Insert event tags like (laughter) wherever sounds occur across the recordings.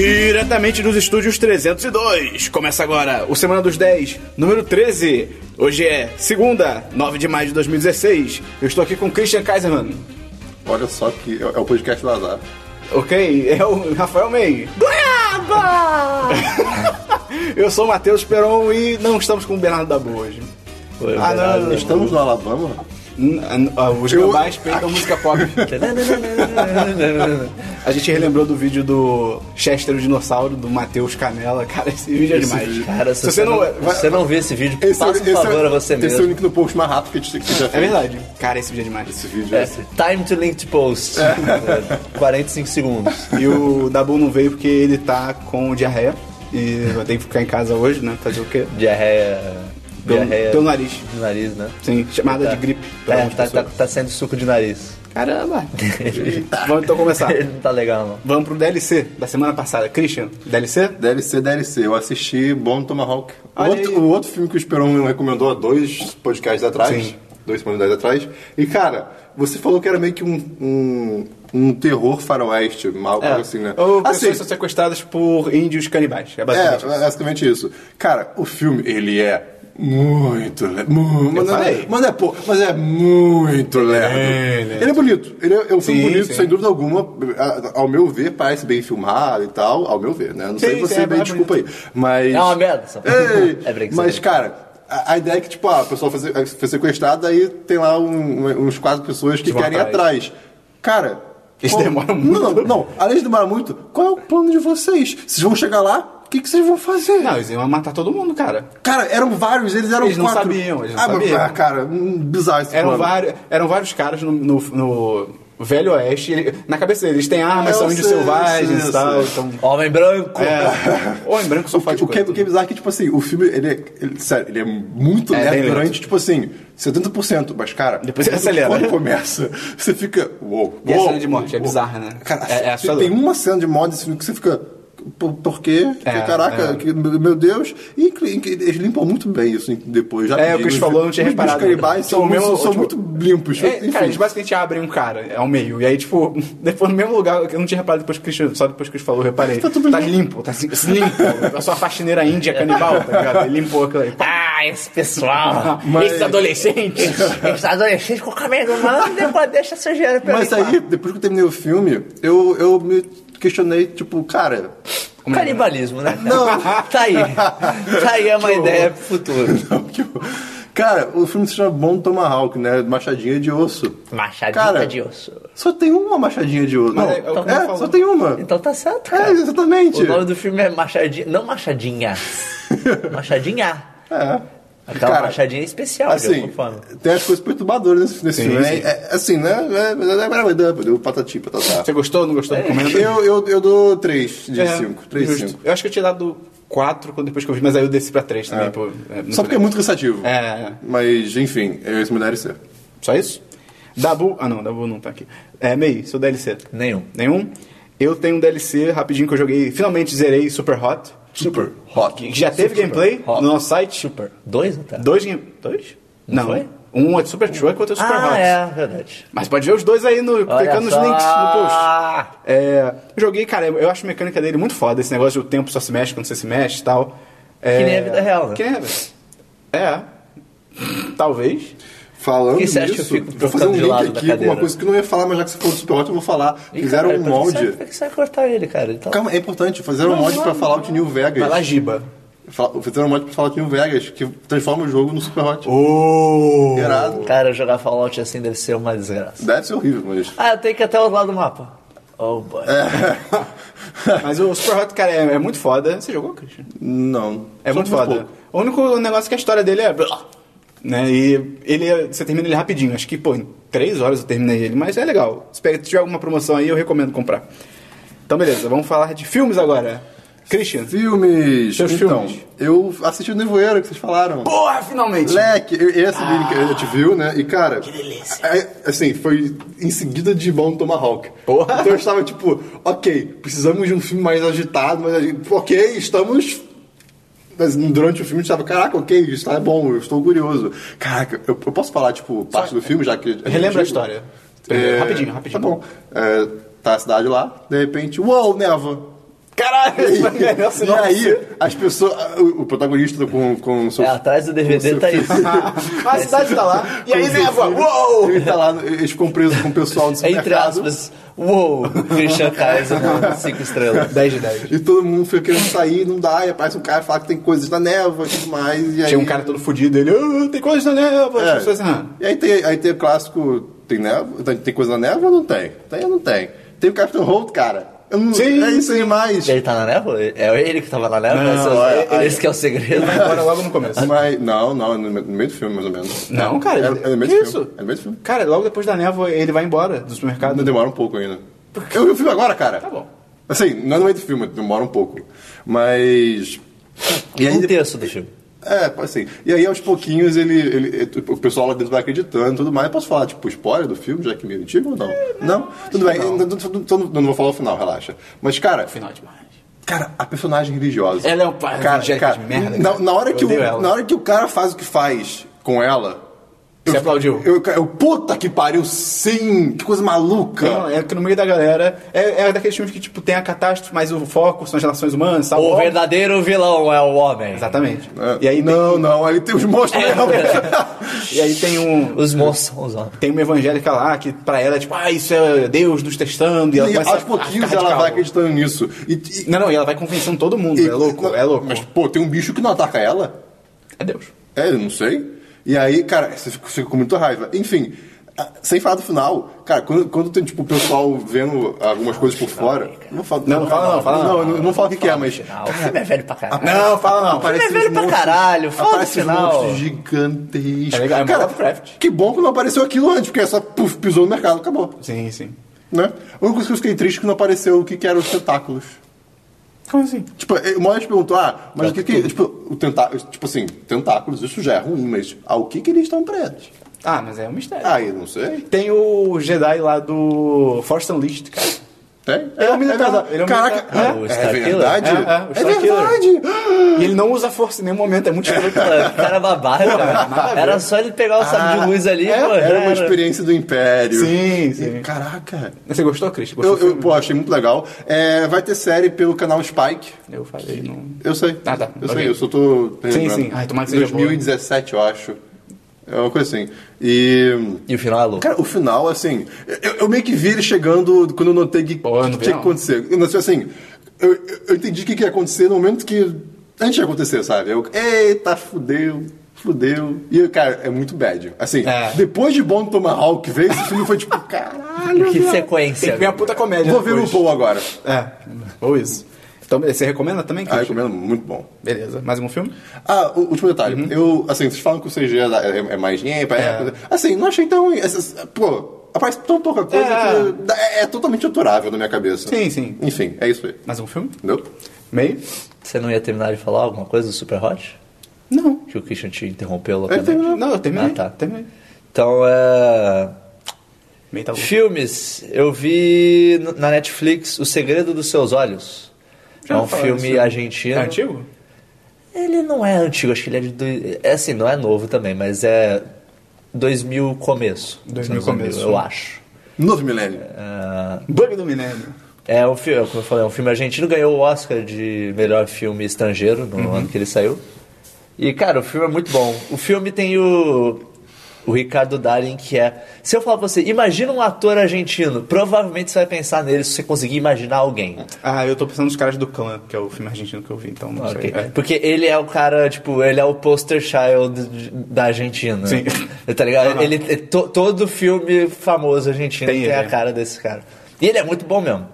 diretamente dos estúdios 302. Começa agora o Semana dos 10, número 13. Hoje é segunda, 9 de maio de 2016. Eu estou aqui com Christian Kaiserman. Olha só que é o podcast do azar. Ok, é o Rafael May. Goiaba! (laughs) Eu sou o Matheus Peron e não estamos com o Bernardo da Boa hoje. ah, não, não, não. Estamos no Alabama? Hum, ah, Os Eu- gambás peitam música (laughs) pop. A gente relembrou do vídeo do Chester o Dinossauro, do Matheus Canela. Cara, esse vídeo é Esse demais. vídeo. (laughs) Cara, se, Se você não- é, vai- você não vê esse vídeo, Esse é- faça esse um favor é, a você Esse é o mesmo. link no post mais rápido que a gente que já fez. É verdade. Cara, esse vídeo é demais. Esse vídeo. É, time to link to post. (laughs) É, 45 segundos. E o Dabu não veio porque ele tá com diarreia. E vai ter que ficar em casa hoje, né? Fazer o quê? Diarreia. Pelo- diarreia pelo nariz. Do nariz, né? Sim, chamada Tá. de gripe. pra É, algumas tá, tá, pessoas. tá saindo suco de nariz. (laughs) Caramba! Vamos então começar. Ele não tá legal, não. Vamos pro DLC da semana passada. Christian, DLC? DLC, DLC. Eu assisti Bom Tomahawk. O Olha aí. outro, o outro filme que o Esperon me recomendou há dois podcasts atrás. Sim. Dois semanas atrás. E, cara, você falou que era meio que um, um, um terror faroeste, mal É. algo assim, né? Ou assim, pessoas são sequestradas por índios canibais. É basicamente É, é basicamente isso. Cara, o filme, ele é muito le- mu- mas, não falei. é, mas, é, pou- mas é muito lerdo. Ele é bonito. Ele é, é um filme Sim, bonito, sim. sem dúvida alguma. A- Ao meu ver, parece bem filmado e tal. Ao meu ver, né? Não sei Sim, você sim, é bem, bonito. desculpa aí. Mas. É uma merda, só. (laughs) Ei, É break, Mas, só break. cara. A a ideia é que, tipo, ah, o pessoal foi se- foi sequestrado, aí tem lá um- um- uns quatro pessoas que vão querem ir atrás. atrás. Cara. Eles qual- demoram muito. Não, não, além de demorar muito, qual é o plano de vocês? Vocês vão chegar lá? O que, que vocês vão fazer? Não, eles iam matar todo mundo, cara. Cara, eram vários, eles eram Eles não quatro. sabiam, eles não ah, mas- sabiam. ah, cara, hum, bizarro esse Eram, plano. vários, eram vários caras no, no- no Velho Oeste. Ele- na cabeça deles, tem armas, Eu são índios sei, eu selvagens sei, e eu tal. sei. Então, Homem (laughs) branco. é. Ou em branco só O faz que, o, que, coisa. o que é bizarro é que, tipo assim, o filme, ele é, ele- sério, ele é muito É, bem lento lento. durante, tipo assim, 70%, mas, cara... Depois ele quando- acelera. né? Quando começa, (laughs) você fica, uou, E a uou, cena de morte é uou. bizarra, né? Cara, É- é você- assustador. tem uma cena de morte desse filme que você fica... Por, por quê? Que, É, Caraca, é. que- meu meu Deus. E inclu- inclu- eles limpam muito bem isso depois. É, rapidinho. o que a gente falou, eu não tinha Os- reparado. Os caribais Tipo, são, mesmo- são tipo- muito limpos. É, Enfim. cara, eles basicamente abrem um cara ao meio. E aí, tipo, (laughs) depois no mesmo lugar, eu não tinha reparado depois que o Christian, só depois que o Christian falou, eu reparei. Tá, tudo limpo, tá assim, limpo. A sua faxineira índia canibal, tá ligado? Ele limpou aquilo aí. Ah, esse pessoal. Mas- Esses adolescentes. Esses adolescentes com o cabelo humano, depois deixa a sujeira pra Mas limpar. aí, depois que eu terminei o filme, eu, eu me questionei, tipo, cara. Canibalismo, né? Não. (laughs) Tá aí. Tá aí é uma ideia pro futuro. não, que eu- Cara, o filme se chama Bom Tomahawk, né? Machadinha de osso. Machadinha Cara, de osso. Só tem uma machadinha de osso. Mas Não, é- é o que eu é, falo. só tem uma. Então tá certo, É, cara. exatamente. O nome do filme é Machadinha. (laughs) Não Machadinha. Machadinha. É. Aquela Cara, machadinha especial, de Assim, alguma forma. tem as coisas perturbadoras nesse, nesse Sim, filme. né? sim. É, assim, né? É, é, é, o patati, patatá. Você gostou, não gostou? Comenta. É, Eu, eu, eu dou 3 de É, 5. 3 de justo. 5. Eu acho que eu tinha dado 4 quando- depois que eu vi, mas aí eu desci pra 3 também. É. pô, é, não Só porque é muito cansativo. É. Mas, enfim, eu esse mulher e ser. Só isso? Dabu. Ah, não, Dabu não tá aqui. É, Mei, seu DLC. Nenhum. Nenhum? Eu tenho um DLC rapidinho que eu joguei, finalmente zerei Super Hot. Super hot. Que já teve gameplay Hot. no nosso site. Super. Dois tá? até? Dois game... Dois? Não. Não foi? Um é de Super Truck, outro é Super ah, Hot. é, verdade. Mas pode ver os dois aí no, Olha clicando só. nos links no post. É, joguei, cara, eu acho a mecânica dele muito foda. Esse negócio de o tempo só se mexe quando você se mexe e tal. É, Que nem a vida real, né? Que nem a... É. Talvez. Falando Por que você acha nisso, que eu fico vou fazer um trocando de link lado da aqui com uma cadeira? coisa que eu não ia falar, mas já que você falou do Super Hot, eu vou falar. Ih, tá fizeram cara, um pra que você- molde. Pra que você vai cortar ele, cara? Ele tá- Calma, é importante. Fizeram um molde pra Fallout New Vai lá, Vegas. Giba. Fa- Fizeram um molde pra Fallout New Vegas, que transforma o jogo no Super Hot. Oh. Irado. Cara, jogar Fallout assim deve ser uma desgraça. Deve ser horrível, mas... É. Ah, eu tenho que ir até o outro lado do mapa. Oh, boy. Mas o Super Hot, cara, é, é muito foda. Você jogou, Christian? Não. É Só muito foda. pouco. O único negócio é que a história dele é. blá, Né? E ele é- você termina ele rapidinho. Acho que, pô, em três horas eu terminei ele, mas é legal. Se pega- se tiver alguma promoção aí, eu recomendo comprar. Então, beleza, vamos falar de filmes agora. Christian. Filmes. Seus então, filmes. eu assisti o Nevoeiro que vocês falaram. Porra, finalmente! Leque, eu, esse vídeo que a Ah, gente viu, né? E cara, a- assim, foi em seguida de Bom Tomahawk. Porra. Então eu estava tipo, ok, precisamos de um filme mais agitado, mas a gente, ok, estamos. Mas durante o filme a gente tava, caraca, ok, isso tá bom, eu estou curioso. Caraca, eu, eu posso falar, tipo, parte do filme, já que. gente Relembra a viu? história. Primeiro, É, rapidinho, rapidinho. (laughs) Tá bom. É, tá a cidade lá, de repente, uou, neva. Caralho, E, essa é a melhor (laughs) e sinopse. aí, as pessoas. O, o protagonista com, com o seu É, atrás do DVD tá isso. A cidade tá lá. E aí, névoa. Uou! Uou! Ele tá lá, eles ficam presos com o pessoal (laughs) É do (laughs) Entre supermercado. né? aspas, uou, Christian Kaiser, né? cinco estrelas. 10 de 10. E todo mundo fica querendo sair, não dá, e aparece um cara e fala que tem coisas na névoa e tudo mais. E aí, Chega um cara todo fudido, ele, "Ah, tem coisa na névoa, É. as pessoas ah. E aí tem, aí tem o clássico. Tem, névoa, tem, tem coisa na névoa ou não tem? Tem ou não tem? Tem o Captain Holt, cara. Eu não, Sim. é isso aí mais. Ele tá na névoa? É ele que tava na névoa? Não, Esse- é- esse que é o segredo. Vai (laughs) embora logo no começo. Mas, não, não, é no me- no meio do filme, mais ou menos. Não, cara, É, é no meio do que filme. isso? É no meio do filme. Cara, logo depois da névoa, ele vai embora do Ainda supermercado. demora um pouco ainda. Eu vi o filme agora, cara. Tá bom. Assim, não é no meio do filme, demora um pouco. Mas. E Um aí, terço do filme. É, assim. E aí, aos pouquinhos, ele, ele- é, tipo, o pessoal lá dentro vai acreditando e tudo mais. Eu posso falar, tipo, spoiler do filme, já que é meio antigo ou não? não? Tudo bem, Então, não. Não, não- não- não vou falar o final, relaxa. Mas, cara, Final demais. cara, a personagem religiosa. Ela é um pai evangélico de merda, Na, cara. na hora que Eu odeio o, ela. na hora que o cara faz o que faz com ela. Você eu- aplaudiu? Eu, eu- puta que pariu, sim! Que coisa maluca! Não, é que no meio da galera. É, é daqueles filmes que, tipo, tem a catástrofe, mas o foco são as relações humanas, sabe? O verdadeiro vilão é o homem. Exatamente. É. E aí, É. não, não, aí tem os monstros mesmo. e aí tem um. Os monstros são os homens. Tem uma evangélica lá que pra ela é tipo, ah, isso é Deus nos testando. (laughs) E ela E começa aos a pouquinhos ficar ela radical. vai acreditando nisso. E, e- Não, não, e ela vai convencendo todo mundo. e- é louco, não, é louco. Mas, pô, tem um bicho que não ataca ela? É Deus. É, eu não sei. E aí, cara, você fica, fica com muita raiva. Enfim, a- sem falar do final, cara, quando, quando tem, tipo, o pessoal vendo algumas coisas por fora. Não, fala, Não, não fala não, fala não. Não, eu não, eu não falo o que, que é, mas. Ah, o filme é velho pra caralho. Não, fala não. Aparece Ele é velho uns pra caralho, fala do aparece um uns final. monstros gigantescos. É legal, é cara, Lovecraft. que bom que não apareceu aquilo antes, porque é só puf, pisou no mercado, acabou. Sim, sim. Né? A única coisa que eu fiquei triste é que não apareceu o que, que eram os tentáculos. Como assim? Tipo, eh, o Moyes perguntou, ah, mas o que que... Tipo, o tentá tipo assim, tentáculos, isso já é ruim, mas ao que que eles estão presos? Ah, mas é um mistério. Ah, eu não sei. Tem o Jedi lá do Force Unleashed, cara. Tem? é um militar, verdade. ele é um Caraca, militar. ah, É, o é Star Killer. verdade? É, é, o É Star verdade! E ele não usa força em nenhum momento, é muito estranho. (laughs) Pô, O cara babado, cara. Era só ele pegar o Ah, sabre de luz ali, É, pô. já Era uma era. experiência do Império. Sim, sim. E, Caraca. Você gostou, Cris? Gostou Eu, do eu filme? pô, achei muito legal. É, vai ter série pelo canal Spike. eu falei, não... Eu sei. Ah, tá. Eu Ok. sei, eu só tô. Sim, lembrando. sim. Ai, tomara que seja boa. 2017, eu acho. É uma coisa assim. E. E o final é louco. Cara, o final, assim, eu, eu meio que vi ele chegando quando eu notei que Pô, eu não vi, que tinha que não. acontecer. Eu, não sei, assim, eu, eu- eu entendi o que que ia acontecer no momento que. Antes de acontecer, sabe? Eu, eita, fudeu, fudeu. E, cara, é muito bad. Assim, É. depois de Bom Tomahawk ver esse filme, foi tipo, caralho. Que Tem sequência. que ver a puta comédia. Vou ver o depois. Paul agora. É, ou isso. Então, beleza. Você recomenda também, Ah, eu Cris? recomendo, muito bom. beleza. Mais um filme? Ah, o último detalhe. Eu, assim, vocês falam que o CG é, da- é- é mais nhepa, é. Uhum. É. Assim, não achei tão. essas- Pô, aparece tão pouca É. coisa que dá- é, é totalmente aturável na minha cabeça. Sim, sim. Enfim, é isso aí. Mais um filme? Entendeu? Meio? Você não ia terminar de falar alguma coisa do Super Hot? Não. Que o Christian te interrompeu Eu terminei. loucamente. Não, eu terminei. Ah, tá. Terminei. Então, é... Meio tá louco. Filmes, eu vi n- na Netflix O Segredo dos Seus Olhos. Já é um ouvi falar filme desse filme. argentino. É antigo? Ele não é antigo, acho que ele é de. doi- É assim, não é novo também, mas é 2000 começo. 2000 Anos começo. eu acho. Novo milênio. Bug do Milênio. É um filme, como eu falei, é um filme argentino, ganhou o Oscar de melhor filme estrangeiro no ano que ele saiu. E, cara, o filme é muito bom. O filme tem o, o Ricardo Darin, que é. Se eu falar pra você, imagina um ator argentino, provavelmente você vai pensar nele se você conseguir imaginar alguém. Ah, eu tô pensando nos caras do Clã, que é o filme argentino que eu vi, então não Ah, Ok. sei. É. Porque ele é o cara, tipo, ele é o poster child de- da Argentina. Sim. Tá ligado? Aham. Ele, to- todo filme famoso argentino Tem tem, ele, a né? cara desse cara. E ele é muito bom mesmo.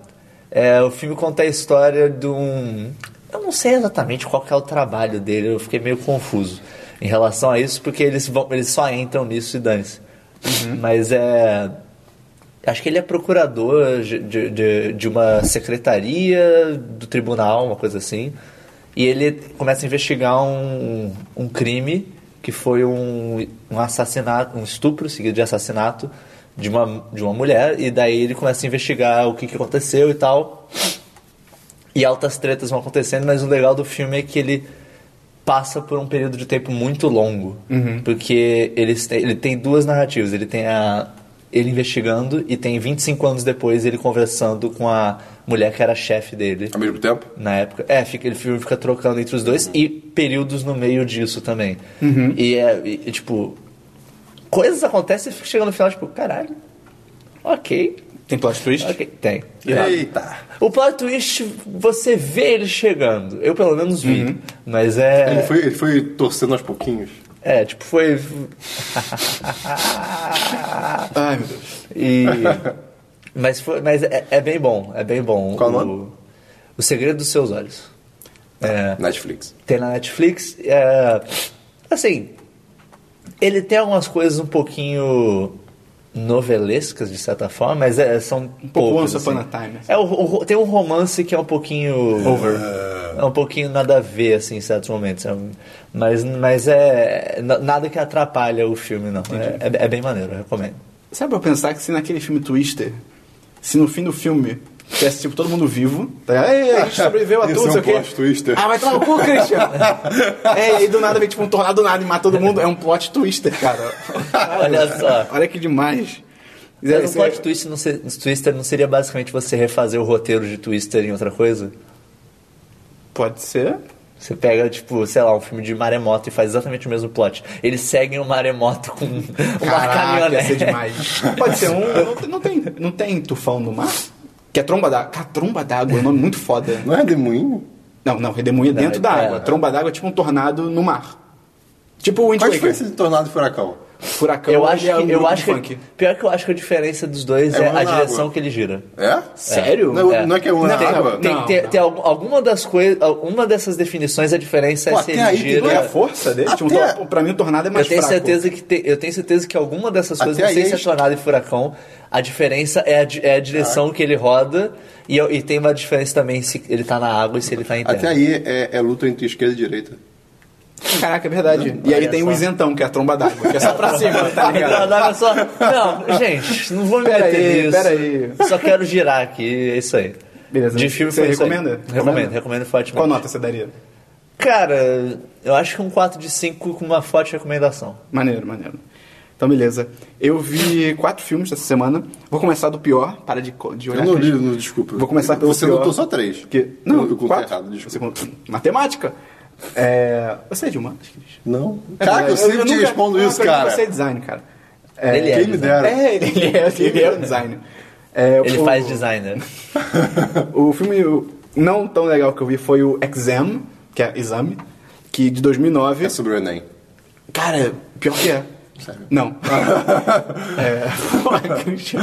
É, o filme conta a história de um. Eu não sei exatamente qual que é o trabalho dele, eu fiquei meio confuso em relação a isso, porque eles, vão, eles só entram nisso e dane-se. Uhum. Mas é. Acho que ele é procurador de, de- de, de uma secretaria do tribunal, uma coisa assim. E ele começa a investigar um, um crime que foi um, um assassinato, um estupro seguido de assassinato de uma, de uma mulher. E daí ele começa a investigar o que, que aconteceu e tal. E altas tretas vão acontecendo, mas o legal do filme é que ele passa por um período de tempo muito longo. Uhum. Porque eles têm- ele tem duas narrativas. Ele tem a ele investigando e tem 25 anos depois ele conversando com a mulher que era chefe dele. Ao mesmo tempo? Na época. É, fica, ele fica, fica trocando entre os dois e períodos no meio disso também. Uhum. E é, e, e, tipo. Coisas acontecem e fica chegando no final, tipo, caralho. Ok. Tem plot twist? Ok, tem. Eita. O plot twist, você vê ele chegando. Eu pelo menos vi. Mas é. Uhum. Ele foi, ele foi torcendo aos pouquinhos. É, tipo, foi. Ai, meu Deus. (laughs) E... mas foi, mas é, é bem bom, é bem bom. Qual o o nome? O Segredo dos Seus Olhos. É, Netflix. tem na Netflix. é, assim, ele tem algumas coisas um pouquinho novelescas, de certa forma, mas é, são um pouco Once Upon a Time, assim. É, o- o ro- tem um romance que é um pouquinho... Over. É um pouquinho nada a ver, assim, em certos momentos. É um- mas, mas é n- nada que atrapalha o filme, não. É, é- é bem maneiro, eu recomendo. Sabe pra pensar que se naquele filme Twister, se no fim do filme tivesse, tipo, todo mundo vivo, tá ligado? Ei, a gente (laughs) sobreviveu a Ia tudo, ser um sei o quê. plot twister. Ah, vai tomar no cu, Christian! (laughs) é, e aí do nada vem, tipo, um tornado do nada e mata todo mundo. É um plot twister, cara. (laughs) Olha só. Olha que demais. é Mas Esse um plot twist não ser- Twister não seria basicamente você refazer o roteiro de Twister em outra coisa? Pode ser. Você pega, tipo, sei lá, um filme de maremoto e faz exatamente o mesmo plot. Eles seguem o maremoto com uma Caraca, ia caminhonete. ser demais. Pode ser um... Não, não tem, não tem tufão no mar? Que é tromba d'água. Cara, tromba d'água é um nome muito foda. Não é redemoinho? Não, não, redemoinho é Não, dentro é- da água. é. Tromba d'água é tipo um tornado no mar. Tipo o Wind Qual a Waker. diferença de tornado e furacão? Furacão Eu acho ele é um que, eu grupo acho de que funk. pior que eu acho que a diferença dos dois É é, uma a na direção água. que ele gira. É? Sério? Não, não é que é um na Não, água? Tem, Não, tem, não. tem al- alguma das coisas, uma dessas definições a diferença Pô, é se até ele aí tem Não é a gira. força dele? Tipo, um Até- tor- pra mim, o tornado é Eu mais tenho fraco. certeza que tem- eu tenho certeza que alguma dessas coisas, Até não sei aí se é a gente- tornado e furacão, a diferença é a, di- é a direção que ele roda e, eu- e tem uma diferença também se ele tá na água e se ele tá em terra. Até aí é, é luta entre esquerda e direita. Caraca, é verdade. E aí Olha tem o só. isentão, que é a tromba d'água, que é só pra cima, (laughs) tá Não, ligado? dava só. Não, gente, não vou me Pera meter aí, nisso. pera aí. Só quero girar aqui, é isso aí. Beleza. De filme Você foi isso aí. recomenda? Recomendo, Recomenda? recomendo fortemente. Qual nota você daria? Cara, eu acho que um 4 de 5 com uma forte recomendação. Maneiro, maneiro. Então, beleza. Eu vi quatro filmes essa semana. Vou começar do pior. Para de, co- de olhar. Eu não pra li, gente. não, desculpa. Vou começar pelo Você pior. notou só três. Que... Não, eu, eu contei quatro. errado, desculpa. Você contou- Matemática. É... Você é de humanas, Cris? Não. Caraca, É, eu verdade. sempre te É, nunca- respondo é uma isso, coisa que cara. Você é design, cara. É, Ele (laughs) é Quem me designer. dera. É, ele é, ele é o design. É, Ele o- faz designer. O filme não tão legal que eu vi foi o Exam, que é Exame, que de 2009. É sobre o Enem. Cara, pior que é. Sério? Não. é. (laughs) Christian.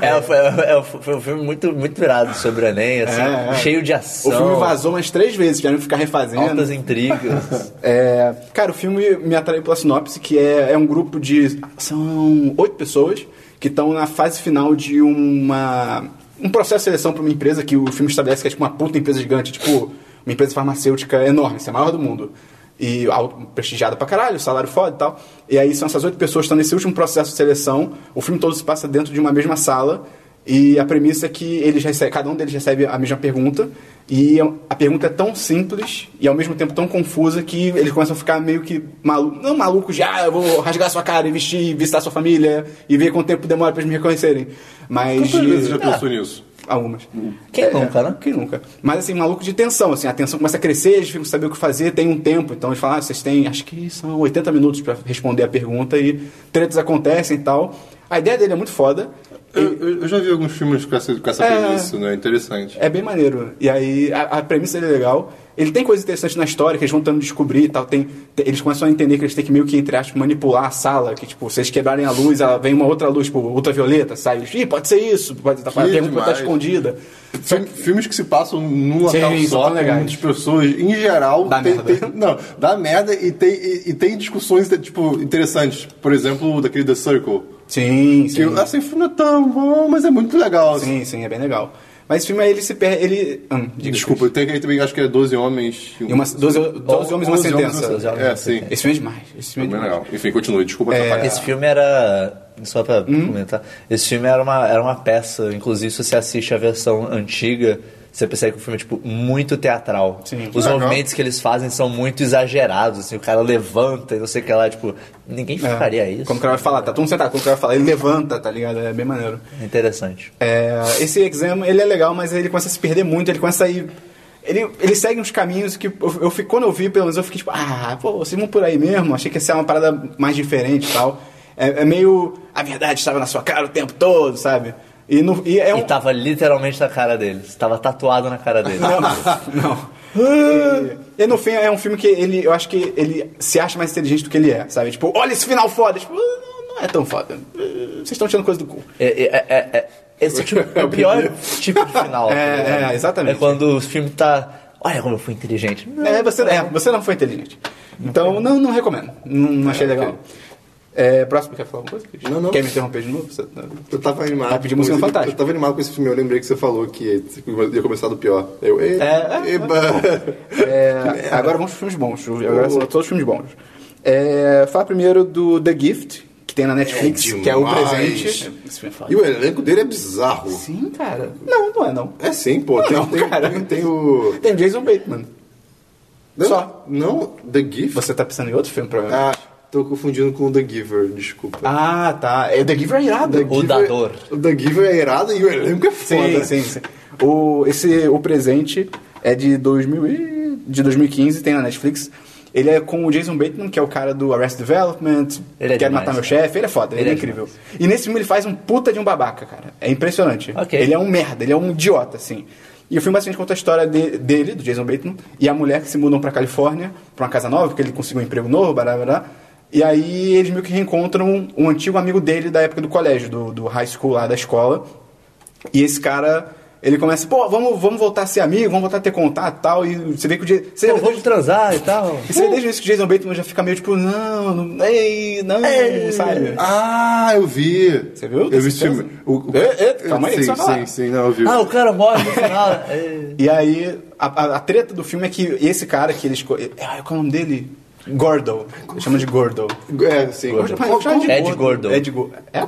É, foi, é, foi um filme muito, muito virado sobre o Enem, assim, É, é. cheio de o ação. filme né? vazou umas três vezes, querendo ficar refazendo. Altas (laughs) intrigas. É, cara, o filme me atraiu pela sinopse, que é, é um grupo de. São oito pessoas que estão na fase final de uma. Um processo de seleção para uma empresa que o filme estabelece que é tipo uma puta empresa gigante, tipo, uma empresa farmacêutica enorme, assim, a maior do mundo. E au- prestigiada pra caralho, salário foda e tal. E aí são essas oito pessoas que estão nesse último processo de seleção. O filme todo se passa dentro de uma mesma sala. E a premissa é que eles recebem, cada um deles recebe a mesma pergunta, e a pergunta é tão simples e ao mesmo tempo tão confusa que eles começam a ficar meio que malucos. Não malucos de, ah, eu vou rasgar sua cara e vestir, visitar sua família e ver quanto tempo demora pra eles me reconhecerem. Mas. Quantas de- vezes você já É, um pensou nisso? Algumas. Quem É. nunca, né? Quem nunca. Mas assim, maluco de tensão, assim, a tensão começa a crescer, eles ficam sem saber o que fazer, tem um tempo, então eles falam, ah, vocês têm, acho que são 80 minutos pra responder a pergunta e tretas acontecem e tal. A ideia dele é muito foda. Eu, eu- eu já vi alguns filmes com essa, com essa É. premissa, né? Interessante. É bem maneiro. E aí, a, a premissa dele é legal. Ele tem coisas interessantes na história que eles vão tentando descobrir e tal. Tem, te- eles começam a entender que eles têm que meio que, entre aspas, manipular a sala. Que, tipo, se eles quebrarem a luz, ela vem uma outra luz, tipo, ultravioleta, sai. Eles, Ih, pode ser isso. Pode, tá, a pergunta pode estar demais. escondida. Fi- filmes que se passam num Sim, local são só, tão legais. com muitas pessoas, em geral, Dá tem, merda. tem- não, dá merda e tem, e, e tem discussões tipo, interessantes. Por exemplo, daquele The Circle. Sim, Que sim. eu, assim, o filme não é tão bom, mas é muito legal. assim. Sim, sim, é bem legal. Mas esse filme aí, ele se perde... Ele... Hum, diga, Desculpa, tem aquele também, acho que é 12 homens. E uma- 12, 12 homens e uma 11 homens, sentença. uma sentença. É, sim. Esse filme é demais. Esse É filme é bem demais. legal. Enfim, continue, desculpa É. atrapalhar. Esse filme era. Só pra Hum? comentar. Esse filme era uma, era uma peça. Inclusive, se você assiste a versão antiga, Você percebe que o filme é, tipo, muito teatral. Sim. Os Legal. movimentos que eles fazem são muito exagerados, assim, o cara levanta e não sei o que lá, tipo, ninguém É. faria isso. Quando o cara vai falar, tá todo mundo sentado, quando o cara vai falar, ele levanta, tá ligado? É bem maneiro. Interessante. É, esse exame, ele é legal, mas ele começa a se perder muito, ele começa a ir... Ele, ele segue uns caminhos que eu, eu fico, quando eu vi, pelo menos eu fiquei tipo, ah, pô, vocês vão por aí mesmo, achei que ia ser uma parada mais diferente e tal. É, é meio, a verdade estava na sua cara o tempo todo, sabe? E, no, e é um... E tá. tava literalmente na cara deles. Tava tatuado na cara deles. (laughs) Não, não. E, e no fim é um filme que ele, eu acho que ele se acha mais inteligente do que ele é, sabe? Tipo, olha esse final foda. Tipo, não, não é tão foda. Vocês estão tirando coisa do cu. É, é, é, é, (laughs) esse tipo, é o pior tipo de final. É, tá ligado? é, exatamente. É quando o filme tá. Olha como eu fui inteligente. Não, É, você, é, você não foi inteligente. Então, não, não recomendo. Não, não achei legal. É, próximo, quer falar alguma coisa? Cris? Não, não. Quer me interromper de novo? Você- tá- Eu tava animado. Vai pedir música com no esse- Fantástico. Eu tava animado com esse filme, eu lembrei que você falou que ia começar do pior. Eu, e, É, é, eba. É, agora vamos para filmes bons. Agora são todos filmes bons. É, fala primeiro do The Gift, que tem na Netflix, É que é o demais. presente. Esse filme é foda. E o elenco dele é bizarro. Sim, cara. Não, não é não. É sim, pô. Tem, Não, tem, cara. tem, tem o. Tem o Jason Bateman. Não, Só. Não, The Gift. Você tá pensando em outro filme, provavelmente. Ah, tô confundindo com o The Giver, desculpa. Ah, tá. É, The Giver é irado. The O Giver- dador. O The Giver é irado e o elenco é Sim, foda. sim, sim. assim. O, esse, o presente é de, 2000 e- de 2015, tem na Netflix. Ele é com o Jason Bateman, que é o cara do Arrest Development, Ele é Quer demais, Matar Meu né? Chefe, ele é foda, ele, Ele é é incrível. E nesse filme ele faz um puta de um babaca, cara. É impressionante. Ok. Ele é um merda, ele é um idiota, assim. E o filme basicamente conta a história de- dele, do Jason Bateman, e a mulher que se mudam pra Califórnia, pra uma casa nova, porque ele conseguiu um emprego novo, bará, bará. E aí eles meio que reencontram um antigo amigo dele da época do colégio, do, do high school lá da escola. E esse cara, ele começa, pô, vamos, vamos voltar a ser amigo, vamos voltar a ter contato e tal. E você vê que o Jason. Você, Pô, vamos transar e tal. e você vê desde o início que o Jason Bateman já fica meio tipo, não, não, ei, não, sabe? Ah, eu vi. Você viu? Eu vi esse Certeza? filme. O- o- É, é, calma aí, sim, só falar. sim, sim, não, eu vi. Ah, o cara morre no final. (laughs) É. E aí, a, a- a treta do filme é que esse cara que ele escolhe. Ah, qual é o nome dele? Gordo. Ele chama de Gordo. É, sim. Gordo. Como- como- Ed Gordo. Ed Gordo. É?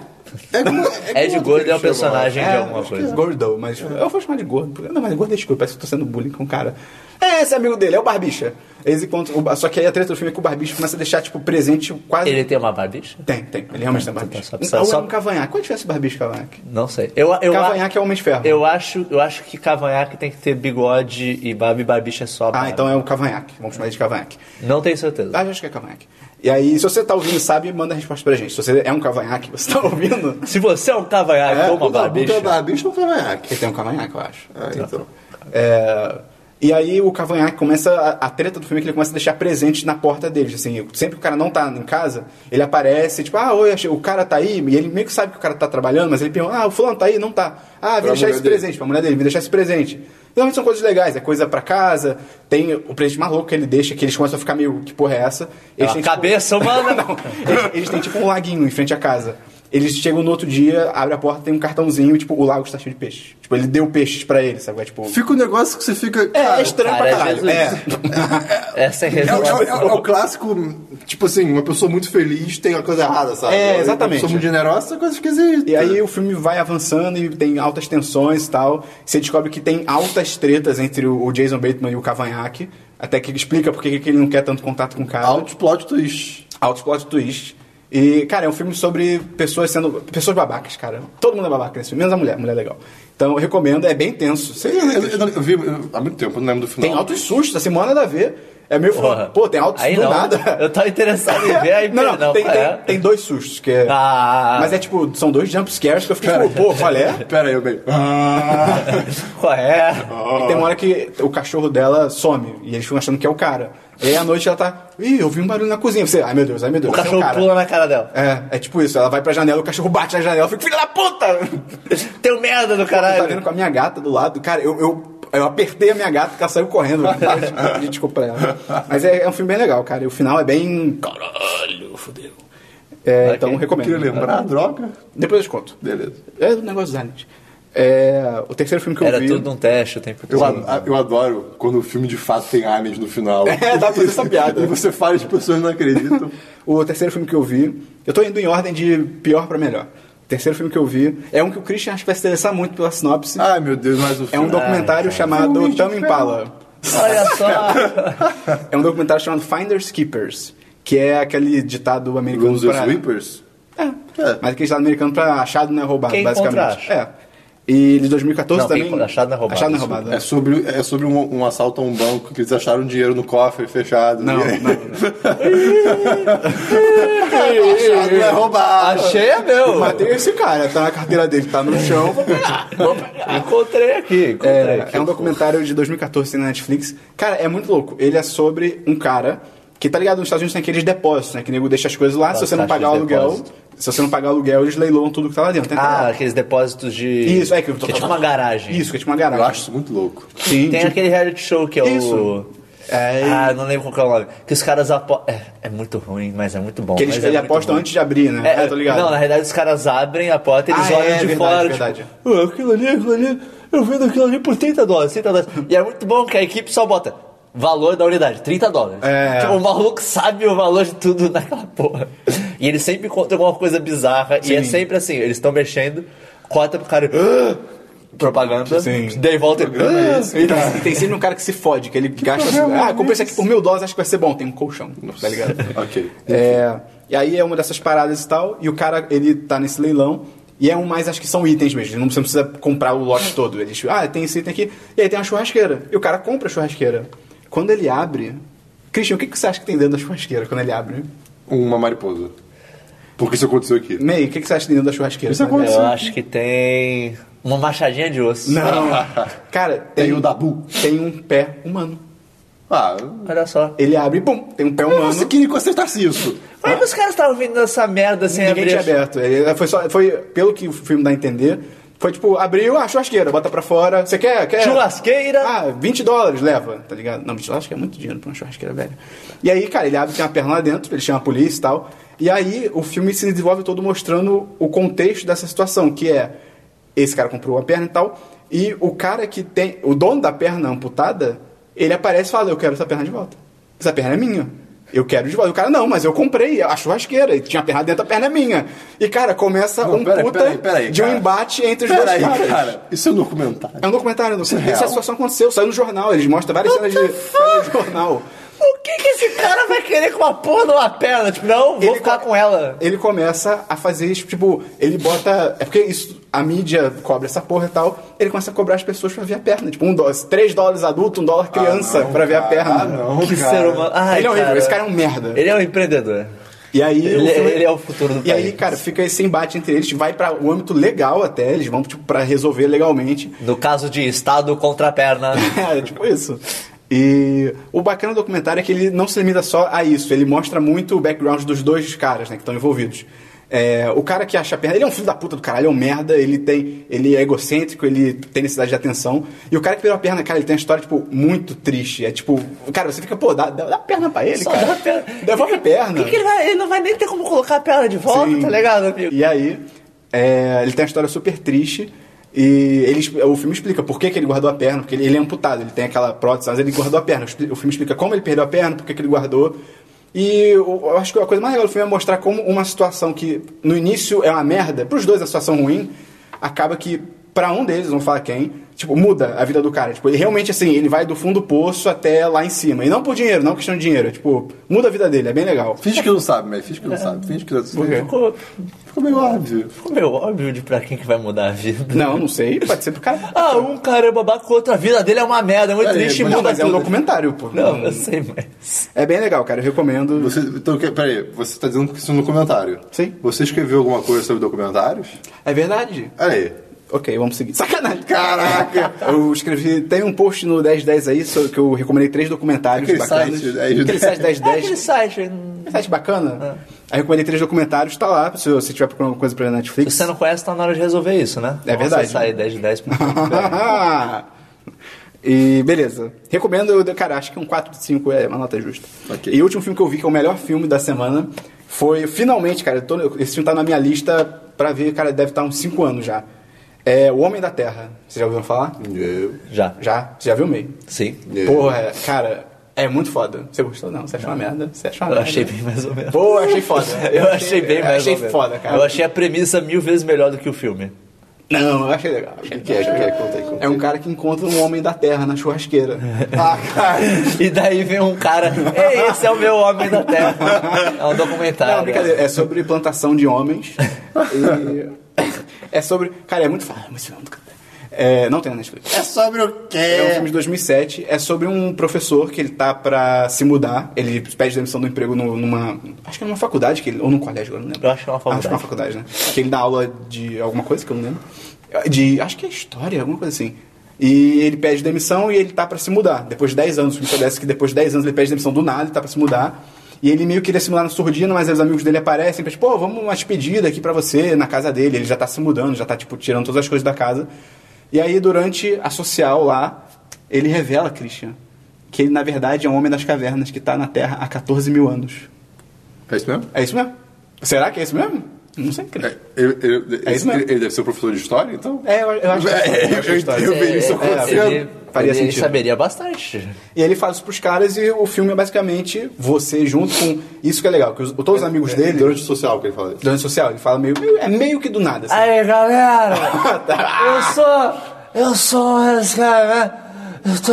É, como- é Ed como Gordo que é o ele chama? personagem de É, alguma acho coisa. que é Gordo, mas eu vou chamar de gordo. porque- Não, mas gordo é desculpa, parece que eu tô sendo bullying com o cara. É, esse amigo dele, é o Barbicha. Eles encontram, o Ba- só que aí a treta do filme é que o Barbicha começa a deixar, tipo, presente quase... Ele tem uma barbicha? Tem, tem. Ele realmente tem Barbicha. só- Ou só- é só- um cavanhaque. Qual a diferença do Barbicha e cavanhaque? Ah, Não sei. Eu, eu, Cavanhaque é o Homem de Ferro. eu acho, eu acho que cavanhaque tem que ter bigode e barba e barbicha é só barba. Ah, então é o cavanhaque. Vamos chamar ele de cavanhaque. Não tenho certeza. Ah, acho que é cavanhaque. E aí, se você tá ouvindo e sabe, manda a resposta pra gente. Se você é um cavanhaque, você tá (laughs) ouvindo... Se você é um cavanhaque É, ou uma o Barbicha é barbicha, barbicha ou cavanhaque? Ele tem um cavanhaque, eu acho. Ah, então. É, e aí o Cavanhaque começa. A, a treta do filme é que ele começa a deixar presente na porta deles. Assim, sempre que o cara não tá em casa, ele aparece, tipo, ah, oi, achei- o cara tá aí, e ele meio que sabe que o cara tá trabalhando, mas ele pergunta, ah, o fulano tá aí, não tá. Ah, vim Pra deixar mulher esse dele. presente pra mulher dele, vim deixar esse presente. Normalmente são coisas legais, é coisa pra casa, tem o presente maluco que ele deixa, que eles começam a ficar meio, que porra é essa? é Eles uma têm, tipo, (laughs) cabeça humana. não, eles, eles têm tipo um laguinho em frente à casa. Eles chegam no outro dia, abrem a porta, tem um cartãozinho, e, tipo, o lago está cheio de peixes. Tipo, ele deu peixes pra eles, sabe? É, tipo, Fica um negócio que você fica. é, cara, é estranho cara, pra é caralho. Jesus. É. Essa é a É, o- é o- é o- é resposta. o clássico, tipo assim, uma pessoa muito feliz tem uma coisa errada, sabe? É, exatamente. Uma pessoa muito generosa, essa coisa esquisita. E aí o filme vai avançando e tem altas tensões e tal. Você descobre que tem altas tretas entre o o Jason Bateman e o Cavanhaque. Até que ele explica por que que ele não quer tanto contato com o cara. Altos plot twist. Altos plot twist. E, cara, é um filme sobre pessoas sendo. pessoas babacas, cara. Todo mundo é babaca nesse filme, menos a mulher. A mulher é legal. Então eu recomendo, é bem tenso. Eu, eu- eu- eu vi eu- há muito tempo, eu não lembro do final. Tem altos sustos, assim, mó nada a ver. É meio Porra. foda. Pô, tem altos Aí do não. nada. Eu tava interessado (laughs) em ver, aí não, não, tem, tem- é. tem dois sustos, que é. Ah. Mas é tipo, são dois jump scares que eu fiquei tipo, pô, qual é? (laughs) Pera aí, eu (laughs) bem. Ah, Qual é? E tem uma hora que o cachorro dela some e eles ficam achando que é o cara. E aí à noite ela tá. Ih, eu vi um barulho na cozinha. Você, ai meu Deus, ai meu Deus. O esse é cachorro cara. pula na cara dela. É, é tipo isso. Ela vai pra janela, o cachorro bate na janela, eu fico, filha da puta! (laughs) Teu um merda do Tá caralho. vendo com a minha gata do lado. Cara, eu, eu, eu apertei a minha gata porque ela saiu (laughs) correndo. Eu pedi Desculpa pra ela. Mas é, é um filme bem legal, cara. E o final é bem. Caralho, fodeu. É, Ok. Então Eu queria recomendo. lembrar a droga. Depois eu te conto. Beleza. É o negócio dos aliens. É, o terceiro filme que eu Era vi. tudo um teste o tempo Eu, todo. a- eu adoro quando o filme de fato tem aliens no (laughs) final. É, dá pra fazer essa piada. (laughs) E você fala e as pessoas não acreditam. O terceiro filme que eu vi, eu tô indo em ordem de pior pra melhor. terceiro filme que eu vi. É um que o Christian acho que vai se interessar muito pela sinopse. Ai, meu Deus, mas o é um filme... documentário chamado Tame Impala. Olha só! É um documentário chamado Finders Keepers, que é aquele ditado americano Losers pra... Weepers? É, mas aquele ditado americano pra achado não é roubado, Quem basicamente. encontra, É. E de 2014 Não, quem também... encontra, achado não é roubado. Achado não é Isso. roubado. É sobre, é sobre um, um assalto a um banco que eles acharam dinheiro no cofre fechado. Não, E aí- não, Achado não é roubado. Achei é Eu meu! matei esse cara, tá na carteira dele, tá no chão. vou pegar. Encontrei aqui. Encontrei É, aqui. é um documentário de 2014 na Netflix. Cara, é muito louco. Ele é sobre um cara que, tá ligado, nos Estados Unidos tem aqueles depósitos, né? Que o nego deixa as coisas lá, se As você não caixas pagar o Tá, de aluguel... depósito. Se você não pagar o aluguel, eles leiloam tudo que tá lá dentro. Tem até Ah, lá. aqueles depósitos de. Isso, é que eu tô é tipo uma garagem. Isso, que é tipo uma Eu garagem. acho isso muito louco. Sim, Tem tipo- aquele reality show que é Isso. o. É, Ah, não lembro qual que é o nome. Que os caras apostam. É, é muito ruim, mas é muito bom. que eles, mas eles é muito apostam ruim. antes de abrir, né? É, É, tô ligado. Não, na realidade os caras abrem a porta e eles Ah, olham é, de verdade, fora. verdade. Tipo, "Ah, aquilo ali, aquilo ali. Eu vendo aquilo ali por 30 dólares, 30 dólares. E é muito bom que a equipe só bota valor da unidade, 30 dólares. É. Tipo, o maluco sabe o valor de tudo (laughs) naquela porra. E ele sempre encontra alguma coisa bizarra. E é sempre assim, eles estão mexendo, corta pro cara. "Ah!" Propaganda, Sim. daí volta e. "Ah!" É E tem, e tem sempre um cara que se fode, que ele gasta. ah, comprei isso aqui por mil dólares, acho que vai ser bom. Tem um colchão, tá ligado? Ok. É, e aí é uma dessas paradas e tal, e o cara, ele tá nesse leilão, e é um mais, acho que são itens mesmo, ele não você não precisa comprar o lote todo. Ele, ah, tem esse item aqui, e aí tem uma churrasqueira. E o cara compra a churrasqueira. Quando ele abre... Christian, o que, que você acha que tem dentro da churrasqueira quando ele abre? Uma mariposa. Porque isso aconteceu aqui. May, o que, que você acha que tem dentro da churrasqueira? Isso aconteceu. Eu acho que tem. Uma machadinha de osso. Não. Cara, tem, Tem o Dabu. Tem um pé humano. Ah, Olha só. Ele abre e pum, tem um pé humano. você queria que eu acertasse isso. Como é que os caras estavam vendo essa merda sem Ninguém abrir? tinha aberto. Ele- Foi, só, foi, pelo que o filme dá a entender, foi tipo, abriu a churrasqueira, bota pra fora. Você quer? quer? Churrasqueira? Ah, 20 dólares, leva, tá ligado? Não, 20 dólares acho que é muito dinheiro pra uma churrasqueira velha. E aí, cara, ele abre, tem uma perna lá dentro, ele chama a polícia e tal. E aí, o filme se desenvolve todo mostrando o contexto dessa situação, que é... Esse cara comprou uma perna e tal, e o cara que tem... O dono da perna amputada, ele aparece e fala, eu quero essa perna de volta. Essa perna é minha. Eu quero de volta. O cara, não, mas eu comprei a churrasqueira, e tinha a perna dentro, a perna é minha. E, cara, começa Não, um peraí, puta peraí, peraí, de um cara. embate entre os dois Peraí, caras. cara. Isso é um documentário. É um documentário, não sei. Isso é Essa real. situação aconteceu, saiu no jornal, eles mostram várias What cenas de the saiu no jornal. O que que esse cara vai querer com uma porra de uma perna? Tipo, não, vou ficar co- com ela. Ele começa a fazer isso, tipo, ele bota. É porque isso, a mídia cobra essa porra e tal. Ele começa a cobrar as pessoas pra ver a perna. Tipo, um dólar, três dólares adulto, um dólar criança Ah, não, pra ver a cara, perna. ah, não. que cara. ser humano. Ai, ele é horrível, esse cara é um merda. Ele é um empreendedor. E aí. Ele- o ele é o futuro do E aí, país. cara, fica esse embate entre eles, vai pra o âmbito legal até, eles vão, tipo, pra resolver legalmente. No caso de Estado contra a perna. (laughs) É, tipo isso. E o bacana do documentário é que ele não se limita só a isso, ele mostra muito o background dos dois caras, né, que estão envolvidos. É, o cara que acha a perna, ele é um filho da puta do caralho, ele é um merda, ele tem, ele é egocêntrico, ele tem necessidade de atenção. E o cara que perdeu a perna, cara, ele tem uma história, tipo, muito triste. É tipo, cara, você fica, pô, dá, dá, dá a perna pra ele, Só cara. dá a perna. Devolve a perna. O que que ele vai. Ele não vai nem ter como colocar a perna de volta, Sim. tá ligado, amigo? E aí, é, ele tem uma história super triste. E ele, expl- o filme explica por que, que ele guardou a perna, porque ele, ele é amputado, ele tem aquela prótese, mas ele guardou a perna. O expli- O filme explica como ele perdeu a perna, por que, que ele guardou. E eu, eu acho que a coisa mais legal do filme é mostrar como uma situação que no início é uma merda, pros dois é uma situação ruim, acaba que pra um deles, não falar quem, tipo, muda a vida do cara. Tipo, ele realmente assim, ele vai do fundo do poço até lá em cima. E não por dinheiro, não questão de dinheiro, é, tipo, muda a vida dele, é bem legal. Finge que não sabe, mas finge que não sabe. Finge que não sabe. Ficou, Ficou meio óbvio. ficou meio óbvio de pra quem que vai mudar a vida. Não, não sei, pode ser pro cara. Ah, um cara é babaca com outro, a vida dele é uma merda, é muito Peraí, triste, mas- Não, muda mas é um tudo. documentário, pô. Não, eu sei, mas. É bem legal, cara. Eu recomendo. Você, então, que- peraí, você tá dizendo que isso é um documentário. Sim. Você escreveu alguma coisa sobre documentários? É verdade. Olha aí. Ok, vamos seguir. (laughs) Sacanagem! Caraca! Eu escrevi. Tem um post no 1010 aí sobre- que eu recomendei três documentários Aquele bacanas. site 1010. Aquele site É aquele 1010. site. É site Ah. bacana. Aí eu recomendei três documentários, tá lá. Se você tiver procurando alguma coisa pra Se Netflix. você não conhece, tá na hora de resolver isso, né? É verdade. Sai 10 de (laughs) 10 (laughs) E beleza. Recomendo, eu- cara, acho que um 4 de 5 é uma nota justa. Ok. E o último filme que eu vi, que é o melhor filme da semana, foi finalmente, cara, eu tô- esse filme tá na minha lista pra ver, cara, deve estar uns 5 anos já. É O Homem da Terra. Vocês já ouviram falar? Eu- Já. Já? Você já viu meio? Sim. É. Porra, cara, É muito foda. Você gostou? Não, você achou uma merda. Você achou uma Eu merda. achei bem mais ou menos. Pô, eu achei foda. (laughs) Eu achei bem eu mais achei ou menos. foda, cara. Eu achei a premissa mil vezes melhor do que o filme. Não, eu achei legal. Achei O que é? O que é? Conta aí, conta aí. É um cara que encontra um homem da terra na (laughs) churrasqueira. ah, cara. E daí vem um cara, Ei, esse é o meu homem da terra. É um documentário. Não, né? brincadeira. É sobre plantação de (laughs) homens. E- é sobre. Cara, é muito foda. É muito filme do cara. É, não tem na Netflix. É sobre o quê? É um filme de 2007. É sobre um professor que ele tá pra se mudar. Ele pede demissão do emprego no- numa. Acho que é numa faculdade, que ele, ou num colégio, agora não lembro. Eu acho que é uma faculdade. Acho que é uma faculdade, né? Que ele dá aula de alguma coisa que eu não lembro. De. Acho que é história, alguma coisa assim. E ele pede demissão e ele tá pra se mudar. Depois de 10 anos, o filme soubesse que depois de 10 anos ele pede demissão do nada, ele tá pra se mudar. E ele meio que queria se mudar no surdino, mas aí os amigos dele aparecem, tipo, pô, vamos uma despedida aqui pra você na casa dele. Ele já tá se mudando, já tá, tipo, tirando todas as coisas da casa. E aí, durante a social lá, ele revela, Christian, que ele, na verdade, é um homem das cavernas que tá na Terra há 14 mil anos. É isso mesmo? É isso mesmo? Será que é isso mesmo? Não sei, Christian. É, eu- eu- É isso mesmo. Ele, ele deve ser um professor de história, então? É, eu, eu acho que é, É, eu acho que é a história. eu vejo isso acontecendo. ele, Faria ele sentido. saberia bastante. E ele fala isso pros caras e o filme é basicamente você junto com. Isso que é legal, que os, todos os amigos dele, durante, Durante o É social que ele fala isso. durante social, ele fala meio. meio- É meio que do nada. assim. (laughs) Aí, galera, Tá. eu sou... Eu sou esse cara, né? Eu tô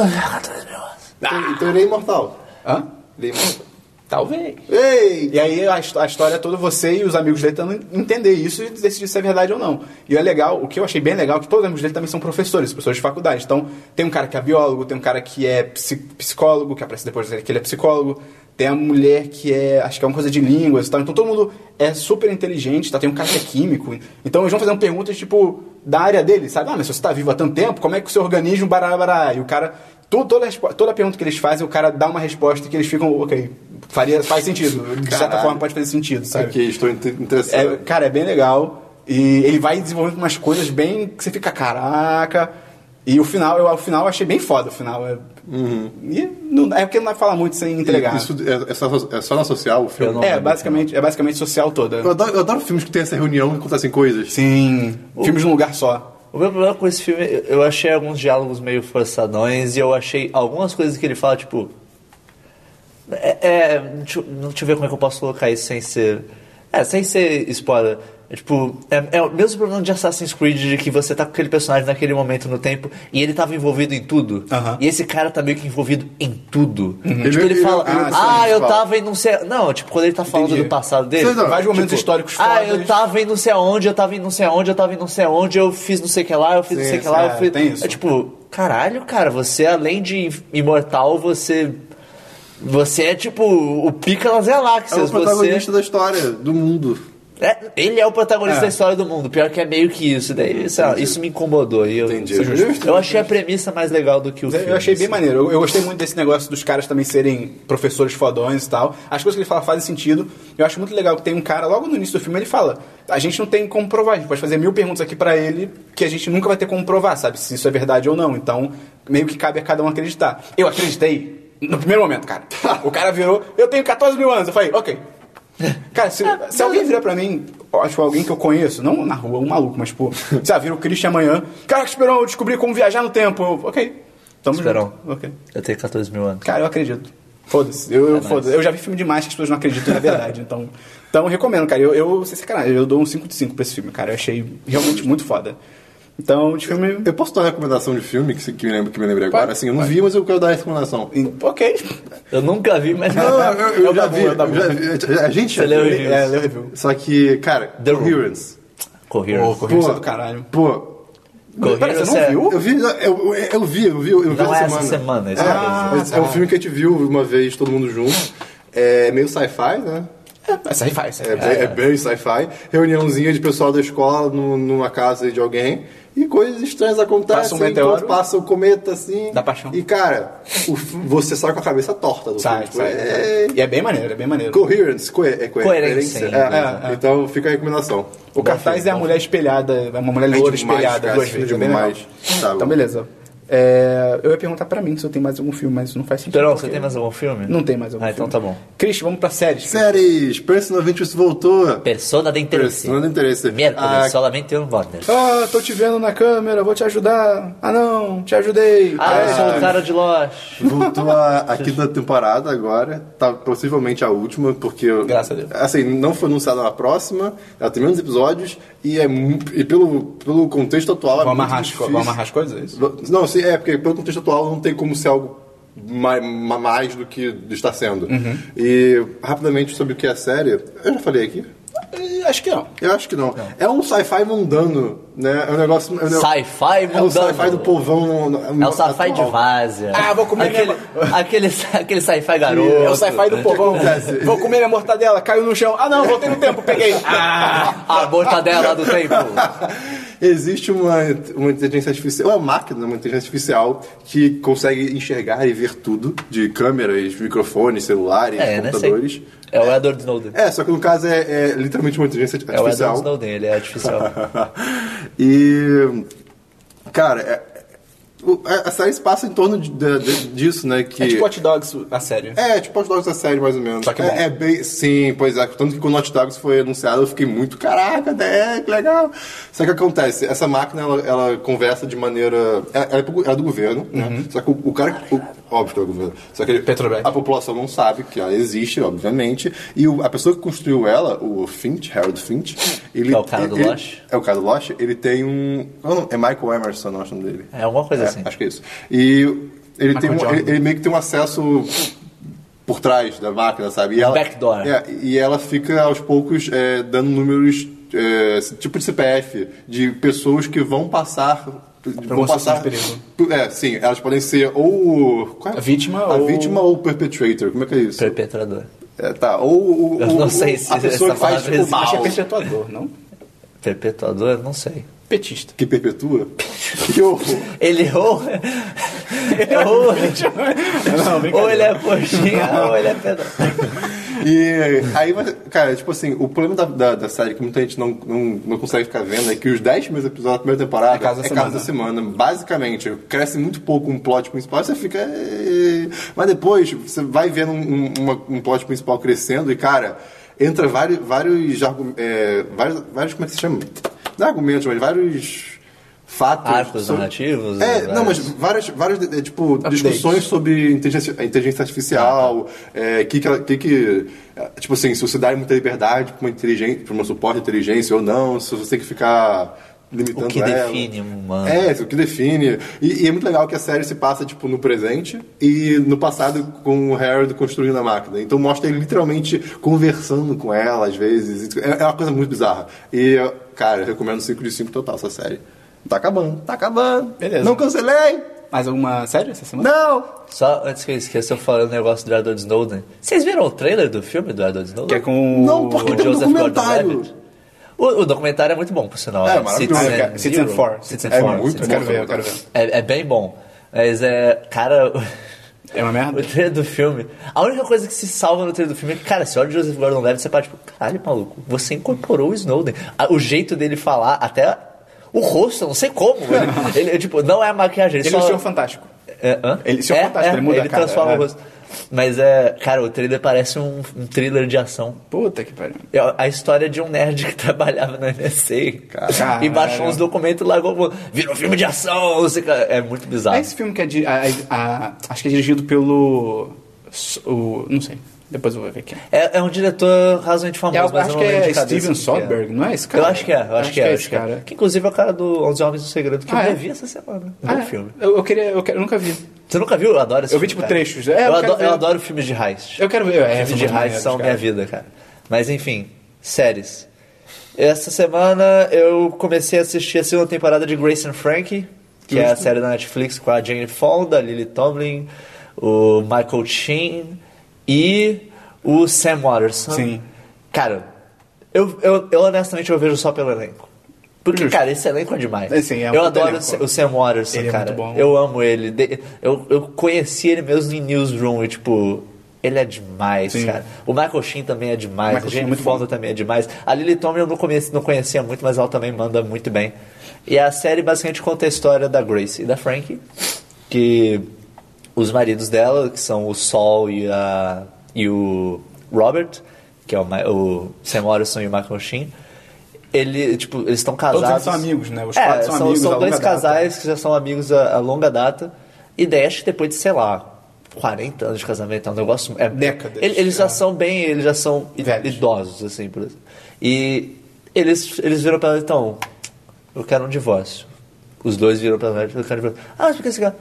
Ah. Então, então ele é imortal. Hã? Ele é imortal. Talvez. Ei! E aí a, his- a história é toda você e os amigos dele tentando entender isso e decidir se é verdade ou não. E é legal, o que eu achei bem legal é que todos os amigos dele também são professores, pessoas de faculdade. Então, tem um cara que é biólogo, tem um cara que é psi- psicólogo, que aparece depois dele que ele é psicólogo, tem a mulher que é, acho que é uma coisa de línguas e tal. Então todo mundo é super inteligente, tá? Tem um cara que é químico. Então eles vão fazendo perguntas, tipo, da área dele, sabe? Ah, mas se você tá vivo há tanto tempo, como é que o seu organismo barará, barará? E o cara Tu- toda, respo- toda pergunta que eles fazem, o cara dá uma resposta que eles ficam, ok, faria, faz sentido. De certa Caralho. forma pode fazer sentido, sabe? Aqui, estou inte- interessado. É, cara, é bem legal. E ele vai desenvolvendo umas coisas bem que você fica, caraca. E o final, eu, o final eu achei bem foda o final. É, E não- é porque não dá pra falar muito sem entregar. Isso é, é só, é só na social o filme? Eu não- é, basicamente, é basicamente social toda. Eu adoro, eu adoro filmes que tem essa reunião e acontecem coisas. Sim, filmes num lugar só. O meu problema com esse filme, eu- eu achei alguns diálogos meio forçadões e eu achei algumas coisas que ele fala, tipo. É, é, deixa, eu- deixa eu ver como é que eu posso colocar isso sem ser. É, sem ser spoiler. É, tipo, é, é o mesmo problema de Assassin's Creed, de que você tá com aquele personagem naquele momento no tempo e ele tava envolvido em tudo. Aham. Uhum. E esse cara tá meio que envolvido em tudo. Ele- Tipo, ele, ele- fala, ele- ele- ah, ele eu fala." tava em não sei. Não, tipo, quando ele tá falando Entendi. do passado dele. Sei lá, Vários momentos históricos Ah, fodas. eu tava em não sei aonde, eu tava em não sei aonde, eu tava em não sei aonde, eu fiz não sei o que lá, eu fiz não Sim, sei o que lá, é, eu fiz. tem isso. É tipo, caralho, cara, você além de imortal, você. Você é tipo o pica das É o galáxias. protagonista Você, da história, do mundo. é, ele é o protagonista É. da história do mundo. Pior que é meio que isso. Daí, sei lá, isso me incomodou. E eu, Entendi. eu- Justo, eu achei a premissa mais legal do que o filme. Eu achei bem assim. maneiro. Eu, eu gostei muito desse negócio dos caras também serem professores fodões e tal. As coisas que ele fala fazem sentido. Eu acho muito legal que tem um cara, logo no início do filme, ele fala: A gente não tem como provar, a gente pode fazer mil perguntas aqui pra ele que a gente nunca vai ter como provar, sabe? Se isso é verdade ou não. Então, meio que cabe a cada um acreditar. Eu acreditei no primeiro momento, cara. (laughs) O cara virou: Eu tenho 14 mil anos. Eu falei: Ok. Cara, se, se alguém virar pra mim, acho alguém que eu conheço, não na rua, um maluco, mas, pô, sei lá, vira o Christian amanhã. Caraca, Esperão, eu descobri como viajar no tempo. Eu, ok. Tamo Esperão. junto. Ok. Eu tenho 14 mil anos. Cara, eu acredito. Foda-se. Eu, eu, foda eu já vi filme demais que as pessoas não acreditam na verdade. então, então eu recomendo, cara. Eu, eu, sem sacanagem, eu dou um 5 de 5 pra esse filme, cara. Eu achei realmente muito foda. Então, de filme. Eu posso dar uma recomendação de filme que, se- que, me, lembro, que me lembrei agora? Pode. Assim, eu não vi, mas eu quero dar a recomendação. Ok. Eu nunca vi, (laughs) mas. Não, eu, eu É o já Dabu, vi. é o Dabu. eu já vi, a gente já leu viu. o review. É, leu review. Só que, cara, The Room. Coherence. Pô, Correram. Coherence é do caralho. Pô, Pera, você não viu? eu vi, eu, eu, eu vi, eu vi, eu vi Não essa é essa semana, isso é, é mas é um filme que a gente viu uma vez todo mundo junto. É meio sci-fi, né? É, sai, faz. É, bem- é bem sci-fi. Reuniãozinha de pessoal da escola no- numa casa de alguém. E coisas estranhas acontecem. Passa um meteoro. enquanto Passa o cometa, assim. Dá paixão. E, cara, o f- você sai com a cabeça torta do Sai, filme. Tipo, sai. é- sai. E é bem maneiro, é bem maneiro. Coherence. co- é coerência. Coerência, É, é, Então fica a recomendação. O cartaz é a mulher espelhada, é uma mulher loura demais, espelhada cara, duas esse filme vezes. é é bem legal. demais. Tá bom. Então, beleza. É, eu ia perguntar pra mim se eu tenho mais algum filme, mas isso não faz sentido. Perão, porque você tem mais algum filme? Não tem mais algum Ah, filme. então tá bom. Christian, vamos pra séries. Séries, Persona Ventures voltou. Persona de interesse. Persona de interesse. Miércoles, é Ah, solamente um Warner. Ah, tô te vendo na câmera, vou te ajudar. Ah não, te ajudei. Ah, eu É, sou o cara de Lost. Voltou a, a quinta temporada agora, tá possivelmente a última, porque. eu- Graças a Deus. Assim, não foi anunciada a próxima, ela tem menos episódios, e, é, mu- e pelo, pelo contexto atual. é Vou muito amarrar, as, co- difícil. vou amarrar as coisas, é isso? Não, sim, é, porque pelo contexto atual não tem como ser algo mais, mais do que está sendo. Uhum. E, rapidamente, sobre o que é a série, eu já falei aqui. Eh, Acho que não. Eu acho que não. É um sci-fi mundano, né? É um negócio. é um ne- Sci-fi É o mundano. sci-fi do povão. um um É o sci-fi de várzea. Ah, vou comer aquele, aquele, aquele sci-fi garoto. né? É o sci-fi do povão. acontece? Vou comer a mortadela, caiu no chão. Ah não, voltei no tempo, peguei. Ah, A mortadela do tempo. (laughs) Existe uma, uma inteligência artificial, uma máquina, uma inteligência artificial que consegue enxergar e ver tudo, de câmeras, microfones, celulares, É, né? computadores. sei. É o Edward Snowden. É, só que no caso é, é literalmente uma inteligência É o Edward artificial. Snowden, ele é artificial. (laughs) e. Cara, é- o- a a série se passa em torno de- de- de- disso, né? Que... é tipo Hot Dogs, a sério. É, tipo Hot Dogs da série, mais ou menos. Só que é, bom. é bem. Sim, pois é. Tanto que quando Hot Dogs foi anunciado, eu fiquei muito, caraca, né? Que legal. Só que acontece, essa máquina, ela, ela conversa de maneira. Ela, ela é pro- ela é do governo, Uhum. né? Só que o, o cara. o- óbvio que é do governo. Só que ele- Petrobras. a população não sabe que ela existe, obviamente. E o- a pessoa que construiu ela, o Finch, Harold Finch, ele. É o cara do ele- Lost? É o cara do Lost. Ele tem um. eu não- É Michael Emerson, eu acho o nome dele. É alguma coisa É, assim. Acho que é isso. E ele, tem um- Jordan. ele- ele meio que tem um acesso por trás da máquina, sabe? E ela, Backdoor. É, e ela fica aos poucos é, dando números, é, tipo de CPF, de pessoas que vão passar. Vão situação passar. de perigo. É, sim, elas podem ser ou. Qual é? A vítima A ou- vítima ou o perpetrator. Como é que é isso? Perpetrador. É, tá, ou, o Eu ou- não sei se a pessoa essa que faz palavra tipo, existe. mal, Acho que é perpetuador, não? Perpetuador? Não sei. Petista. que perpetua. (laughs) que horror. Ele ou... ou... Não, ou brincadeira. ele é coxinha, ou ele é pedaço. E aí, você- cara, tipo assim, o problema da, da, da série que muita gente não, não, não consegue ficar vendo é que os 10 primeiros episódios da primeira temporada É casa da casa semana. da semana. Basicamente, cresce muito pouco um plot principal, você fica. "Eh". Mas depois você vai vendo um, um, uma- um plot principal crescendo e, cara, entra vários. vários, argu- é, vários, vários como é que se chama? Não é argumentos, mas vários. Fatos. Arcos narrativos, É, né, não, mas vários- várias, várias eh, tipo, discussões sobre inteligência, a inteligência artificial, é, que, que, ela- que, que, eh, tipo assim, se você dá muita liberdade para uma inteligência, para uma suporte de inteligência ou não, se você tem que ficar limitando O que ela. define um humano. É, o que define. E, e é muito legal que a série se passa tipo no presente e no passado com o Harold construindo a máquina. Então mostra ele literalmente conversando com ela às vezes. É, é uma coisa muito bizarra. E cara, eu recomendo 5 de 5 total essa série. Tá acabando, tá acabando. Beleza. Não cancelei. Mais alguma série essa semana? Não! Só antes que eu esqueça, eu falei o negócio do Edward Snowden. Vocês viram o trailer do filme do Edward Snowden? Que é com o- Não, porque o tem um Joseph documentário. Gordon-Levitt? O, o documentário é muito bom, por sinal. É, É, maravilhoso. Citizen, Ah, eu quero- Citizen Zero. Four. Citizen É Four, muito Citizen Eu quero bom. ver, eu quero ver. É, é bem bom. Mas é. Cara, (laughs) É uma o merda? trailer do filme. A única coisa que se salva no trailer do filme é que, cara, você olha o Joseph Gordon Levitt e você para, tipo, caralho, maluco, você incorporou o Snowden. Ah, O jeito dele falar, até o rosto, eu não sei como. Ele, ele, tipo, não é a maquiagem. Ele é só... o Senhor Fantástico. É, hã? Ele- isso é fantástico, ele muda a cara, transforma é. o rosto. Mas é, cara, o trailer parece um, um thriller de ação. Puta que pariu. É a história de um nerd que (laughs) trabalhava na NSA Caralho. e baixou uns documentos e largou. Virou filme de ação. não sei o que. É muito bizarro. É esse filme que é. di- a- a- a- acho que é dirigido pelo. s- O, não sei. Depois eu vou ver quem é. É, é um diretor razoavelmente famoso. É, eu mas acho não que lembro de é cabeça Steven quem que é. Soderbergh, não é esse cara? Eu acho que é, eu acho, que é, acho esse que é. cara. Que inclusive é o cara do 11 Homens do Segredo que Ah, é? eu revi essa semana. Ah, Bom é? um filme. Eu, eu queria, eu, quero- eu nunca vi. Você nunca viu? Eu adoro esse Eu vi, tipo, filme, cara. trechos. É, eu eu, quero adoro, ver. eu adoro filmes de heist. Eu quero ver. É, Filmes são de rádio maneiras, são cara. minha vida, cara. Mas enfim, séries. Essa semana eu comecei a assistir a segunda temporada de Grace and Frankie, que é a série da Netflix com a Jane Fonda, a Lily Tomlin, o Michael Sheen e o Sam Watterson. Sim. Cara, eu, eu, eu honestamente eu vejo só pelo elenco. Porque, Justo. cara, esse elenco é demais. É, sim, é um eu puta adoro elenco. o Sa- o Sam Watterson, Ele é cara. muito bom. Eu amo ele. De- Eu, eu conheci ele mesmo em Newsroom e, tipo, ele é demais, Sim. cara. O Michael Sheen também é demais. Michael a Sheen é Jane muito bom. Fonda também é demais. A Lily Tomlin eu não conhecia, não conhecia muito, mas ela também manda muito bem. E a série basicamente conta a história da Grace e da Frankie. que os maridos dela, que são o Sol e, a, e o Robert, que é o, Ma- o Sam Morrison e o Michael Sheen, ele, tipo, eles estão casados. eles são amigos, né? Os É, quatro são amigos a tá? São dois longa data. casais que já são amigos a, a longa data. E daí acho que depois de, sei lá, 40 anos de casamento, é um negócio... É, Décadas, Ele- Eles já é. são bem, eles já são i- Velhos. idosos, assim, por exemplo. E eles, eles viram pra ela, então, eu quero um divórcio. Os dois viram pra ela, eu quero um divórcio. Ah, mas por que você quer?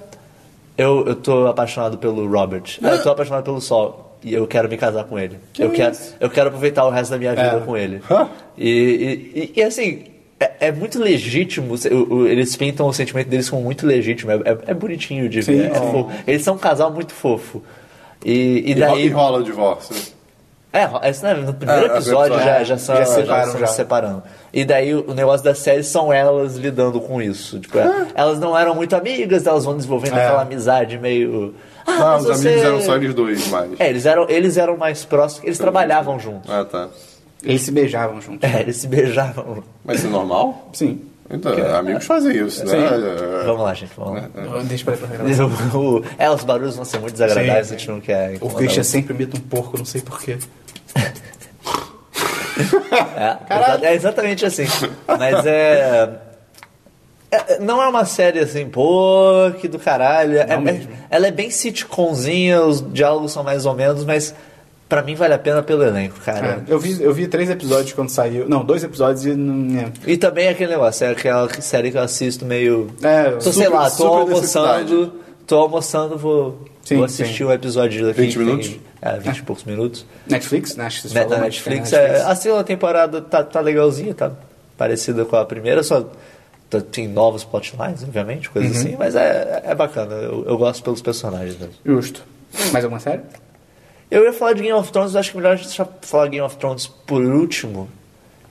Eu, eu tô apaixonado pelo Robert. "Ah, Eu tô apaixonado pelo Sol. E eu quero me casar com ele. eu, quero, eu quero aproveitar o resto da minha vida É. com ele. Hã? E, e- e- e, assim, é, é muito legítimo. se- o- o- eles pintam o sentimento deles como muito legítimo. É, é- é bonitinho de ver. Sim. é fofo. Eles são um casal muito fofo. E, e E ro- daí. e rola o divórcio. É, ro- esse, né, no primeiro É, é, episódio é, já, já, são, já já, separam, são já. se separando. E daí o o negócio da série são elas lidando com isso. Tipo, é, elas não eram muito amigas, elas vão desenvolvendo É. aquela amizade meio. Ah, Ah, mas os você- amigos eram só eles dois, mas. É, eles eram, eles eram mais próximos, eles trabalhavam juntos. Ah, tá. Eles se beijavam juntos. É, eles se beijavam. Mas isso é normal? Sim. Então, amigos fazem isso, né? Sim. É, Vamos lá, gente, vamos lá. Deixa pra ir pra primeira. O- (laughs) o- é, os barulhos vão ser muito desagradáveis, Sim. a gente não quer. O incomodar Christian sempre imita um porco, não sei porquê. É, exa- é exatamente assim. Mas é, é- Não é uma série assim, pô, que do caralho. É- é- mesmo. ela é bem sitcomzinha, os diálogos são mais ou menos, mas pra mim vale a pena pelo elenco, cara. É, eu, vi, eu vi três episódios quando saiu. Não, dois episódios e. não- é. E também é aquele negócio, é aquela série que eu assisto meio. É, tô, sei super- lá, tô super necessidade. almoçando. Tô almoçando, vou, Sim, vou assistir sim. um episódio daqui. 20 que tem- minutos? É, 20 e poucos minutos. Netflix, né? Acho que vocês Net, falam, da né? Netflix. É, É, a segunda temporada tá, tá legalzinha, tá parecida com a primeira, só tá- tem novos plotlines, obviamente, coisas Uhum. assim, mas é, é bacana. Eu, eu gosto pelos personagens mesmo. Justo. Mais alguma série? Eu ia falar de Game of Thrones, mas acho que é melhor a gente deixar falar Game of Thrones por último,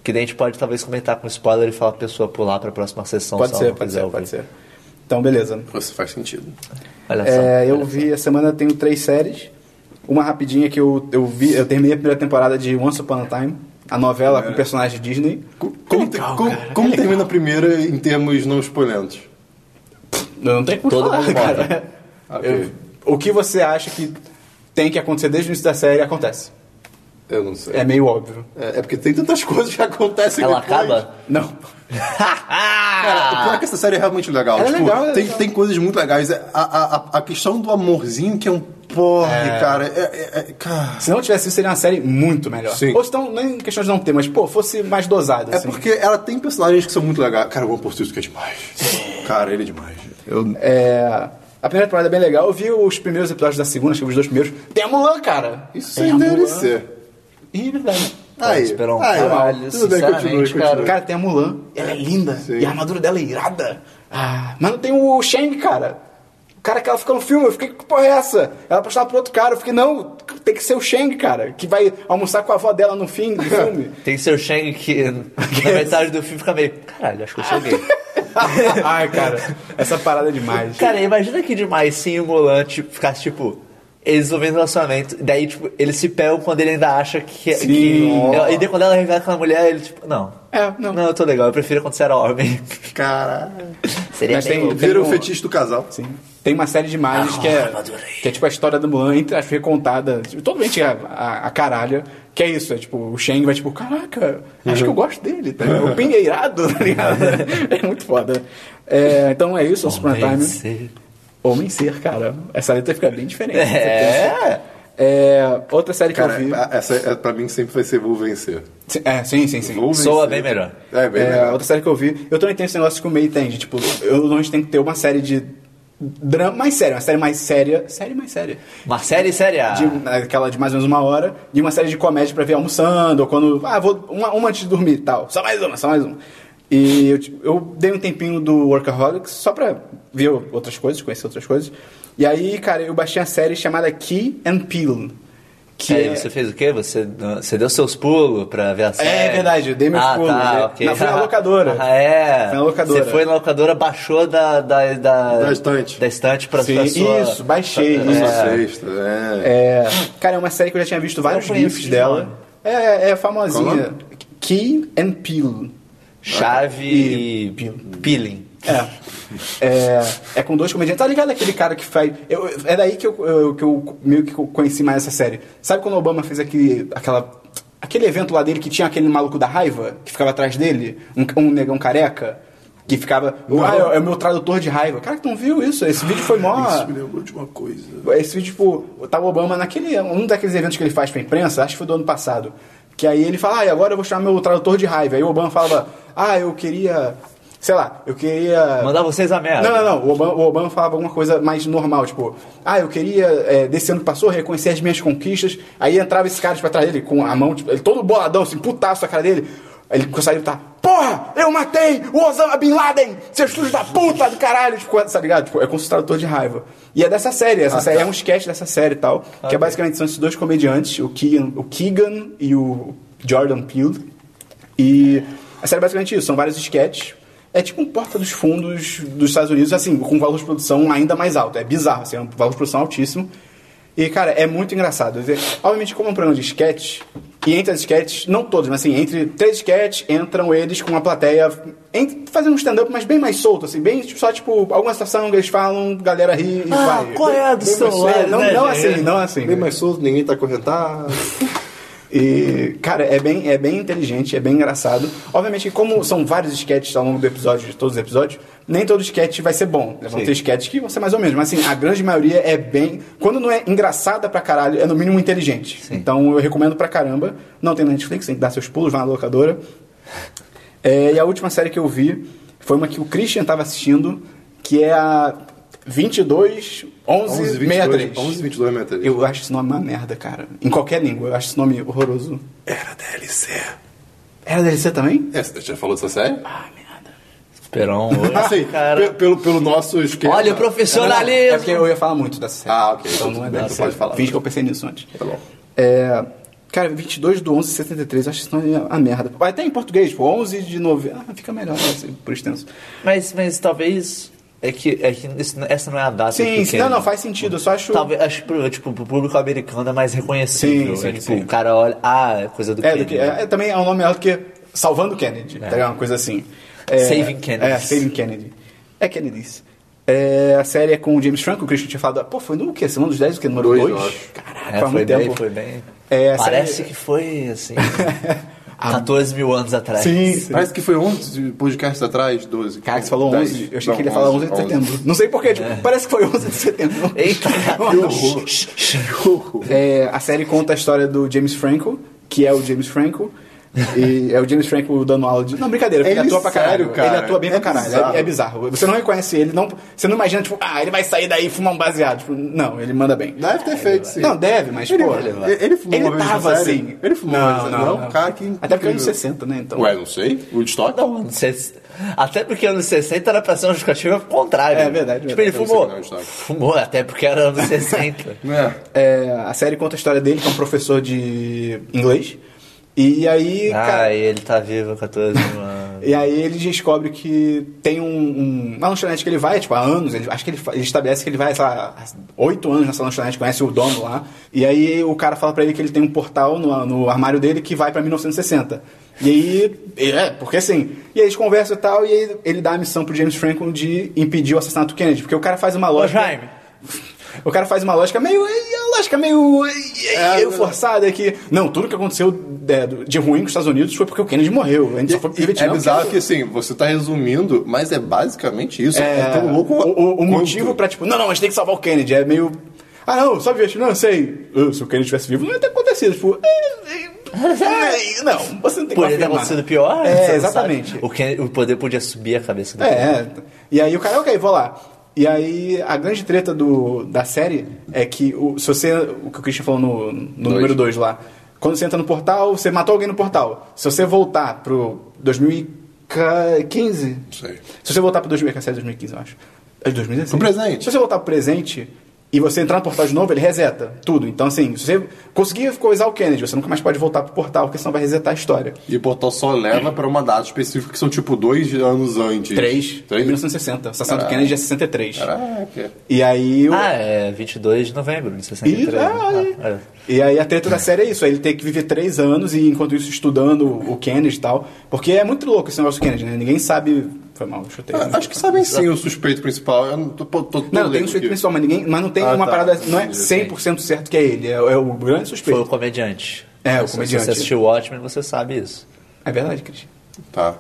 que daí a gente pode talvez comentar com spoiler e falar pra pessoa pular pra próxima sessão. Pode se ela ser, não pode quiser ser, ouvir. pode ser. Então, beleza. Isso É, faz sentido. Olha só. É, eu olha vi, essa semana eu tenho três séries. Uma rapidinha que eu, eu vi, eu terminei a primeira temporada de Once Upon a Time, a novela É. com personagem Disney. Co- Como, te- co- como termina a primeira em termos não exponentes? Eu não tenho como Todo falar, mundo cara. Ok. Eu- o que você acha que tem que acontecer desde o início da série acontece. Eu não sei. É É, meio óbvio. é porque tem tantas (laughs) coisas que acontecem Ela depois. acaba? Não. Ah! Cara, o pior é que essa série é realmente legal. Ela é Tipo, legal, ela é tem, legal. tem coisas muito legais. É, A, a, a- a questão do amorzinho que é um porre, cara. É, é- é- cara. Se não tivesse isso, seria uma série muito melhor. Sim. Ou então, nem questão de não ter, mas, pô, fosse mais dosada, É assim. porque ela tem personagens que são muito legais. Cara, o Juan Portugal que é demais. Cara, ele é demais. Eu... É, A primeira temporada é bem legal. Eu vi os primeiros episódios da segunda, acho que os dois primeiros. Tem a Mulan, cara! Isso Tem sem a Mulan. DLC. Ih, é verdade. Tá Pode Aí, esperar um aí, caralho, tudo bem, continue, sinceramente, continue. Cara, tem a Mulan. Ela é linda. Sim. E a armadura dela é irada. Ah, mas não tem o Shang, cara. O cara que ela fica no filme, eu fiquei, que porra é essa? Ela apaixonada pro outro cara, eu fiquei, não, tem que ser o Shang, cara, que vai almoçar com a avó dela no fim do (laughs) filme. Tem seu Shang (laughs) que na metade do filme fica meio. Caralho, acho que eu sou gay. Ai, cara, essa parada é demais. Cara, imagina que demais sim o Mulan tipo, ficasse tipo. Eles desenvolvendo relacionamento, daí, tipo, eles se pegam quando ele ainda acha que. Sim. que- e daí, quando ela revela com a mulher, ele, tipo, não. É, não. Não, eu tô legal, eu prefiro quando você era homem. Caralho. (laughs) Seria Mas bem tem- louco. Vira o um- fetiche do casal. Sim. Tem uma série de imagens que, Ah, é, que é tipo a história da Mulan, entre as recontada, tipo, totalmente a, a, a caralho. Que é isso, é tipo, o Shang vai tipo, caraca, acho que eu gosto dele, tá ligado? O Ping é irado, (laughs) tá ligado? É muito foda. É, então é isso, o Super Time. Vencer. Homem Ser, cara. Essa letra fica bem diferente. É. É, outra série que Cara, eu vi. a- essa é, pra mim sempre vai ser Vou Vencer. É, sim, sim, sim. Vou vencer. Soa bem melhor. É, bem É, melhor. outra série que eu vi. Eu também tenho esse negócio que o meio tem, de, tipo, eu não tem que ter uma série de drama mais séria, uma série mais séria. Série mais séria. Uma série ah. séria. de, aquela de mais ou menos uma hora, de uma série de comédia pra ver almoçando, ou quando. Ah, vou. Uma, uma antes de dormir e tal. Só mais uma, só mais uma. E eu, ti- eu dei um tempinho do Workaholics só pra ver outras coisas, conhecer outras coisas. E aí, cara, eu baixei a série chamada Key and Peele. Que E aí, é, você fez o quê? Você, você deu seus pulos pra ver a série? verdade, eu dei meus ah, pulos, né? Tá, ok. Na- fui na locadora. Ah, é. Fui na locadora. Você foi na locadora, baixou da... Da, da, Da estante. Da estante pra, Sim, pra sua... isso, baixei, pra- isso. é. Sua sexta, é. é- cara, é uma série que eu já tinha visto vários conheço GIFs de dela. nome. É, é Qual o famosinha. nome? Key and Peele. Chave E e peeling. É. é. É com dois comediantes. Tá ligado aquele cara que faz. Eu, é daí que eu, eu- que eu meio que conheci mais essa série. Sabe quando o Obama fez aquele, aquela, aquele evento lá dele que tinha aquele maluco da raiva que ficava atrás dele? Um, um negão careca? Que ficava. Ah, é, é o meu tradutor de raiva. Cara, tu não viu isso? Esse vídeo foi mó. Isso me lembrou de uma coisa. Esse vídeo, tipo, tava o Obama naquele. Um daqueles eventos que ele faz pra imprensa, acho que foi do ano passado. Que aí ele fala, ah, e agora eu vou chamar meu tradutor de raiva. Aí o Obama falava, ah, eu queria. Sei lá, eu queria. Mandar vocês É, a merda. Não, não, não. O Obama, o Obama falava alguma coisa mais normal, tipo, ah, eu queria, é, desse ano que passou, reconhecer as minhas conquistas. Aí entrava esse cara tipo, atrás dele, com a mão, tipo, ele todo boladão, assim, putaço a cara dele. Aí Ele conseguia gritar, porra, eu matei o Osama Bin Laden, seus filhos da puta do caralho. Tipo, tá ligado? Tipo, é com esse tradutor de raiva. E é dessa série, essa série é um sketch dessa série e tal, que é basicamente são esses dois comediantes, o Keegan, o Keegan e o Jordan Peele. E a série é basicamente isso, são vários sketches. É tipo um porta dos fundos dos Estados Unidos, assim, com valor de produção ainda mais alto. É bizarro, assim, é um valor de produção altíssimo. E, cara, é muito engraçado. Quer dizer, Obviamente, como é um programa de sketch, e entre as sketches, não todos, mas assim, entre três sketches, entram eles com uma plateia ent- fazendo um stand-up, mas bem mais solto, assim, bem tipo, só tipo, alguma situação que eles falam, galera ri e Ah, vai. qual é a do Bem mais celular, solto. Não, né, não gente? assim, não assim. Nem mais solto, ninguém tá correntado. E, cara, é bem, é bem inteligente, é bem engraçado. Obviamente, que como são vários sketches ao longo do episódio, de todos os episódios, nem todo sketch vai ser bom. Vão ter sketches que vão ser mais ou menos, mas assim, a grande maioria é bem. Quando não é engraçada pra caralho, é no mínimo inteligente. Então eu recomendo pra caramba. Não tem na Netflix, tem que dar seus pulos, vai na locadora. É, e a última série que eu vi foi uma que o Christian tava assistindo, que é a 22 11, 11, 63. 22, 11, 22, 63. Eu acho esse nome uma merda, cara. Em qualquer língua, eu acho esse nome horroroso. Era DLC. Era DLC também? É, você já falou dessa série? Ah, merda. (laughs) Esperão. hoje, Ah, Assim, cara. pe- pelo, pelo nosso esquema. Olha o É profissionalismo. porque eu ia falar muito dessa série. Ah, ok. Então não é Tudo bem, dessa você série. pode falar. Finge que eu pensei nisso antes. Tá bom. É, cara, 22 do 11 de 73, eu acho esse nome uma merda. Ou Até em português, tipo, 11 de novembro. Ah, fica melhor, né, assim, por extenso. Mas, mas talvez. É que, é que isso- essa não é a data. que Sim, eu sim, quero. não, não, faz sentido. Eu só acho... Talvez, acho que pro, tipo, pro público americano é mais reconhecível. Sim, sim, é, tipo, sim. o cara olha, ah, é coisa do É, Kennedy. do que- é, é, também é um nome melhor do que Salvando Kennedy, tá ligado? Uma coisa assim. É, Saving Kennedy. É, Saving Kennedy. É Kennedy's. É, a série é com o James Franco, o Christian tinha falado. Pô, foi no quê? Semana dos 10, o quê? Número Dois, 2? eu acho. Caraca, É, faz foi muito bem, tempo. foi bem. É, essa- Parece que foi (laughs) assim. 14 mil anos atrás. Sim, sim. Parece que foi 11 podcasts atrás, 12. Cara, que você falou 10. 11, eu achei Não, que ele ia falar tá 11 de 11. setembro. Não sei porquê, É. tipo, parece que foi 11 de setembro. (laughs) (laughs) Eita, Que horror. É, a série conta a história do James Franco, que é o James Franco. e é o James Franco dando aula de. Não, brincadeira, porque ele, Ele atua pra sério, caralho. cara. Ele atua bem É pra caralho. bizarro. É, é bizarro. Você não reconhece ele, não, você não imagina, tipo, ah, ele vai sair daí e fumar um baseado. Tipo, não, ele manda bem. Deve ter feito, sim. Não, deve, mas, Ele, pô. ele, ele fumou Ele uma vez tava na série? assim. Ele fumou Não, uma vez na série? não, não. não. um Cara, que Até porque é anos incrível. 60, né? Então. Ué, não sei. Woodstock? Não, não sei se- Até porque anos 60 era pra ser uma justificativa contrária. É verdade, Tipo, verdade. ele fumou. Eu não sei, não, Fumou, até porque era (laughs) anos 60. É. É, a série conta a história dele, que é um professor de inglês. E aí, cara. ah, e ele tá vivo 14 mil anos. E aí ele descobre que tem um, um- uma lanchonete que ele vai, tipo, há anos, ele, acho que ele, fa- ele estabelece que ele vai, sei lá, há oito anos nessa lanchonete, conhece o dono lá. E aí o cara fala pra ele que ele tem um portal no, no armário dele que vai pra 1960. E aí, é, porque assim. E aí eles conversam e tal, e aí ele dá a missão pro James Franklin de impedir o assassinato do Kennedy, porque o cara faz uma Ô, lógica. Jaime. O cara faz uma lógica meio. é uma lógica meio. é, É, forçada que. Não, tudo que aconteceu é, de ruim com os Estados Unidos foi porque o Kennedy morreu. A gente só foi E- e Vietnã é porque- bizarro que assim, você tá resumindo, mas é basicamente isso. É, tão louco. o, o- o quanto. motivo pra, tipo, não, não, a gente tem que salvar o Kennedy. É meio. Ah, não, só Vietnã, não sei. Ah, se o Kennedy tivesse vivo, não ia ter acontecido. Tipo, é, é, é, não, você não tem como Poderia ter afirmar. acontecido pior? você não É, sabe. exatamente. O, que, o poder podia subir a cabeça do É, cara. é. E aí o cara, ok, vou lá. E aí a grande treta do, da série é que o, se você. O que o Christian falou no, no número 2 lá. Quando você entra no portal, você matou alguém no portal. Se você voltar pro 2015. Não sei. Se você voltar pro 2017, 2015, eu acho. É de 2016. Pro presente. Se você voltar pro presente e você entrar no portal de novo, ele reseta tudo. Então, assim, se você conseguir coisar o Kennedy, você nunca mais pode voltar pro portal, porque senão vai resetar a história. E o portal só leva pra uma data específica que são tipo dois anos antes. 3, Três? 1960. O assassinato do Kennedy é 63. Caraca. E aí o. Ah, é 22 de novembro de E, 63. é, né? aí- Ah, é. e aí a treta da série é isso, ele tem que viver três anos e enquanto isso estudando o Kennedy e tal. Porque é muito louco esse negócio do Kennedy, né? Ninguém sabe Foi mal, eu chutei. Ah, Acho que sabem sim o suspeito principal. Eu não tô, tô, tô, tô Não, tem um lendo suspeito aqui. principal, mas, ninguém, mas não tem Ah, uma tá. parada. Não é Entendi, 100% certo que é ele. É, é o grande Foi suspeito. o comediante. É, o Se você comediante. assistiu Watchmen, você sabe isso. É verdade, Cris. Tá.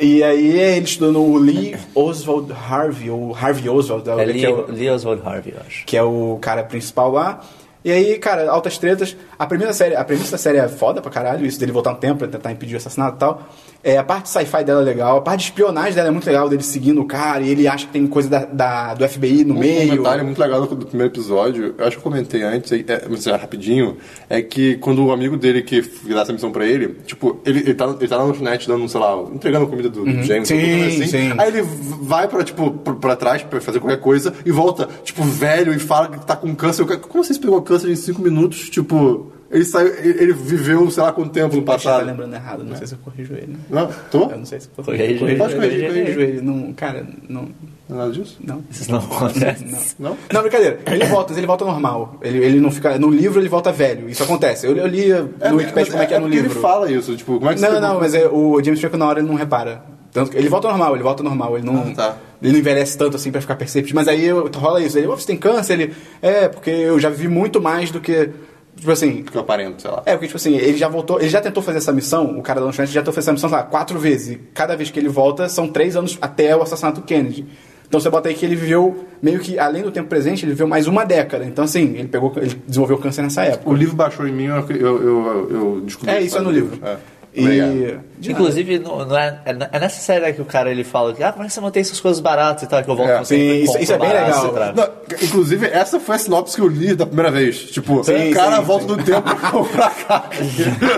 E aí ele estudou no Lee Oswald Harvey, ou Harvey Oswald, É que, é Leo, o, Lee Oswald Harvey, eu acho. que é o cara principal lá. E aí, cara, altas tretas. A primeira série, a premissa da série é foda pra caralho, isso dele voltar no tempo pra tentar impedir o assassinato e tal. É, a parte de sci-fi dela é legal, a parte de espionagem dela é muito legal, dele seguindo o cara, e ele acha que tem coisa da, da- do FBI no Um meio. comentário muito legal do, do primeiro episódio, eu acho que eu comentei antes, é, é, mas é rapidinho, é que quando o amigo dele que f- dá essa missão pra ele, tipo, ele, ele, tá, ele tá na lanchonete dando, sei lá, entregando comida do James, Sim, alguma coisa assim, Uhum. sim. aí ele v- vai pra, tipo, pra, pra trás pra fazer qualquer coisa e volta, tipo, velho e fala que tá com câncer. Eu, Como você pegou câncer em cinco minutos? Tipo, ele saiu, ele, ele viveu, sei lá, quanto tempo no Acho que tá passado. lembrando errado, não sei se eu corrijo ele. né? Não, tô? Eu não sei se eu Corrige, corrijo ele. pode corrigir, eu corrigir. corrijo ele. Não, cara, não. Nada disso? (laughs) Não. Isso não acontece. Não? Não, brincadeira. Ele volta, mas ele volta normal. Ele, ele não fica. No livro ele volta velho. Isso acontece. Eu, eu li no Wikipedia como é que é, no porque livro. ele fala isso, tipo, como é que você Não, pegou não, mas é, o James Franco na hora ele não repara. Tanto que ele volta normal, ele volta normal, ele não. Ah, tá. Ele não envelhece tanto assim pra ficar perceptível. Mas aí eu- rola isso. Ele, "Ô, você tem câncer? Ele. É, porque eu já vivi muito mais do que. Tipo assim, que eu aparento, sei lá. é, porque, tipo assim, ele já voltou, ele já tentou fazer essa missão, o cara da lanchonete já tentou fazer essa missão, sei lá, quatro vezes. E cada vez que ele volta, são três anos até o assassinato do Kennedy. Então você bota aí que ele viveu, meio que além do tempo presente, ele viveu mais uma década. Então, assim, ele pegou, ele desenvolveu câncer nessa época. O livro baixou em mim, eu, eu, eu, eu descobri. É, isso é no livro. É. Obrigado. E. de nada. Inclusive, não, não é, é nessa série que o cara ele fala que, ah, como é que você mantém essas coisas baratas e tal, que eu volto É, com você sim, e isso- compro isso é bem barato legal. e trago. Não, inclusive, essa foi a sinopse que eu li da primeira vez. Tipo, Sim, o cara sim, volta sim. do tempo pra comprar carne.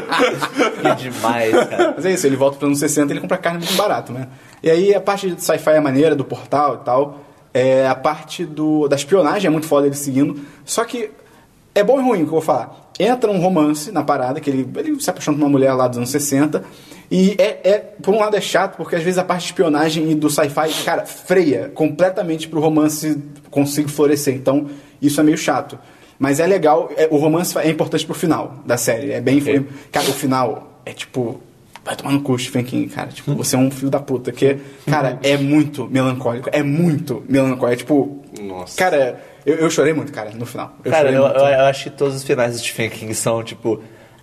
Que demais, cara. Mas é isso, ele volta para anos 60 e ele compra carne muito barato, né? E aí a parte de sci-fi é maneira, do portal e tal. É, a parte do, da espionagem é muito foda ele seguindo. Só que é bom e ruim o que eu vou falar. Entra um romance na parada, que ele, ele se apaixona por uma mulher lá dos anos 60. E é, é- por um lado é chato, porque às vezes a parte de espionagem e do sci-fi, cara, freia completamente pro romance conseguir florescer. Então, isso é meio chato. Mas é legal, é- o romance é importante pro final da série. É bem. Ok. Cara, o final é tipo. Vai tomar no cu, Stephen King, cara. Tipo, você é um filho da puta. Que, cara, é muito melancólico. É muito melancólico. É tipo. Nossa. Cara, eu, eu chorei muito, cara, no final. (laughs) Eu "Então." Cara, chorei eu, muito. eu- eu acho que todos os finais do Stephen King são tipo.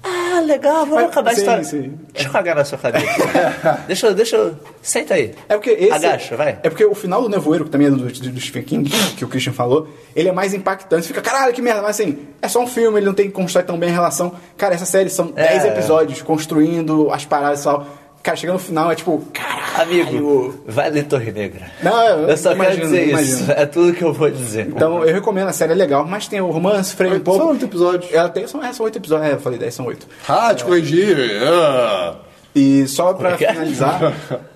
Ah, legal, vamos Mas- acabar a sim, história. sim. Deixa eu cagar na sua cadeira. (laughs) deixa eu, deixa eu. Senta aí. É porque esse. Agacha, vai. É porque o final do Nevoeiro, que também é do, do, do Stephen King, que o Christian falou, ele é mais impactante. Você fica, caralho, que merda. Mas assim, é só um filme, ele não tem que constrói tão bem a relação. Cara, essa série são É. 10 episódios construindo as paradas e tal. Cara, chegando no final é tipo, caralho. Amigo, vai ler Torre Negra. Não, eu- eu só imagino, quero dizer isso. imagino. É tudo que eu vou dizer. Então eu recomendo, a série é legal, mas tem o romance, freio um São pouco. oito episódios. Ela tem, são, é, são oito episódios. É, eu falei 10, são oito. Ah, te corrigi. Ah. E só pra Obrigado. finalizar,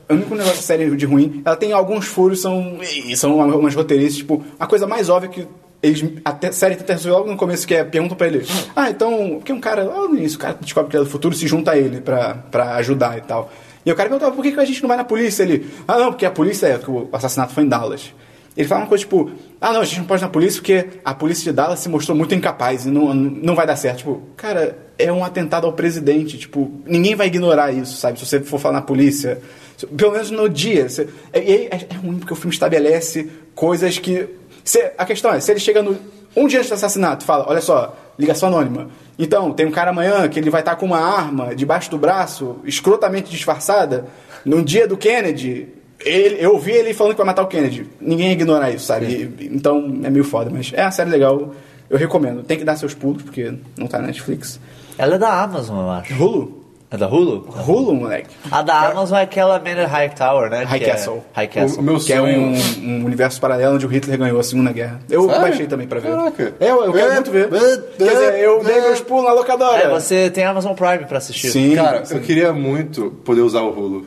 o único negócio da série de ruim, ela tem alguns furos, são, e são umas roteiristas, tipo, a coisa mais óbvia que eles, a te- série tenta resolver logo no começo, que é, perguntam pra ele, ah, então, porque um cara, logo no início, o cara descobre que ele é do futuro, se junta a ele pra, pra ajudar e tal. E o cara perguntava, por que, que a gente não vai na polícia? Ele, ah, não, porque a polícia é, que o assassinato foi em Dallas. Ele fala uma coisa tipo, ah, não, a gente não pode ir na polícia porque a polícia de Dallas se mostrou muito incapaz e não, não vai dar certo. Tipo, cara, é um atentado ao presidente. Tipo, ninguém vai ignorar isso, sabe? Se você for falar na polícia. se- Pelo menos no dia. Você, e aí é, é ruim porque o filme estabelece coisas que. se- a questão é, se ele chega no, um dia antes do assassinato e fala, olha só, ligação anônima. Então, tem um cara amanhã que ele vai estar com uma arma debaixo do braço, escrotamente disfarçada, no dia do Kennedy, ele- eu ouvi ele falando que vai matar o Kennedy. Ninguém ignora isso, sabe? E- Então é meio foda, mas é uma série legal. Eu recomendo. Tem que dar seus pulos, porque não tá na Netflix. Ela é da Amazon, eu acho. Hulu? É da Hulu? Hulu, moleque. A da Amazon é aquela Manor High Tower, né? High Que é- Castle. High O, o Castle. meu Que é um, sonho. um universo paralelo onde o Hitler ganhou a Segunda Guerra. Eu Sério? baixei também pra ver. Caraca. É, eu, eu quero É, muito ver. é, Quer dizer, eu é, dei é. meus pulos na locadora. É, você tem Amazon Prime pra assistir. Sim. Cara, eu queria muito poder usar o Hulu.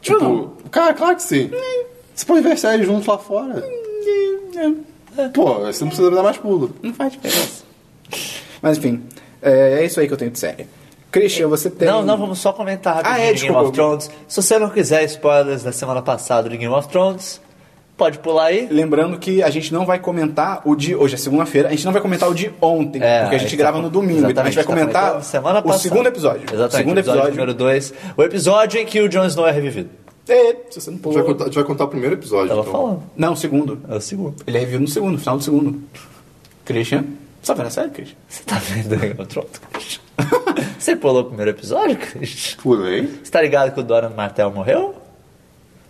Tipo, cara, claro que sim. Você pode ver séries junto lá fora. Hum, é, Pô, você não precisa dar mais pulo. Não faz diferença. Mas enfim, é, é isso aí que eu tenho de série. Christian, você tem. Não, não, vamos só comentar Ah, rapidinho é, de Game desculpa. of Thrones. Se você não quiser spoilers da semana passada do Game of Thrones, pode pular aí. Lembrando que a gente não vai comentar o de hoje é segunda-feira, a gente não vai comentar o de ontem, É, porque a gente tá- grava no domingo. Então a gente vai exatamente, tá comentar comentando semana o passada. segundo episódio. Exatamente, Segundo episódio, episódio. número 2. O episódio em que o Jon Snow é revivido. É, se você não A gente vai pulou. contar, a gente vai contar o primeiro episódio. Tava então. falando. Não, o segundo. É o segundo. Ele é review no segundo, final do segundo. Christian. Você tá vendo a série, Christian? Você tá vendo aí (laughs) o troto, Christian? Você pulou o primeiro episódio, Christian? Pulei. Você tá ligado que o Doran Martel morreu?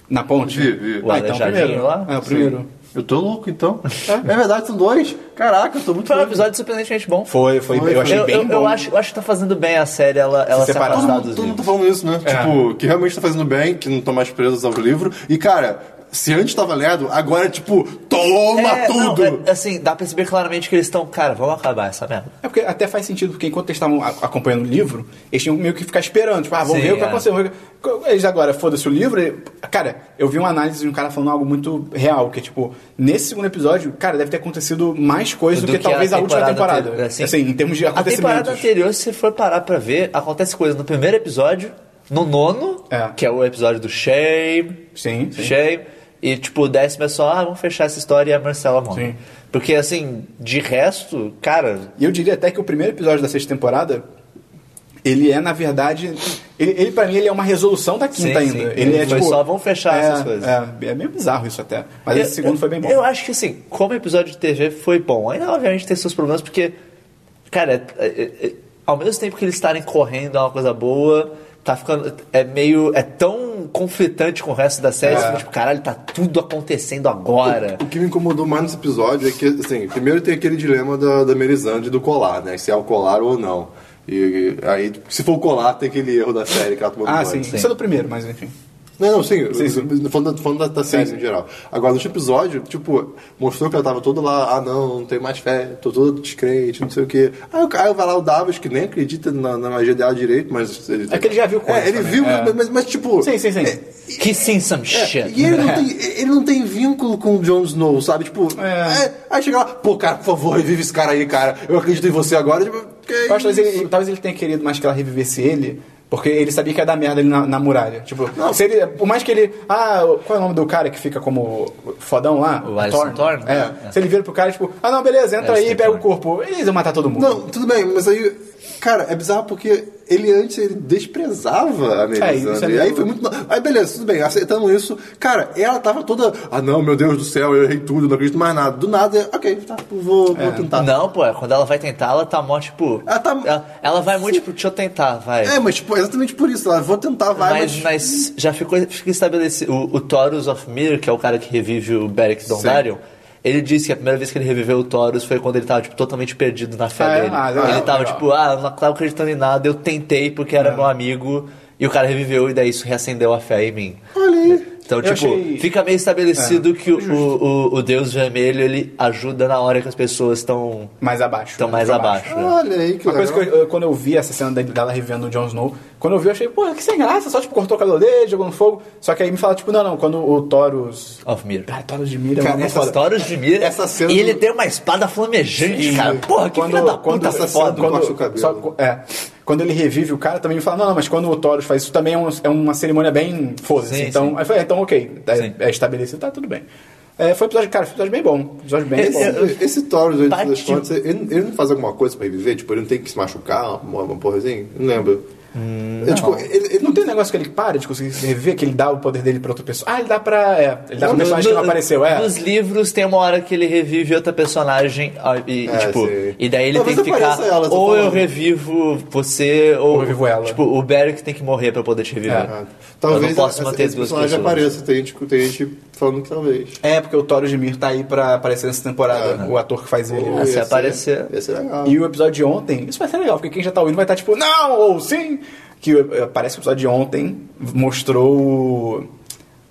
Na ponte? Vi, vi. Ah, então o Aleijadinho primeiro. lá? É, o primeiro. Eu tô louco, então. É, verdade, são dois. Caraca, eu tô muito Foi um louco. episódio surpreendentemente bom. Foi, foi, Foi, eu foi. achei eu, bem eu, bom. eu acho, eu acho que tá fazendo bem a série ela, ela se, separar. afastar Todo dos Todo mundo tá livros. falando isso, né? Tipo, que realmente tá fazendo bem, que não tá mais presos ao livro. E, cara, se antes tava lendo, agora, tipo, toma É, não, tudo! é, assim, dá pra perceber claramente que eles estão, cara, vamos acabar essa merda. É porque até faz sentido, porque enquanto eles estavam a- acompanhando o livro, eles tinham meio que ficar esperando, tipo, ah, vamos Sim, ver o que é. aconteceu. vamos ver o que- Eles agora, foda-se o livro. e- Cara, eu vi uma análise de um cara falando algo muito real, que é tipo, nesse segundo episódio, cara, deve ter acontecido mais coisa do, que, talvez a, última temporada. anterior, Assim, em termos de é, A temporada acontecimentos. anterior, se for parar pra ver, acontece coisa no primeiro episódio, no nono, É. que é o episódio do Shame. Sim, sim. Shame. E, tipo, o décimo é só, ah, vamos fechar essa história e a Marcela morre. Sim. Porque, assim, de resto, cara, E eu diria até que o primeiro episódio da sexta temporada, ele é, na verdade. Ele, ele para mim, ele é uma resolução da quinta Sim, ainda. sim. Ele é Foi tipo. só, "Vamos fechar é, essas coisas." É, é meio bizarro isso até. Mas esse segundo foi bem bom. Eu acho que assim, como episódio de TV foi bom. Ainda obviamente tem seus problemas, porque, cara, é- é- é- ao mesmo tempo que eles estarem correndo é uma coisa boa, tá ficando. É meio. É tão conflitante com o resto da É. série, assim, tipo, caralho, tá tudo acontecendo agora. O que me incomodou mais nesse episódio é que, assim, primeiro tem aquele dilema da, da Melisande e do colar, né? Se é o colar ou não. E aí, se for o colar, tem aquele erro da série que ela tomou Ah, no sim. banho. Isso é do primeiro, mas enfim. Não, não, sim, Sim, sim. eu- falando, da- falando da, da série em geral. Agora, neste episódio, tipo, mostrou que ela tava toda lá, ah não, não tenho mais fé, tô toda descrente, não sei o quê. Aí, o cara vai lá o Davos, que nem acredita na, na magia dela direito, mas... Ele, É que ele já viu coisa É, ele também, viu, é. mas, mas, mas, tipo... Sim, sim, sim. Que sim, some shit. É, E ele não, (laughs) tem, ele não tem vínculo com o Jon Snow, sabe? Tipo, É. é, aí chega lá, pô, cara, por favor, revive esse cara aí, cara. Eu acredito em você agora. Tipo, que Eu acho que talvez isso? ele, talvez ele tenha querido mais que ela revivesse ele, porque ele sabia que ia dar merda ali na, na muralha. Tipo, se ele, por mais que ele. Ah, qual é o nome do cara que fica como fodão lá? O Alistair Thorne? É. Se ele vira pro cara, tipo, ah não, beleza, entra aí Alistair e pega o Thorne. corpo. Eles iam matar todo mundo. Não, tudo bem, mas aí. Cara, é bizarro porque ele antes ele desprezava a É, isso é Melisandre. meio- Aí foi muito. Aí beleza, tudo bem, aceitando isso. Cara, ela tava toda. Ah não, meu Deus do céu, eu errei tudo, não acredito mais nada. Do nada, ok, tá, vou, vou tentar. Não, pô, é quando ela vai tentar, ela tá mó, tipo. Ela tá- ela, ela vai muito, tipo, deixa eu tentar, vai. É, mas tipo, exatamente por isso, ela vou tentar, vai, Mas, mas. mas já ficou, fica estabelecido. O, o Taurus of Mir, que é o cara que revive o Beric Dondarrion, ele disse que a primeira vez que ele reviveu o Taurus foi quando ele tava tipo, totalmente perdido na fé Ah, é? dele. Ah, ele legal, tava legal. É. tipo, ah, não tava acreditando em nada, eu tentei porque era meu amigo, e o cara reviveu, e daí isso reacendeu a fé em mim. Olha aí. Então, Eu tipo, achei- É, fica meio estabelecido que o, o, o Deus Vermelho ele ajuda na hora que as pessoas estão Mais abaixo. estão né? mais Pra abaixo. né? Olha aí, que Uma coisa legal. que eu, eu- quando eu vi essa cena dele- dela revivendo o Jon Snow, quando eu vi, eu achei, pô, que sem graça, só tipo, cortou o cabelo dele, jogou no fogo. Só que aí me fala, tipo, não, não, quando o Taurus. Of Mir. Ah, Taurus de Mira, Cara, é uma essa é foda. Taurus de Mir. Essa cena e ele do- tem uma espada flamejante, cara. Porra, que quando, filha da quando puta essa cena foda. do corte do cabelo. só- é, quando ele revive o cara, também me fala, não, não, mas quando o Taurus faz isso também é, um- é uma cerimônia bem foda-se. Sim, Então, sim. aí eu falei, então ok, Sim. é, é estabelecido, tá tudo bem. É, foi um episódio, cara, foi um episódio bem bom. Episódio bem Esse- bom. eu- Esse- Esse Taurus, antes das Bate- contas, ele, ele não faz alguma coisa pra reviver? Tipo, ele não tem que se machucar, uma, uma porra assim? Não lembro. Hum, É, tipo, ele, ele Não tem um negócio que ele para de conseguir se reviver, que ele dá o poder dele pra outra pessoa. Ah, ele dá pra. É, ele dá pra um No- personagem que não no- apareceu, é. Nos livros tem uma hora que ele revive outra personagem ah, e, e, É, tipo, sei. e daí ele Talvez tem que ficar apareça ela, tô ou eu falando. revivo você ou, Ou eu revivo ela. É. tipo, o Beric tem que morrer pra eu poder te reviver. Ah, eu não Talvez posso essa- manter as esse duas personagem pessoas. apareça, tem gente, tem gente falando que talvez. É, porque o Thor de Mir tá aí pra aparecer nessa temporada, o ator que faz ele. Ah, se aparecer- Ia ser é- legal. E o episódio de ontem, isso vai ser legal, porque quem já tá ouvindo vai estar tipo, não, ou sim! Que eh, parece que o episódio de ontem mostrou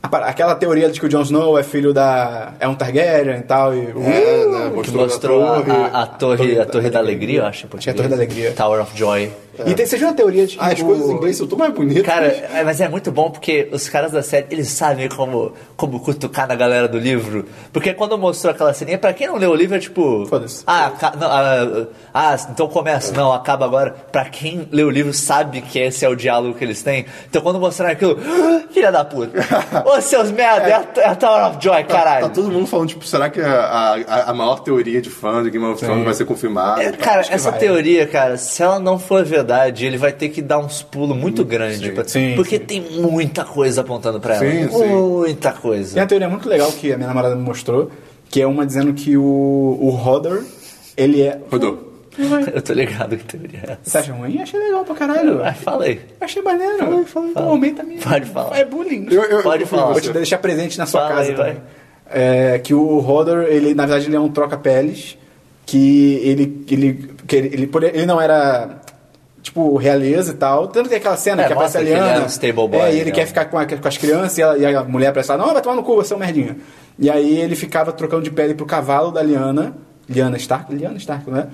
a par- aquela teoria de que o Jon Snow é filho da. é um Targaryen e tal. E, É, né, Que mostrou, mostrou a a, torre. a- a torre, a torre da alegria, eu acho. em Acho que é a Torre da português. Alegria. Tower of Joy. E tem, você viu a teoria de que. é. Ah, as o- coisas em inglês são tão mais bonitas. Cara, é, mas é muito bom porque os caras da série, eles sabem como, como cutucar na galera do livro. Porque quando mostrou aquela ceninha, pra quem não leu o livro, é tipo... Foda-se. Ah, aca- não, ah, ah, então começa. Não, acaba agora. Pra quem lê o livro sabe que esse é o diálogo que eles têm. Então quando mostraram aquilo... "Ah, Filha da puta. Ô, seus merda, é, a, é a Tower of Joy, tá, caralho. tá todo mundo falando, tipo, será que a, a, a maior teoria de fã de Game of Thrones vai ser confirmada? É, Cara, essa vai. teoria, cara, se ela não for verdade, ele vai ter que dar uns pulos muito grandes. pra- Sim, porque sim. tem muita coisa apontando pra ela. Sim, sim. Muita Tem coisa. uma teoria muito legal que a minha namorada me mostrou, que é uma dizendo que o, o Hodor, ele é... Rodou. (laughs) Eu tô ligado que teoria é essa. Você acha ruim? Achei legal pra caralho. Mas falei. Achei maneiro. Então aumenta a minha... Pode falar. É bullying. Eu- eu- Pode eu- falar. Vou te deixar presente na sua Fala casa aí, também. vai. É, que o Hodor, ele, na verdade, ele é um troca-peles. Que ele. Ele, que ele, ele, por- ele não era. Tipo, realeza e tal. Tanto que tem aquela cena É, que aparece a mostra que ele Liana. era um stable boy, é, e ele né? quer ficar com, a- com as crianças e, ela- e a mulher aparece lá, não, vai tomar no cu, você é um merdinha. E aí ele ficava trocando de pele pro cavalo da Liana. Liana Stark? Liana Stark, né?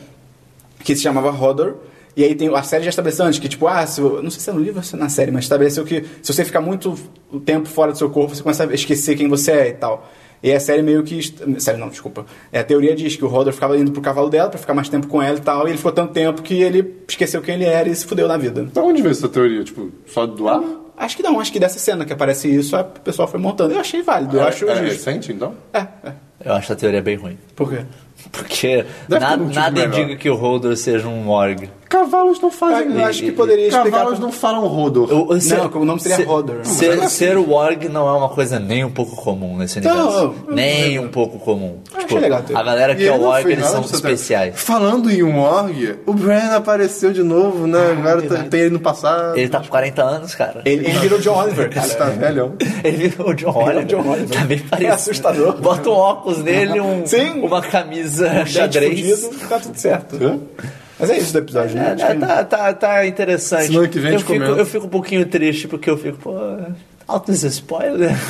que se chamava Hodor. E aí tem, a série já estabeleceu antes que, tipo, ah, se, eu- não sei se é no livro ou se é na série, mas estabeleceu que se você ficar muito o tempo fora do seu corpo, você começa a esquecer quem você é e tal. E a série meio que. est- Série não, desculpa. É, a teoria diz que o Hodor ficava indo pro cavalo dela pra ficar mais tempo com ela e tal, e ele ficou tanto tempo que ele esqueceu quem ele era e se fudeu na vida. Da onde veio essa teoria? Tipo, só do ar? Ah, Acho que não, acho que dessa cena que aparece isso, a- o pessoal foi montando. Eu achei válido, eu acho é, é justo. recente, então? É, é. Eu acho a teoria bem ruim. Por quê? Porque ter na- um tipo motivo nada melhor. indica que o Holder seja um Morg. Cavalos não fazem Ah, Eu acho que poderia explicar. Cavalos não falam Rodor. O- o o nome seria ser- Hodor. Ser, ser Warg não é uma coisa nem um pouco comum nesse Não, universo. assim. Então, eu- nem um pouco comum. Tipo, legal ter. a galera que E é ele não Warg, fez eles nada são dessa teoria. especiais. Falando em um org, o Bran apareceu de novo, Ah, é né? Agora tá- tem ele no passado. Ele tá com 40 anos, cara. Ele, ele virou John Oliver, cara. Ele tá velhão. (laughs) Ele virou o é John o Oliver. John Oliver. Tá bem É parecido. assustador. Bota um óculos nele, um, Sim. Um uma camisa Dente xadrez. fudido, tá tudo certo. Hã? Mas é isso do episódio, né? É, Acho que- tá, tá, tá interessante. Semana que vem a eu, gente fico, comenta. eu fico um pouquinho triste porque eu fico, pô, altos spoilers. (laughs)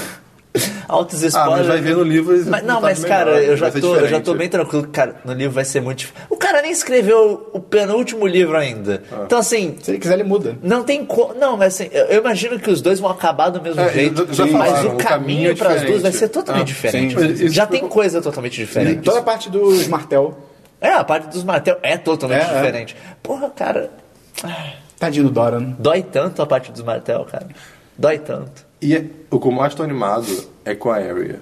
Altos spoilers. Ah, mas vai ver no livro, eles Mas, vão não, tá mas melhor, cara, eu já, vai ser tô, eu já diferente. tô bem tranquilo. que, Cara, no livro vai ser muito. dif- O cara nem escreveu o penúltimo livro ainda. Ah. Então, assim, Se ele quiser, ele muda. não tem como. Não, mas assim, eu eu imagino que os dois vão acabar do mesmo É, jeito. já- já mas falaram, o o caminho caminho é para as duas diferente. vai ser totalmente Ah, diferente. sim. Mas isso Já foi- tem coisa totalmente E diferente. toda a parte dos martel. É, a parte dos martelos é totalmente É, é. diferente. Porra, cara, Tadinho do Doran. dói tanto a parte dos martelos, cara. Dói tanto. E é- o que eu mais tô animado é com a Arya.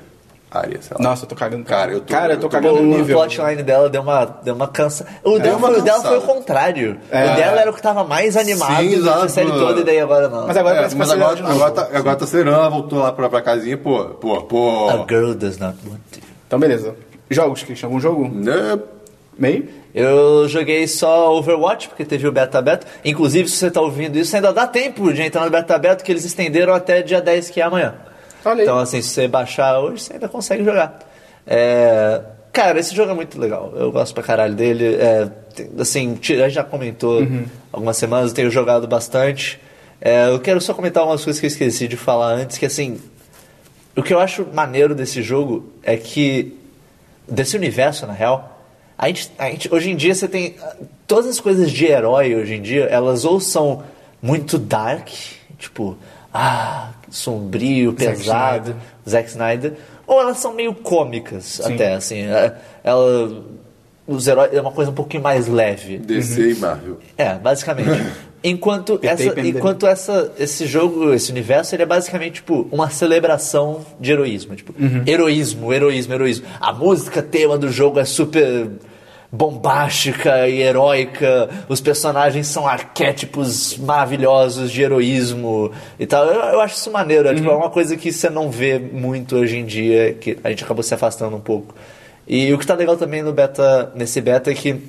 Arya, sei lá. Nossa, eu tô cagando. Cara, eu tô- Cara, eu tô eu tô- cagando no o nível. plotline dela deu uma, deu uma cansa. O, dela, uma foi- o dela foi cansada. o contrário. É. O dela era o que tava mais animado Sim, durante a exato. série toda e daí agora não. Mas agora É, parece que mas vai ser agora, de novo. agora, tá, agora tá acelerando, ela voltou lá pra, pra casinha, pô, pô, pô. A girl does not want to. Então, beleza. Jogos, Christian. Algum jogo? Né? Meio? Eu joguei só Overwatch, porque teve o beta aberto. Inclusive, se você tá ouvindo isso, ainda dá tempo de entrar no beta aberto, que eles estenderam até dia 10, que é amanhã. Olha aí. Então, assim, se você baixar hoje, você ainda consegue jogar. É, Cara, esse jogo é muito legal. Eu gosto pra caralho dele. É, tem- Assim, ti- a gente já comentou Uhum. algumas semanas, eu tenho jogado bastante. É, eu quero só comentar algumas coisas que eu esqueci de falar antes, que assim... O que eu acho maneiro desse jogo é que. Desse universo, na real. A gente, a gente, hoje em dia você tem. ah, Todas as coisas de herói hoje em dia, elas ou são muito dark, tipo. Ah, sombrio, Zack pesado, Snyder. Zack Snyder. Ou elas são meio cômicas, até, assim. é- Ela. Os heróis é uma coisa um pouquinho mais leve. DC e Marvel. É, basicamente. Enquanto, Tem essa, tape and enquanto essa, esse jogo, esse universo, ele é basicamente tipo uma celebração de heroísmo. Tipo, heroísmo, heroísmo, heroísmo. A música tema do jogo é super bombástica e heróica. Os personagens são arquétipos maravilhosos de heroísmo e tal. Eu, eu acho isso maneiro. É, tipo, é uma coisa que você não vê muito hoje em dia, que a gente acabou se afastando um pouco. E o que tá legal também no beta, nesse beta é que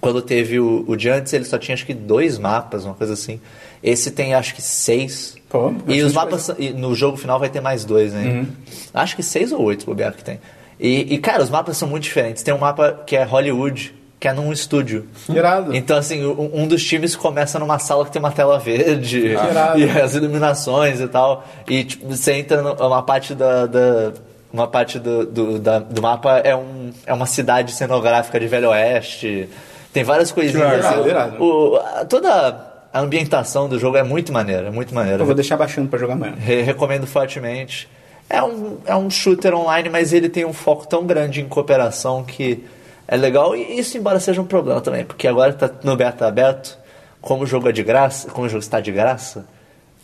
quando teve o, o Giants, ele só tinha acho que dois mapas, uma coisa assim. Esse tem acho que seis. Pô, e bastante Uhum. os mapas. são- e no jogo final vai ter mais dois, né? Acho que seis ou oito, bobear que tem. E, e, cara, os mapas são muito diferentes. Tem um mapa que é Hollywood, que é num estúdio. Irado. Então, assim, um, um dos times começa numa sala que tem uma tela verde irado. Tá. e as iluminações e tal. E tipo, você entra no- uma parte da. da- uma parte do, do, da- do mapa é, um, é uma cidade cenográfica de Velho Oeste. Tem várias coisinhas. irado, assim. irado. O- a- toda a ambientação do jogo é muito maneira, é muito maneira. Eu vou deixar baixando pra jogar amanhã. Re- recomendo fortemente. É um, é um shooter online, mas ele tem um foco tão grande em cooperação que é legal. E isso, embora seja um problema também, porque agora tá no beta aberto, como o jogo é de graça, como o jogo está de graça,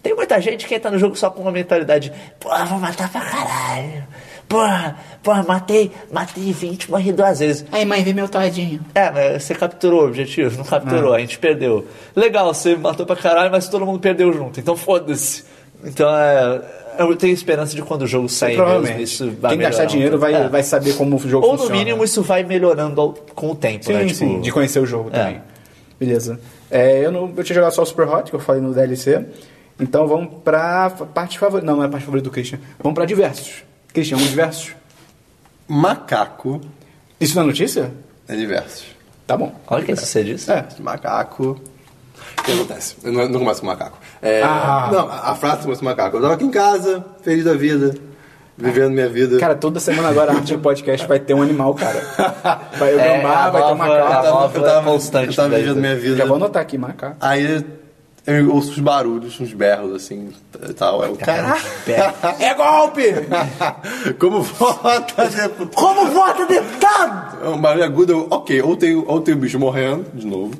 tem muita gente que entra no jogo só com uma mentalidade: pô, eu vou matar pra caralho. Porra, porra, matei, matei 20, morri duas vezes. Aí, mãe, vê meu todinho. É, mas você capturou o objetivo, não capturou, É. a gente perdeu. Legal, você matou pra caralho, mas todo mundo perdeu junto, então foda-se. Então é. Eu tenho esperança de quando o jogo sair mesmo, Provavelmente. isso vai Quem gastar melhorar. dinheiro vai, É. vai saber como o jogo Ou no funciona. mínimo isso vai melhorando ao- com o tempo, Sim, né? Tipo, sim, de conhecer o jogo É. também. Beleza. É, eu, não, eu tinha jogado só o Super Hot, que eu falei no DLC. Então vamos pra parte favorita. Não, não é a parte favorita do Christian. Vamos pra diversos. Christian, vamos diversos. Macaco Isso não é notícia? é diversos. Tá bom. Olha o que você disse. É. Macaco. O que acontece? Eu não, não começo com macaco. É, Ah. Não, a, a frase começa com macaco. Eu tava aqui em casa, feliz da vida, vivendo minha vida. Cara, toda semana agora a arte do podcast vai ter um animal, cara. Vai o É, gambá, a vai ter o nova- a macaco. nova- eu tava, constante eu tava daí, vivendo né? minha Já vou vida. anotar aqui, macaco. Aí eu ouço os barulhos, uns berros assim e tal. Eu, caraca, É golpe! como vota, deputado? Como vota deputado? É um barulho agudo, eu, ok, ou tem, ou tem o bicho morrendo, de novo,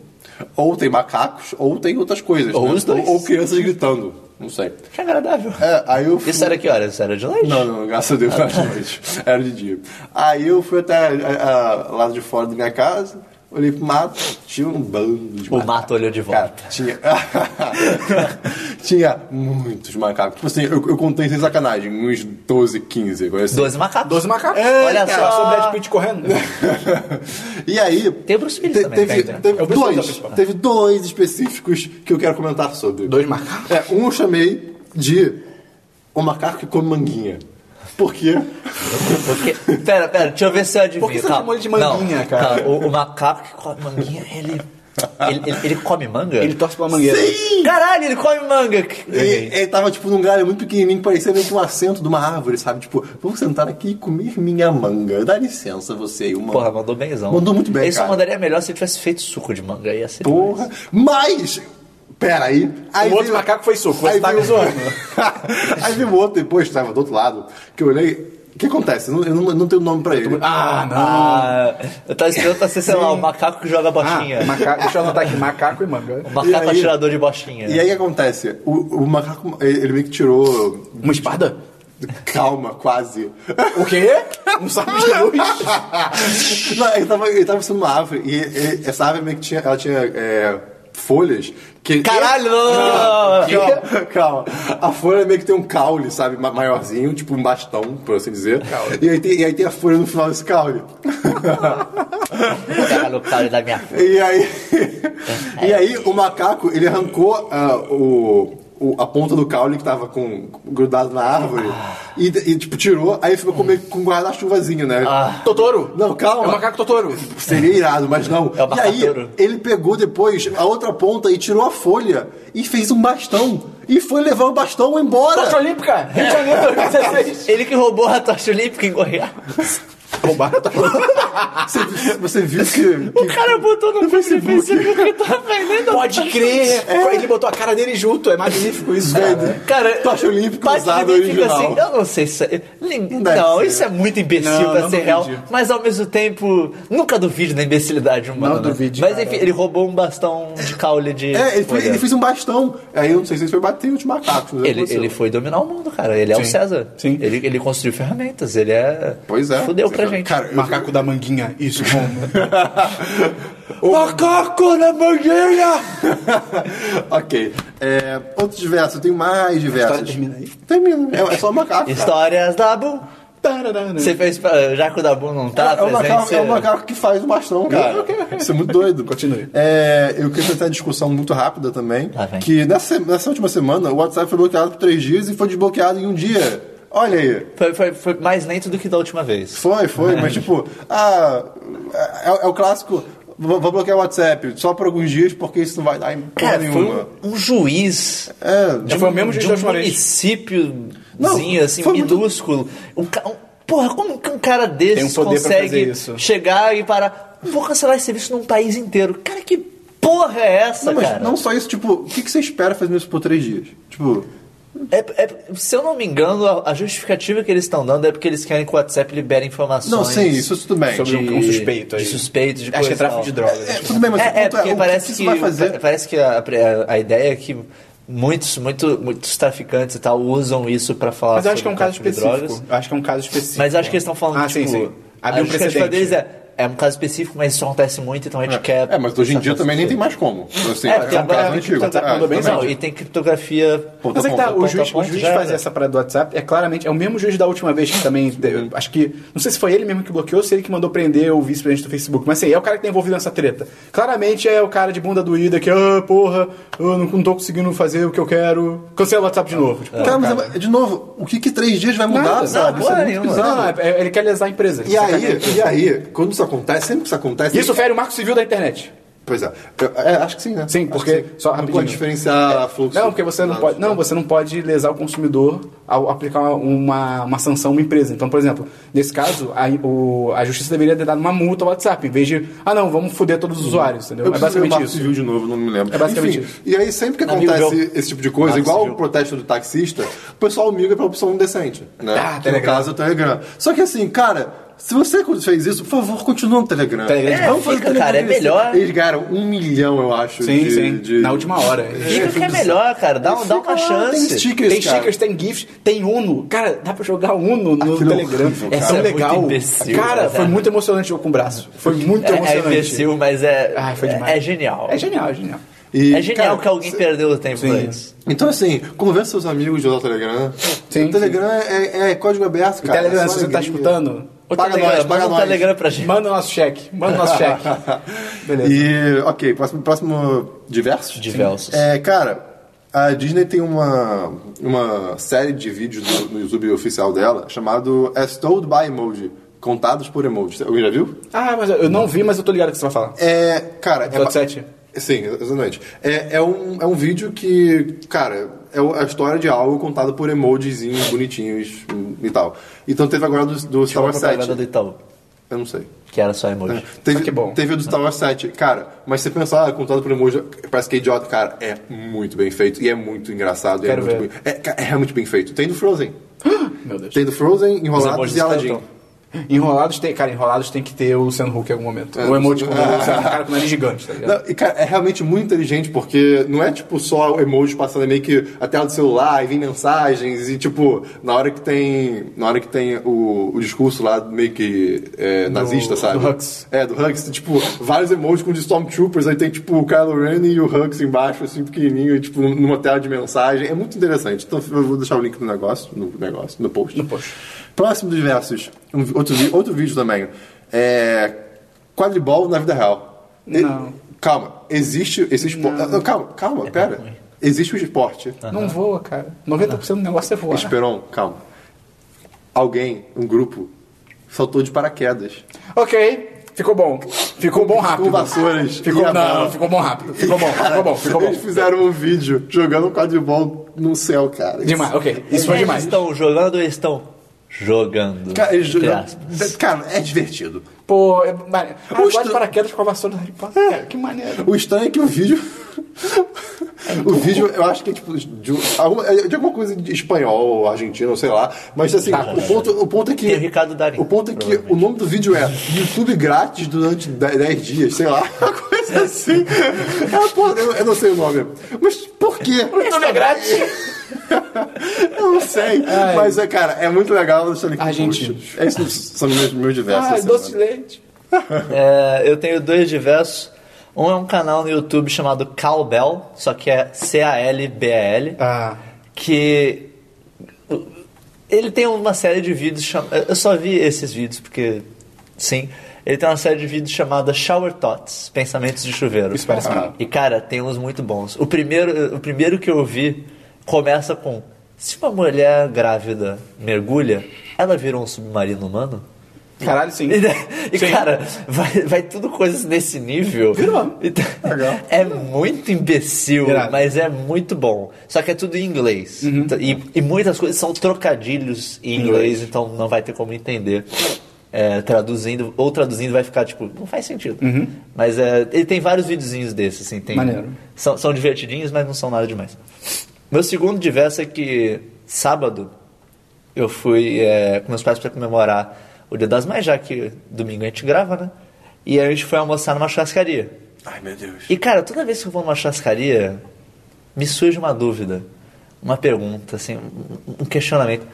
ou tem macacos, ou tem outras coisas. Ou né? os dois. Ou, ou crianças gritando, não sei. Que agradável. É, aí eu fui- Isso era que horas? Isso era de noite? Não, não, graças a Deus, era de noite. Era de dia. Aí eu fui até a, a- lá de fora da minha casa, olhei pro mato, tinha um bando de O mato olhou de volta. Cara, tinha. (laughs) tinha muitos macacos. Tipo assim, eu, eu contei sem sacanagem, uns 12, 15, coisa assim. 12 macacos. 12 macacos. É, Olha Eita, só. Sobre Brad Pitt correndo. e aí. Tem o Bruce Willis também, teve, tem, né? teve É o Bruce Willis, é o dois, principal. teve dois específicos que eu quero comentar sobre. Dois macacos. É, um eu chamei de O Macaco que Come Manguinha. Por quê? Porque, pera, pera, deixa eu ver se eu adivinho. Por que você Calma. chamou ele de manguinha, Não, cara? calma, o, o macaco que come manguinha, ele. Ele, ele- ele come manga? Ele torce pela mangueira. Caralho, ele come manga! E ele tava tipo num galho muito pequenininho, que parecia meio que um assento de uma árvore, sabe? Tipo, vamos sentar aqui e comer minha manga. Dá licença você aí, uma. Porra, mandou bemzão. Mandou muito bem, Ele só cara. mandaria melhor se ele tivesse feito suco de manga. Ia ser Porra. Mas. Pera aí. aí O outro veio- macaco foi soco, você Aí tá veio- me zoando. (laughs) aí veio outro depois, tava do outro lado, que eu olhei. O que acontece? Eu não, eu não- eu não tenho nome pra ele. Ah, não. Ah, eu tava esperando pra ser, sei lá, o macaco que joga botinha. Ah, macaco, deixa eu anotar aqui, macaco e manga. O macaco E aí- atirador de bochinha. E aí o que acontece? O, o macaco, ele ele meio que tirou Uma espada? calma, quase. (laughs) O quê? Um sapo de luz? Não, ele tava, ele tava sendo uma árvore, e, e- essa árvore meio que tinha, ela tinha é, folhas que... Caralho, não, não, não, não. Calma, (laughs) calma. A folha meio que tem um caule, sabe, ma- maiorzinho, tipo um bastão, por assim dizer. E aí, tem, e aí tem a folha no final desse caule. Caralho, o cara da minha. E aí, e aí o macaco, ele arrancou ah, o, o- a ponta do caule que tava com, grudado na árvore e, e, tipo, tirou, aí ficou com, meio que com um guarda-chuvazinho, né? Totoro? Não, calma. É o macaco Totoro. Seria irado, mas não. É o e aí, marcadouro. ele pegou depois a outra ponta e tirou a folha e fez um bastão. E foi levar o bastão Tocha embora. Olímpica! Rio de Janeiro 2016. Ele que roubou a tocha olímpica em Goiás. Roubaram a tocha. Você, você viu que. O cara botou no Facebook, Facebook que tava vendendo. Pode crer! Ele botou a cara dele junto, é magnífico isso, cara. Cara, Tocha olímpica parte usada de mim fica original. Assim, eu não sei se é, nin- deve Não, ser. isso é muito imbecil Não, pra não ser duvide. real. Mas ao mesmo tempo, nunca duvide da imbecilidade humana. Não né? duvide, Mas cara. enfim, ele roubou um bastão de caule de. É, ele fez, folha. ele fez um bastão. Aí eu não sei se ele foi bater em outros macacos. não sei o que Ele, aconteceu. ele foi dominar o mundo, cara. Ele é o Sim, César. sim. Ele, ele construiu ferramentas. Ele é. Pois é. Fudeu pra Cara, gente. Cara, eu- Macaco da manguinha, isso, (laughs) bom. Macaco na mangueira! ok. É, outros diversos, eu tenho mais diversos. termina aí? Termina. É, é só macaco. cara. Histórias da Bu. Tararana. Você fez. pra- Já que o Dabu não tá É, é, o presente, macaco, é o você- macaco que faz o bastão, cara. Isso é muito doido. (laughs) Continue. É, eu queria fazer uma discussão muito rápida também. Lá vem. que nessa, nessa última semana o WhatsApp foi bloqueado por três dias e foi desbloqueado em um dia. Olha aí. Foi, foi- foi mais lento do que da última vez. Foi, foi, mas É. tipo, ah, é, é o clássico. Vou, vou bloquear o WhatsApp só por alguns dias porque isso não vai dar em porra Cara, foi nenhuma. um, um juiz É, de, foi o um- mesmo juiz de da um última vez. municípiozinho, Não, assim, foi muito- minúsculo. Um ca- um- porra, como que um cara desses Tem um poder pra fazer consegue isso. chegar e parar? Vou cancelar esse serviço num país inteiro. Cara, que porra é essa, não, mas cara? não só isso, tipo, o que, que você espera fazendo isso por três dias? Tipo, É- é- se eu não me engano, a, a justificativa que eles estão dando é porque eles querem que o WhatsApp libere informações. não, sim, isso tudo bem. Tipo, Sobre um- um suspeito aí. De suspeito, de Acho que é coisa e tráfico tal. de drogas. É, tudo bem, mas o É, é, ponto é, porque o que parece que que, isso vai fazer? pa- parece que a, a- a ideia é que muitos, muito, muitos traficantes e tal usam isso pra falar Mas eu acho que é sobre um caso tráfico de específico. drogas. Eu acho que é um caso específico. Mas acho que eles estão falando, ah, tipo... sim, sim. A Abre um precedente. justificativa deles é, é um caso específico, mas isso acontece muito, então a gente quer... É, mas hoje em dia saber também nem isso. tem mais como. Então, assim, É, porque é um agora caso a antigo. criptografia mandou bem, Não, e tem criptografia... Mas é que tá, o ponto a juiz, o ponto juiz já faz era. essa parada do WhatsApp, é claramente, é o mesmo juiz da última vez que também, teve- acho que, não sei se foi ele mesmo que bloqueou, se ele que mandou prender o vice-presidente do Facebook, mas assim, é o cara que tá envolvido nessa treta. Claramente é o cara de bunda doída que, ah, porra, eu não, não tô conseguindo fazer o que eu quero, cancela o WhatsApp de novo. Tipo, Cara, mas é- de novo, o que que três dias vai mudar, Nada, sabe? Isso porra é muito nenhuma. bizarro. não, é- ele quer lesar a empresa. E aí, e aí, quando isso acontece, sempre que isso acontece. Isso fere o marco civil da internet. Pois é. Eu- é, acho que sim, né? Sim, Acho porque- que só não rapidinho. É, pode diferenciar fluxo. Não, porque você não Ah, pode. Não, você não pode lesar o consumidor ao aplicar uma, uma, uma sanção a uma empresa. Então, por exemplo, nesse caso, a, o- a justiça deveria ter dado uma multa ao WhatsApp, em vez de, ah não, vamos foder todos os usuários, entendeu? Uhum. Eu É preciso ver basicamente o Marco isso. Civil de novo, não me lembro. É basicamente Enfim, isso. E aí, sempre que Amigo acontece meu. esse tipo de coisa, Marco igual Civil. o protesto do taxista, o pessoal migra pra opção decente, né? Ah, Que no Telegram. caso é o Telegram. Só que assim, cara, se você fez isso, por favor, continua no Telegram. Telegram de É, banco. Vamos fazer fica, o Telegram cara, é crescer. melhor. Eles ganharam um milhão, eu acho. Sim, de- sim. de- Na última hora. Diga o que é melhor, cara. Dá, um- dá uma Fica lá, Tem chance. stickers, tem cara. stickers, tem GIFs, tem Uno. Cara, dá pra jogar Uno no Aquilo é Telegram. horrível, é cara. tão É muito legal. imbecil, cara, mas foi é. muito emocionante eu com o braço. Foi muito É, é emocionante. imbecil, mas é, Ah, foi demais. é genial. É genial, é genial. E, É genial cara, que alguém cê- perdeu o tempo pra isso. Então, assim, conversa com seus amigos de usar o Telegram. Sim, o Telegram é, é código aberto, cara. Telegram, é só se você tá alegria. escutando, O Paga Telegram, nós, paga manda um nós. Telegram pra gente. manda o nosso cheque. Manda o nosso (laughs) cheque. Beleza. E, ok, próximo, próximo diversos? Diversos. É, cara, a Disney tem uma, uma série de vídeos no, no YouTube oficial dela chamado As Told by Emoji. Contados por emojis. Alguém já viu? Ah, mas eu- eu não vi, mas eu tô ligado que você vai falar. É, cara... é Episódio ba- 7. Sim, exatamente. É, é, um, é um vídeo que, cara, é o- a história de algo contada por emojizinhos bonitinhos hum, e tal. Então teve agora do, do Star Tinha uma Wars 7. propaganda do Itaú, Eu não sei. que era só emoji. Né? Teve, Ah, que bom. teve o do Star Wars 7. Cara, mas se você pensar, ah, contado por emoji, parece que é idiota. Cara, é muito bem feito e é muito engraçado. e é, Quero muito ver. bem- é, cara, é realmente bem feito. Tem do Frozen. Meu Deus. Tem do Frozen, emojis Enrolados e do Aladdin. Cartoon. Enrolados tem. Cara, enrolados tem que ter o Sam Hulk em algum momento. É, Ou o emoji não com o (laughs) sei. Sam Hulk, cara com o nariz gigante, tá ligado? Não, e cara, é realmente muito inteligente porque não é tipo só o emoji passando é meio que a tela do celular e vem mensagens e tipo, na hora que tem na hora que tem o, o discurso lá meio que é, nazista, sabe? do Hux. É, do Hux, tem, tipo, vários emojis com de Stormtroopers, aí tem tipo o Kylo Ren e o Hux embaixo, assim, pequenininho, e, tipo, numa tela de mensagem. É muito interessante. Então eu vou deixar o link no negócio, no negócio, no post. No post. Próximo dos versos, um vi- outro, vi- outro vídeo também. É. Quadribol na vida real. E- Não. É Calma, existe esse esporte. Calma, calma, pera. Existe o esporte. Não voa, cara. 90% do negócio é voar. Esperon, calma. Alguém, um grupo, saltou de paraquedas. Ok. Ficou bom. Ficou bom rápido. Com vassouras. Ficou, e a não, bola. ficou bom rápido. Ficou bom, Cara, ficou bom, ficou bom. Eles fizeram um vídeo jogando quadribol no céu, cara. Isso- Demais, ok. Isso foi Eles demais. estão jogando ou eles estão jogando? Cara, eles Entre jogam- aspas. cara, é divertido. Pô, é maneiro. Ah, O voar de Stan- paraquedas com a vassoura do Harry Potter, cara. Que maneiro. O estranho é que o vídeo. o vídeo, eu acho que é tipo. De, um- alguma- é de alguma coisa de espanhol, argentino, sei lá. Mas assim, Tá, o, ponto, o ponto é que. Tem o Ricardo Darim, O ponto é que o nome do vídeo é YouTube grátis durante 10 dias, sei lá. (laughs) Uma coisa assim. É, pô, eu, eu não sei o nome. Mas por quê? Tudo é grátis. (laughs) Eu não sei. Mas é, cara, é muito legal. Vou deixar ele aqui no Argentino. post. Esses são meus, meus diversos. assim, Ah, né? essa doce de semana. leite. É, eu tenho dois diversos. Um é um canal no YouTube chamado Calbel, só que é C-A-L-B-E-L. Ah. que ele tem uma série de vídeos cham... eu só vi esses vídeos porque sim ele tem uma série de vídeos chamada Shower Thoughts pensamentos de chuveiro Ah. Isso parece mal. e cara tem uns muito bons o primeiro o primeiro que eu vi começa com se uma mulher grávida mergulha ela vira um submarino humano Caralho, (laughs) sim. e, e, (laughs) cara, vai, vai tudo coisas nesse nível. Então, (laughs) é muito imbecil, Irado. Uhum. mas é muito bom. Só que é tudo em inglês. Então, E, e muitas coisas são trocadilhos em inglês, então não vai ter como entender. É, traduzindo, ou traduzindo vai ficar tipo, não faz sentido. Uhum. Mas é, ele tem vários videozinhos desses, assim. Tem, Maneiro. São, são divertidinhos, mas não são nada demais. Meu segundo diverso é que sábado eu fui é, com meus pais para comemorar o Dia das Mães, já que domingo a gente grava, né? E aí a gente foi almoçar numa churrascaria. Ai, meu Deus. E cara, toda vez que eu vou numa churrascaria, me surge uma dúvida, uma pergunta, assim, um- um questionamento.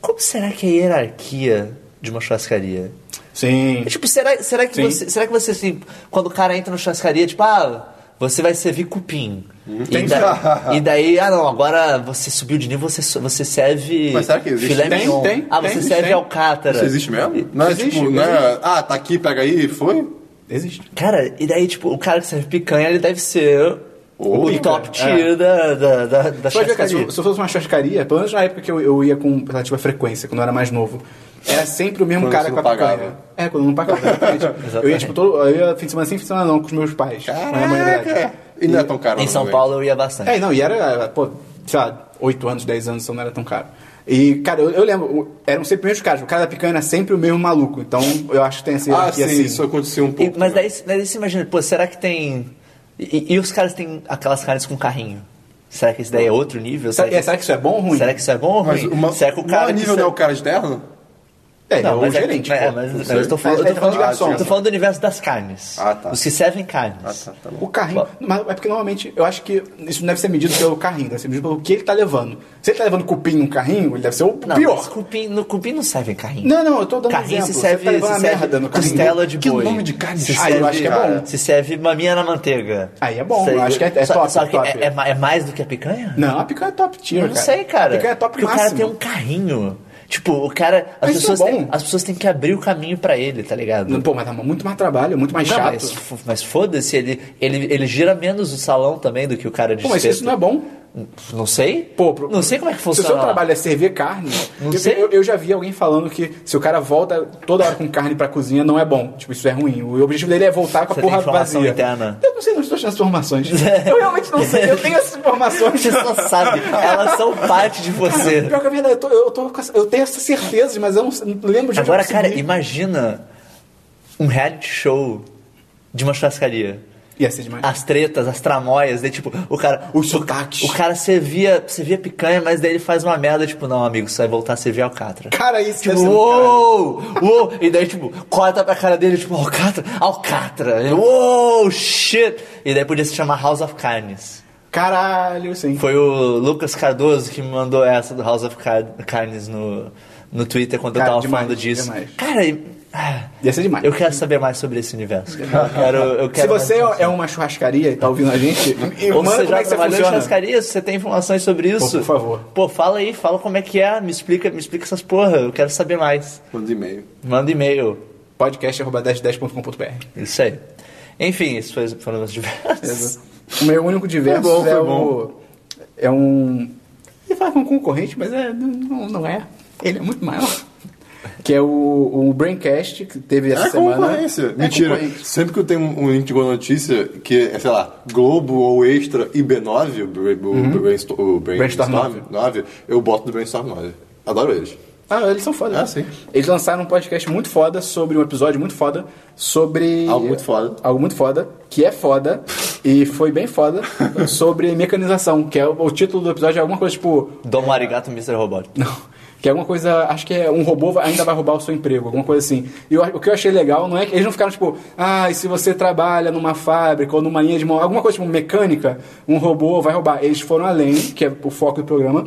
Como será que é a hierarquia de uma churrascaria? Sim. É, Tipo, será, será, que Sim. você, será que você, assim, quando o cara entra na churrascaria, tipo, ah, você vai servir cupim. E, Hum, Tem- da- e daí, ah não, agora você subiu de nível, você, su- você serve Mas será que existe? filé Tem, mignon. tem, ah, tem, você existe, serve tem. alcátara. Isso existe mesmo? Não é Existe, tipo, não é, ah, tá aqui, pega aí, foi? Existe. Cara, e daí, tipo, o cara que serve picanha, ele deve ser o pica, top é. tier da, da, da, da Só que, cara, se churrascaria. eu se eu fosse uma churrascaria, pelo menos na época que eu, eu ia com relativa frequência, quando eu era mais novo, era sempre o mesmo Quando cara você com a não pagava. picanha. É, quando eu não pagava. (laughs) exatamente. eu ia, tipo, todo, eu ia fim de semana sim, fim de semana não, com os meus pais. na minha maioridade. E não é tão caro. Em São não, Paulo eu ia bastante. um É, não, e era, pô, sei lá, 8 anos, 10 anos, então não era tão caro. E, cara, eu, eu lembro, o- eram sempre os mesmos caras. O cara da picanha era sempre o mesmo maluco. Então, eu acho que tem essa velho. Ah, sim, hierarquia, assim. isso aconteceu um E- pouco. mas, né? daí, mas daí você imagina, pô, será que tem. E, e- e os caras têm aquelas carnes com carrinho? Será que isso daí é outro nível? Será, é, será que isso é bom ou ruim? Será que isso é bom ou Mas ruim? uma, será que o cara. que nível ser- não é o cara de terno? É, Não, é o mas é- gerente, é, pô. mas, mas eu tô Mas falando, ele eu tá falando tô falando, de eu garçom. tô falando do universo das carnes. Ah, tá. Os que servem carnes. Ah, tá, tá bom. O carrinho. Mas é porque normalmente eu acho que isso não deve ser medido pelo carrinho, deve ser medido pelo que ele tá levando. Se ele tá levando cupim num carrinho, ele deve ser o Não, mas pior. cupim, no cupim não serve carrinho. Não, não, eu tô dando Carrinho exemplo. se Você serve, tá levando se uma serve merda no carrinho. costela de Que boi. nome de carne se Ah, eu serve, acho que é bom. Se serve maminha na manteiga. Aí é bom, Se- eu acho que é- é só, top, Só que top. É, é ma- é mais do que a picanha? Não, a picanha é top tier, Eu não sei, cara. A picanha é top Porque o máximo. cara tem um carrinho. Tipo, o cara. As Mas isso é pessoas, têm, bom. as pessoas têm que abrir o caminho pra ele, tá ligado? Pô, mas dá muito mais trabalho, muito mais Não, chato. mas f- mas foda-se, ele, ele, ele gira menos o salão também do que o cara de Pô, mas espeto. isso não é bom. Não sei? Pô, pro- Não sei como é que Se o funciona. seu lá. trabalho é servir carne, Não eu, sei. eu- eu já vi alguém falando que se o cara volta toda hora com carne pra cozinha, não é bom. Tipo, isso é ruim. O objetivo dele é voltar com a Você tem porra informação vazia. interna? Eu não sei, não estou achando as informações. eu realmente não sei. Eu tenho essas (laughs) informações. Você só sabe, elas são parte de você. Pior que é verdade, eu, tô- eu tô com essa- eu tenho essas certezas, mas eu não, sei- não lembro de onde Agora, eu cara, consegui. imagina um reality show de uma churrascaria. Ia ser demais. As tretas, as tramóias, daí tipo, o cara. Os sotaques. O cara servia, servia picanha, mas daí ele faz uma merda, tipo, não, amigo, você vai voltar a servir alcatra. Cara, isso Tipo, deve ser do uou, uou, e daí, tipo, corta pra cara dele, tipo, alcatra, alcatra, Ele, uou, shit. E daí podia se chamar House of Carnes. Caralho, sim. Foi o Lucas Cardoso que me mandou essa do House of Car- Carnes no, no Twitter quando Cara, eu tava demais, falando disso. demais. Cara, e- ah, Ia ser demais. eu quero saber mais sobre esse universo. Eu quero, eu Se quero mais você informações. é uma churrascaria e tá ouvindo a gente, e Ou manda você como já é que você trabalhou em funciona. churrascaria, se você tem informações sobre isso. por favor. Pô, fala aí, fala como é que é, me explica, me explica essas porra, eu quero saber mais. Manda é e-mail. Manda e-mail. podcast.1010.com.br Isso aí. Enfim, isso foi, foram os diversos. O meu único diverso Foi bom, foi é bom. o. É um. Ele fala com um concorrente, mas é, não, não é. Ele é muito maior. Que é o, o Braincast, que teve essa É semana. concorrência. É Mentira. concorrência. Sempre que eu tenho um link de boa notícia, que é, sei lá, Globo ou Extra e B9, o, Bra- o Brainsto- o Brainstorm, Brainstorm 9, eu boto do Brainstorm 9. Adoro eles. Ah, eles são foda. Ah, sim. Eles lançaram um podcast muito foda sobre um episódio muito foda sobre. Algo muito foda. Algo muito foda, que é foda, e foi bem (laughs) foda, sobre mecanização, que é o, o título do episódio é alguma coisa tipo. Domo arigato, Mr. Robot. Não. Que é alguma coisa, acho que é um robô vai- ainda vai roubar o seu emprego, alguma coisa assim. E eu a- o que eu achei legal não é que eles não ficaram tipo, ah, e se você trabalha numa fábrica ou numa linha de mão, alguma coisa tipo mecânica, um robô vai roubar. Eles foram além, que é o foco do programa,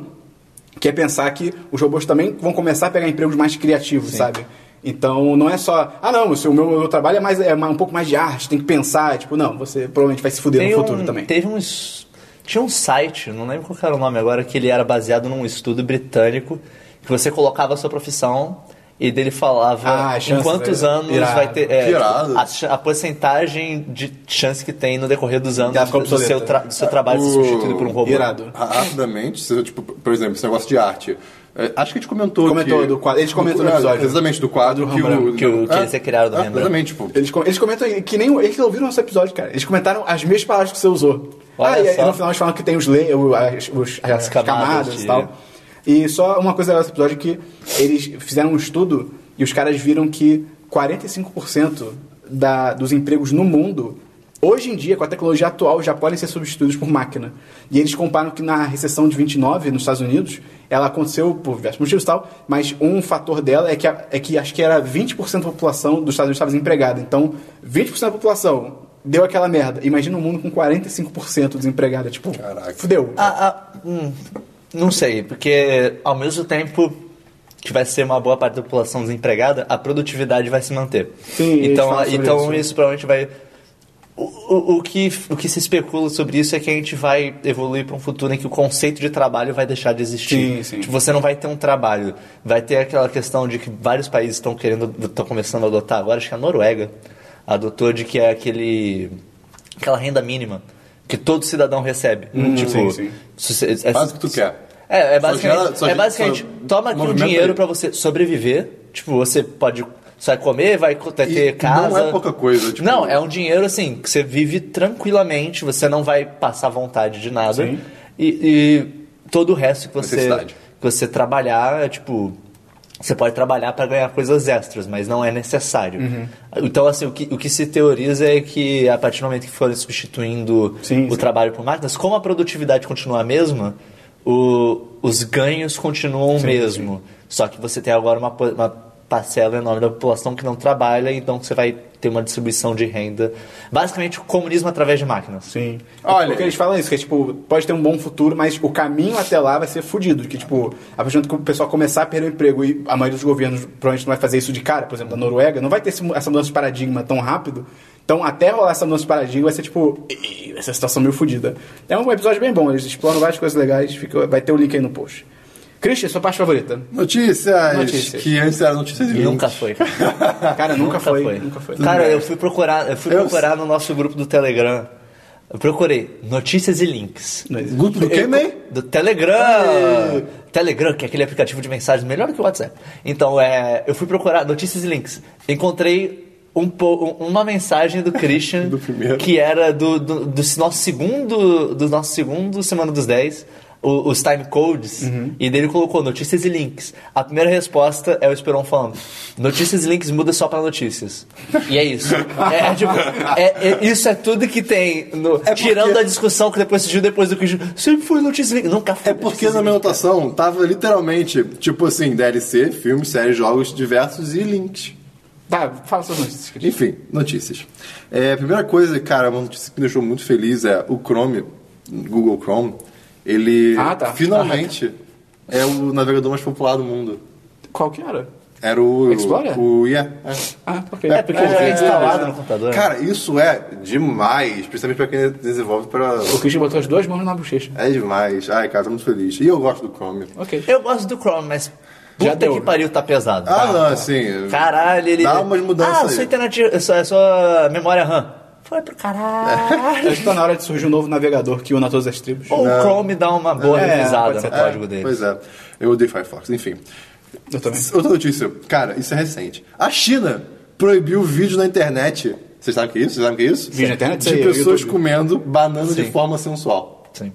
que é pensar que os robôs também vão começar a pegar empregos mais criativos, sabe? Então não é só, ah não, se o meu, meu trabalho é mais é mais- um pouco mais de arte, tem que pensar, tipo, não, você provavelmente vai se fuder Tem no futuro um- também. Teve uns. Tinha um site, não lembro qual era o nome agora, que ele era baseado num estudo britânico, que você colocava a sua profissão e dele falava Ah, as em chances, quantos é. anos Irado. vai ter. é, Irado. a, cha- a porcentagem de chance que tem no decorrer dos anos Ela fica do, do seu obsoleta. tra- do seu trabalho ser O- substituído por um robô. Irado. Ra- Rapidamente, se eu, tipo, por exemplo, esse negócio de arte. É, Acho que a gente comentou. Comentou que, do quadro- eles comentam no é, episódio. Exatamente, do quadro Do que o. Rembrandt. Que o- que eles recriaram do é, Rembrandt. Exatamente, tipo. Eles, com- eles comentam aí, que nem o- eles ouviram nosso episódio, cara. Eles comentaram as mesmas palavras que você usou. Olha ah, e aí, só. no final eles falam que tem os le, o- as, os- as As camadas, camadas e de- tal. E só uma coisa legal desse episódio é que eles fizeram um estudo e os caras viram que 45% da, dos empregos no mundo, hoje em dia, com a tecnologia atual, já podem ser substituídos por máquina. E eles comparam que na recessão de 29 nos Estados Unidos, ela aconteceu por diversos motivos e tal, mas um fator dela é que, a- é que acho que era 20% da população dos Estados Unidos estava desempregada. Então, 20% da população deu aquela merda. Imagina um mundo com 45% desempregado, tipo, Caraca. fudeu. Ah, ah, hum, não sei, porque ao mesmo tempo que vai ser uma boa parte da população desempregada, a produtividade vai se manter. Sim, eles então, falam a- sobre então isso, isso, né? provavelmente vai. O, o, o que, o que se especula sobre isso é que a gente vai evoluir para um futuro em que o conceito de trabalho vai deixar de existir. Sim, sim. Tipo, você não vai ter um trabalho. Vai ter aquela questão de que vários países estão querendo, estão começando a adotar agora, acho que a Noruega adotou de que é aquele aquela renda mínima que todo cidadão recebe. tipo, sim, sim. se você- é- Hum, Faz o que tu quer. É, é Só gera- basicamente, só é gera- basicamente só toma aqui o movimenta dinheiro aí. pra você sobreviver. Tipo, você pode você vai comer, vai co- vai E ter não casa. é pouca coisa, tipo- Não, é um dinheiro assim que você vive tranquilamente, você não vai passar vontade de nada. Sim. E, e todo o resto que você Necessidade. que você trabalhar, é, tipo, você pode trabalhar para ganhar coisas extras, mas não é necessário. Uhum. Então, assim, o que, o que se teoriza é que a partir do momento que forem substituindo Sim, o sim. trabalho por máquinas, como a produtividade continua a mesma, o- os ganhos continuam o mesmo. Só que você tem agora uma, po- uma parcela enorme da população que não trabalha, então você vai ter uma distribuição de renda. Basicamente, o comunismo através de máquinas. Sim. Olha- É Porque eles falam isso, que é tipo, pode ter um bom futuro, mas o caminho até lá vai ser fudido. Que tipo, a partir do momento que o pessoal começar a perder o emprego e a maioria dos governos provavelmente não vai fazer isso de cara, por exemplo, da Noruega, não vai ter esse mu- essa mudança de paradigma tão rápido. Então, até rolar essa mudança de paradigma, vai ser tipo, "Ih, essa situação meio fudida. É um episódio bem bom, eles exploram várias coisas legais, fica, vai ter o link aí no post. Christian, sua parte favorita? Notícias, Notícias. que antes eram notícias E de (laughs) Nunca foi. cara. Cara, nunca, foi, Nunca foi. Cara, eu fui procurar, eu fui Eu- procurar no nosso grupo do Telegram. Eu procurei notícias e links. é Grupo do que, man? Do Telegram! Telegram, que é aquele aplicativo de mensagens melhor que o WhatsApp. Então, é, eu fui procurar notícias e links. Encontrei um po- um- uma mensagem do Christian, (laughs) Do primeiro. que era do, do, do nosso segundo, do nosso segundo Semana dos 10, o- os time codes, Uhum. e dele colocou notícias e links. A primeira resposta é o Esperon falando: notícias e links muda só pra notícias. E é (laughs) isso. É, é tipo, é- é- isso é tudo que tem, no- É tirando a discussão que depois surgiu depois do Christian. Sempre foi notícias e links. Nunca foi. É porque notícias e na minha links. anotação tava literalmente, tipo assim, DLC, filmes, séries, jogos diversos e links. Tá, fala suas notícias, Christian. Enfim, notícias. É, a primeira coisa, cara, uma notícia que me deixou muito feliz é o Chrome, Google Chrome, ele Ah, tá. finalmente é o navegador mais popular do mundo. Qual que era? Era o. Explorer? O, yeah, é. Ah, ok. É porque ele fica instalado no computador. né? Cara, isso é demais, principalmente pra quem desenvolve pra. O Christian botou as duas mãos na bochecha. É demais. Ai, cara, tô muito feliz. E eu gosto do Chrome. Ok. Eu gosto do Chrome, mas Já puta deu, que né? pariu, tá pesado. Ah, Tá. não, assim. Caralho, ele. Dá umas mudanças Ah, aí. sua internet. É sua, é sua memória RAM. Foi pro caralho. (laughs) Acho que tá na hora de surgir um novo navegador que una todas as tribos. Ou o Chrome dá uma boa É, pode revisada ser. no código dele. Pois é. Eu odeio Firefox, enfim. Eu também. Outra notícia, cara, isso é recente. A China proibiu vídeo na internet. Vocês sabem o que é isso? Vocês sabem o que é isso? Vídeo na internet? De Sei, pessoas YouTube. comendo banana de Sim. forma sensual. é. (laughs) Sim.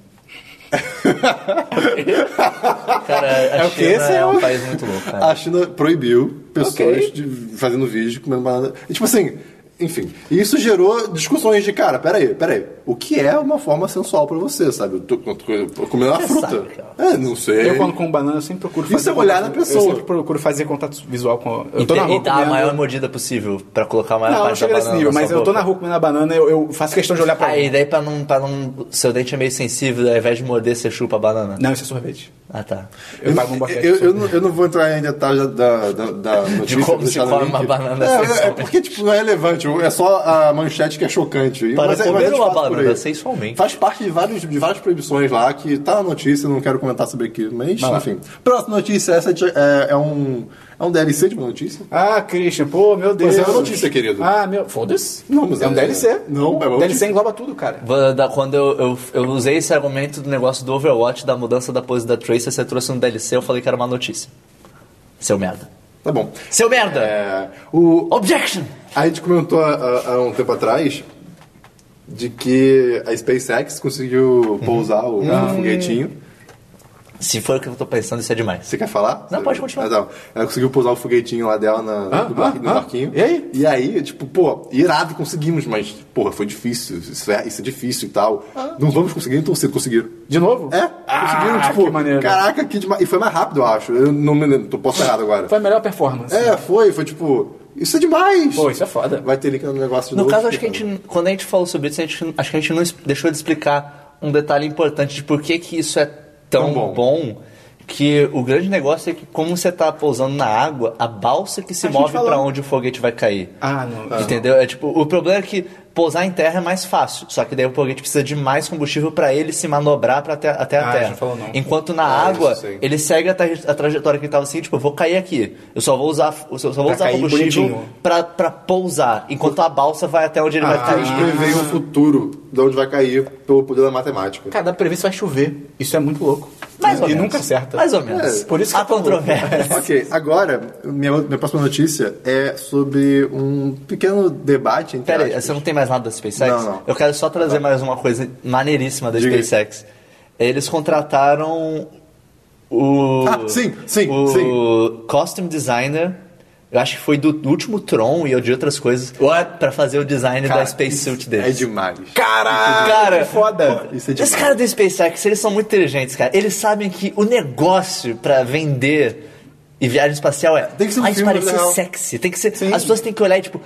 cara, a É o China que esse é é o- Ah, um país muito louco. cara. A China proibiu pessoas Ok. de fazendo vídeo comendo banana. E, tipo assim, enfim. E isso gerou discussões de, cara, peraí, peraí. O que é uma forma sensual pra você, sabe? Eu tô, eu tô- eu tô comendo uma Você fruta. sabe, cara. é, não sei. Eu, quando com banana, eu sempre procuro Isso fazer. é olhar contato- na pessoa. Eu sempre procuro fazer contato visual com. Eu E, tô te- na rua e dá a comendo- maior mordida possível pra colocar a maior Não, não parte da chega nesse banana nível, na mas sua eu tô boca. na rua comendo a banana, eu, eu faço questão de olhar pra Aí, ela. daí pra não, pra não. Seu dente é meio sensível, ao invés de morder, você chupa a banana. Não, isso é sorvete. Ah, tá. Eu pago um boquete. Eu, eu, não, eu não vou entrar em detalhes da, da, (laughs) da notícia. como vou deixar se no come link. uma banana é, é, é sensualmente. porque, tipo, não é relevante. É só a manchete que é chocante. E- Para é- comer é de uma fato por banana aí. sensualmente. Faz parte de, vários, de várias proibições lá, que tá na notícia, não quero comentar sobre aqui. Mas, Vai lá. enfim. Próxima notícia, essa é, é um, é um DLC de uma notícia. Ah, Christian, pô, meu Deus. Mas é uma notícia, querido. Ah, meu. Foda-se. Não, mas é um é- DLC. Não, é uma DLC notícia. engloba tudo, cara. Vou dar- Quando eu, eu, eu usei esse argumento do negócio do Overwatch, da mudança da pose da Tracer, você trouxe um no DLC, eu falei que era uma notícia. Seu merda. Tá bom. Seu merda! É, o, Objection! A gente comentou há, há um tempo atrás de que a SpaceX conseguiu pousar o Uhum. o foguetinho. Se for o que eu tô pensando, isso é demais. Você quer falar? Não, Você- pode continuar. Ah, não. Ela conseguiu pousar o foguetinho lá dela na, no, bar- ah, no ah. barquinho. E aí? E aí, tipo, pô, irado, conseguimos, mas, porra, foi difícil. Isso é, isso é difícil e tal. Ah. Não vamos conseguir, então vocês conseguiram. De novo? É, conseguiram, tipo, que maneiro. caraca, que demais. E foi mais rápido, eu acho. Eu não me lembro, tô- posso estar errado agora. Foi a melhor performance. É, foi, foi tipo, Isso é demais! Pô, isso é foda. Vai ter link no negócio de No novo, caso, acho que a explicando. gente, quando a gente falou sobre isso, a gente- acho que a gente não es- deixou de explicar um detalhe importante de por que, que isso é tão, Tão bom. bom. que o grande negócio é que como você tá pousando na água, a balsa que se A gente move falou. pra onde o foguete vai cair. Ah, não. Entendeu? É tipo, o problema é que pousar em terra é mais fácil, só que daí o foguete precisa de mais combustível pra ele se manobrar pra até, até a Ah, terra. já falou não. É, Enquanto na Ah, água, isso, sim. ele segue a, traje- a trajetória que ele tava assim, tipo, eu vou cair aqui. Eu só vou usar, eu só vou Pra usar cair combustível bonitinho. Ah, pra, pra pousar, enquanto a balsa vai até onde ele vai Ah, A gente cair. prevê o futuro de onde vai cair pelo poder da matemática. Cara, dá pra ver se vai chover. Isso é muito louco. Mais e ou menos. nunca acerta. Mais ou menos. É, por isso que Há eu tô louco. controvérsia. ok, agora, minha, minha próxima notícia é sobre um pequeno debate entre Pera aí, é um aspas. você não tem mais nada da SpaceX? Não, não. Eu quero só trazer mais uma coisa maneiríssima da Diga aí. SpaceX. Eles contrataram o. Ah, sim, sim, o sim. costume designer. Eu acho que foi do último Tron e de outras coisas. What? Pra fazer o design da Space Suit deles. É demais. Caralho! Cara, que foda! Isso é demais. Esses caras do SpaceX, eles são muito inteligentes, cara. Eles sabem que o negócio pra vender e viagem espacial é. Tem que ser um a gente filme, parecer na real. sexy. Tem que ser. Sim. As pessoas têm que olhar e tipo.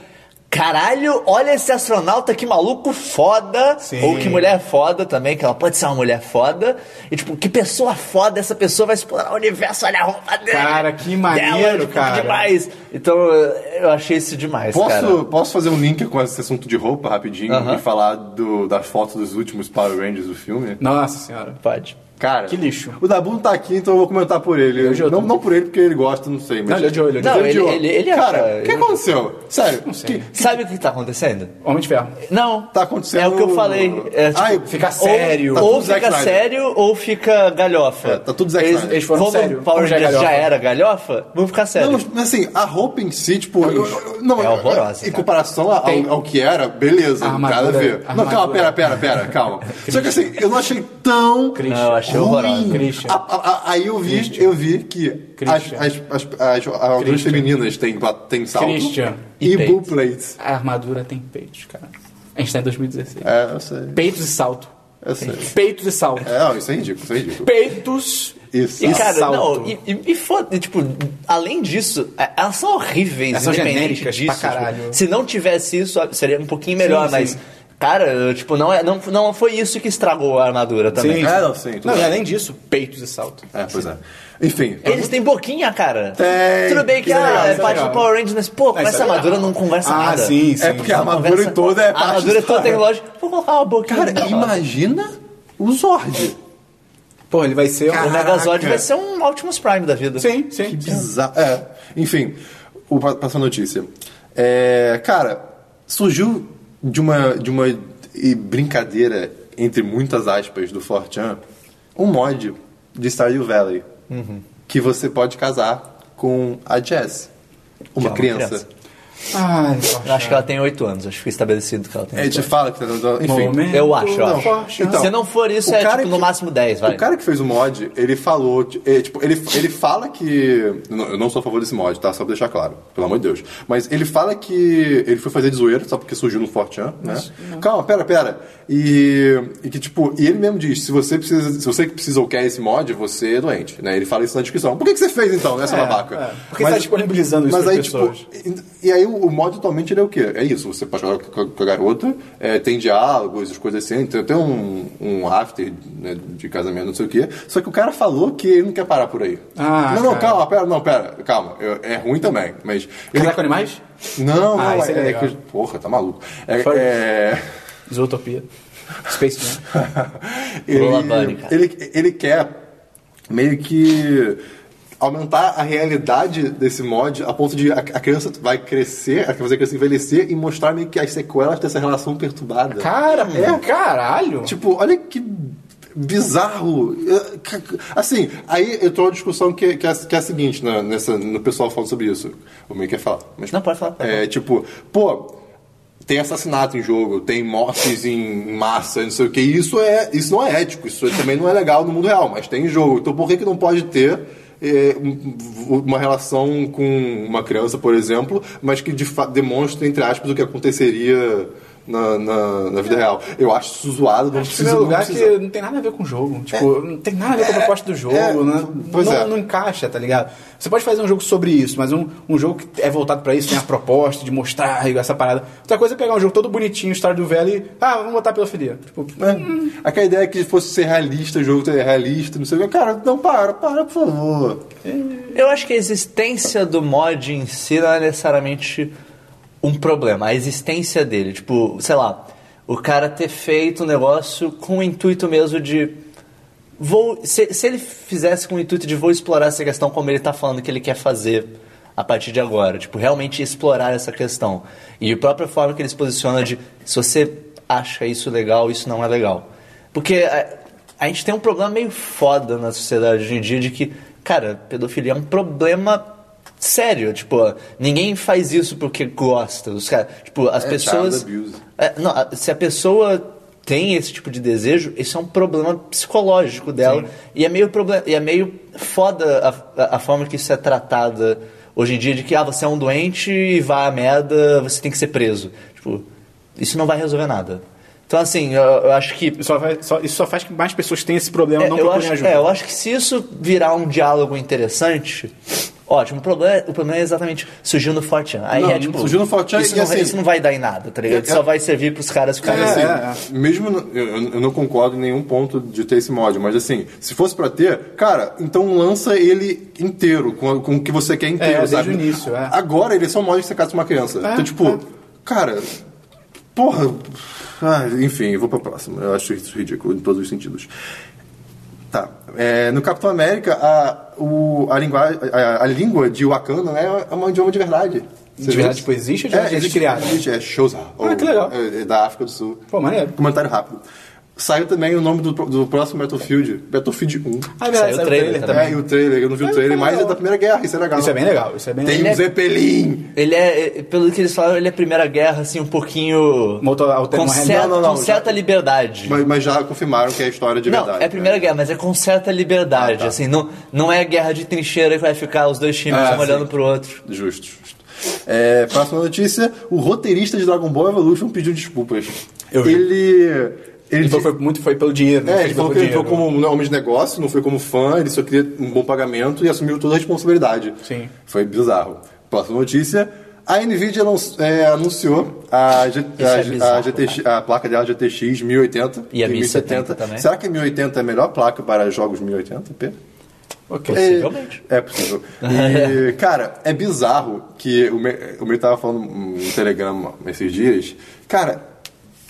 Caralho, olha esse astronauta, que maluco foda! Sim. Ou que mulher foda também, que ela pode ser uma mulher foda. E tipo, que pessoa foda, essa pessoa vai explorar o universo, olha a roupa dela. Cara, que maneiro, tipo, cara. demais. Então, eu achei isso demais, cara. Posso, posso fazer um link com esse assunto de roupa rapidinho Aham. e falar do, da foto dos últimos Power Rangers do filme? Nossa senhora. Pode. Cara, Que lixo. O Dabu não tá aqui, então eu vou comentar por é ele. odiou Não, tudo. não por ele, porque ele gosta, não sei. Mas... Não, ele odiou, ele odiou. Não, ele- é odiou. ele- ele Cara, acha- o que ele- é aconteceu? Sério, não sei. Sabe o que tá acontecendo? Homem de ferro. Não. Tá acontecendo- É o que eu falei. É, tipo, Ai, Fica Ou- sério. tá ou tudo Zack fica Snyder. sério ou fica galhofa. É, tá tudo Zack eles, Snyder. Eles foram como sério. o Power Como já é Rangers já, galhofa. era galhofa, vamos ficar sério. Não, mas assim, a roupa em si, tipo. eu- eu- não, É horrorosa, Em cara. comparação ao, Tem- ao que era, beleza, A armadura- nada a ver. Não, armadura. calma, pera, pera, pera, (laughs) calma. Só que assim, eu não achei tão. Christian. Não, eu achei ruim. horrorosa. Christian. A- a- a- Aí eu vi, eu vi que as, Christian. as, as, as, armaduras Christian. femininas têm, têm salto Christian. e, E bull plates. A armadura tem peitos, cara. A gente tá em 2016. É, eu sei. Peitos e salto. Eu sei. Peitos e salto. É, não, isso é ridículo, isso é ridículo. Peitos Isso. e E, cara, salto. não, e, e, e foda, e, tipo, além disso, é- elas são horríveis, Elas são independente genéricas disso. pra caralho. tipo, se não tivesse isso, seria um pouquinho melhor, Sim, mas. sim. Cara, eu, tipo, não, é, não, não foi isso que estragou a armadura também. É, não, sim, tudo Não, e bem. além disso, peitos e salto. É, pois é. Enfim. Eles têm boquinha, cara. Tem. Tudo bem que, Isso é legal, ah, é isso é parte legal. do Power Rangers, mas, pô, com isso essa é legal. armadura não conversa Ah, nada. sim, sim. é porque a Não armadura conversa- toda é A parte armadura da- toda tecnológica. Vou colocar uma boquinha. Cara, (laughs) nela. imagina o Zord. Pô, ele vai ser... O um- Megazord vai ser um Optimus Prime da vida. Sim, sim. Bizarro. É. Enfim, o, pa- passando a notícia. É, cara, surgiu de uma, de uma e- brincadeira, entre muitas aspas, do 4chan, um mod de Stardew Valley. Uhum. Que você pode casar com a Jess. Uma, é uma criança. criança. Ai, Eu acho que ela tem 8 anos, acho que foi estabelecido que ela tem É, te oito anos. fala que tá dando. Enfim. Momento. Eu acho, eu Não, acho. então, Se não for isso, o é cara tipo no que- máximo 10, vai. O cara que fez o mod, ele falou. ti- é, tipo, ele, ele fala que. não, Eu não sou a favor desse mod, tá? Só pra deixar claro, pelo amor de Deus. Mas ele fala que ele foi fazer de zoeira, só porque surgiu no Fortean, né? Calma, pera, pera. E, e que, tipo, e ele mesmo diz: se você precisa. Se você que precisa ou quer esse mod, você é doente, né? Ele fala isso na descrição. Por que, que você fez então, né, seu É, babaca? é. Por que você tá disponibilizando isso mas pras aí, pessoas? Tipo, e, e aí o, o mod atualmente ele é o quê? É isso, você pode jogar com a, com a garota, é, tem diálogos, as coisas assim, tem até um, um after né, de casamento, não sei o quê. Só que o cara falou que ele não quer parar por aí. Ah, não, não, cara. calma, pera, não, pera, calma. eu- é ruim também, mas. Ele... Casar com animais? Não, Ah, não, isso é é, é legal. que. Porra, tá maluco. É. Furry. é... Zootopia. Space Jam. Lola Bunny, ele, cara. ele, ele quer meio que aumentar a realidade desse mod a ponto de a, a criança vai crescer, a criança vai crescer, envelhecer e mostrar meio que as sequelas dessa relação perturbada. Cara, Hum. é. caralho. Tipo, olha que bizarro. É, ca- Assim, aí entrou uma discussão que, que, é, que é a seguinte, né, nessa, no pessoal falando sobre isso. O meio quer falar. Mas, Não, pode falar, pode É, tipo, pô, tem assassinato em jogo, tem mortes em massa, não sei o que. Isso, é, isso não é ético, isso também não é legal no mundo real, mas tem em jogo. Então por que, que não pode ter é, um- uma relação com uma criança, por exemplo, mas que de fa- demonstre, entre aspas, o que aconteceria na, na- na vida real. Eu acho isso zoado, não Acho que é precisa. um não lugar precisa. que não tem nada a ver com o É. jogo. Tipo, não tem nada a ver com a proposta do jogo, é, né? pois não, é. não encaixa, tá ligado? Você pode fazer um jogo sobre isso, mas um, um jogo que é voltado pra isso, tem a proposta de mostrar e essa parada. Outra coisa é pegar um jogo todo bonitinho, história do velho e. Ah, vamos botar pela filia. Tipo, É. Aquela ideia que fosse ser realista, o jogo ser realista, não sei o que. Cara, não, para, para, por favor. Eu acho que a existência do mod em si não é necessariamente um problema. A existência dele, tipo, sei lá, o cara ter feito um negócio com o intuito mesmo de. Vou, se, se ele fizesse com o intuito de vou explorar essa questão como ele tá falando que ele quer fazer a partir de agora, tipo, realmente explorar essa questão. E a própria forma que ele se posiciona de se você acha isso legal, isso não é legal. Porque a, a gente tem um problema meio foda na sociedade hoje em dia de que, cara, pedofilia é um problema sério. Tipo, ninguém faz isso porque gosta. Os cara, tipo, as É, pessoas. child abuse. É, não, a- se a pessoa tem esse tipo de desejo, isso é um problema psicológico dela. E é meio problema, e é meio foda a, a- a forma que isso é tratada hoje em dia de que ah, você é um doente e vai à merda, você tem que ser preso. Tipo, isso não vai resolver nada. Então assim, eu, eu acho que isso, só vai- só- isso só faz que mais pessoas tenham esse problema, é, não eu procurem acho, ajuda. é, eu acho que se isso virar um diálogo interessante, ótimo. O problema, é- o problema é exatamente surgiu no Fortean. Aí Não, é tipo. surgiu no 4chan isso, e não, assim- é, vai- isso não vai dar em nada, tá ligado? Eu- Só vai servir pros caras É, ficarem Cara, assim. assim, mesmo no- eu, eu não concordo em nenhum ponto de ter esse mod, mas assim, se fosse pra ter, cara, então lança ele inteiro, com, com o que você quer inteiro, É, desde sabe? o início, é. Agora ele é só um mod que você casa com uma criança. É, então, tipo, é. cara, porra. ah, enfim, eu vou pra próxima. Eu acho isso ridículo em todos os sentidos. Tá. É, no Capitão América, a, o, a, lingua, a, a língua de Wakanda né, é um idioma de verdade. Você De viu verdade, isso? tipo, existe ou de verdade existe- criado? Existe, é Xhosa. Ah, que legal. É, é da África do Sul. Pô, maneiro. Comentário rápido. Saiu também o nome do, do próximo Battlefield, Battlefield 1. Ah, é verdade, Saiu saiu o trailer trailer também. também. É, e o trailer, eu não vi o Ah, trailer, tá mas é legal. da Primeira Guerra, isso é legal. Isso é bem legal, isso é bem Tem legal. um Zeppelin! Ele é, é- pelo que eles falaram, ele é Primeira Guerra, assim, um pouquinho. Uma outra- outra- com uma- certa, não, não, não, com já- certa liberdade. Mas, mas já confirmaram que é a história de não, verdade. é a Primeira né? Guerra, mas é com certa Ah, liberdade, tá. assim, não, não é guerra de trincheira que vai ficar os dois times Ah, um olhando sim. pro outro. Justo, justo. É, próxima notícia: o roteirista de Dragon Ball Evolution pediu desculpas. Eu vi. ele. Ele, Ele falou que foi, muito foi pelo dinheiro, né? É, Ele ele falou foi que pelo ele entrou dinheiro. como um homem de negócio, não foi como fã, ele só queria um bom pagamento e assumiu toda a responsabilidade. Sim. Foi bizarro. Próxima notícia. A NVIDIA anun- é, anunciou a, G- Isso a- é bizarro, a GTX a placa dela GTX 1080 E a 1070 também. Será que a 1080 é a melhor placa para jogos 1080p? Ok. Possivelmente. É, é possível. (laughs) E, cara, é bizarro que o meu, o meu tava falando no Telegram esses dias. Cara,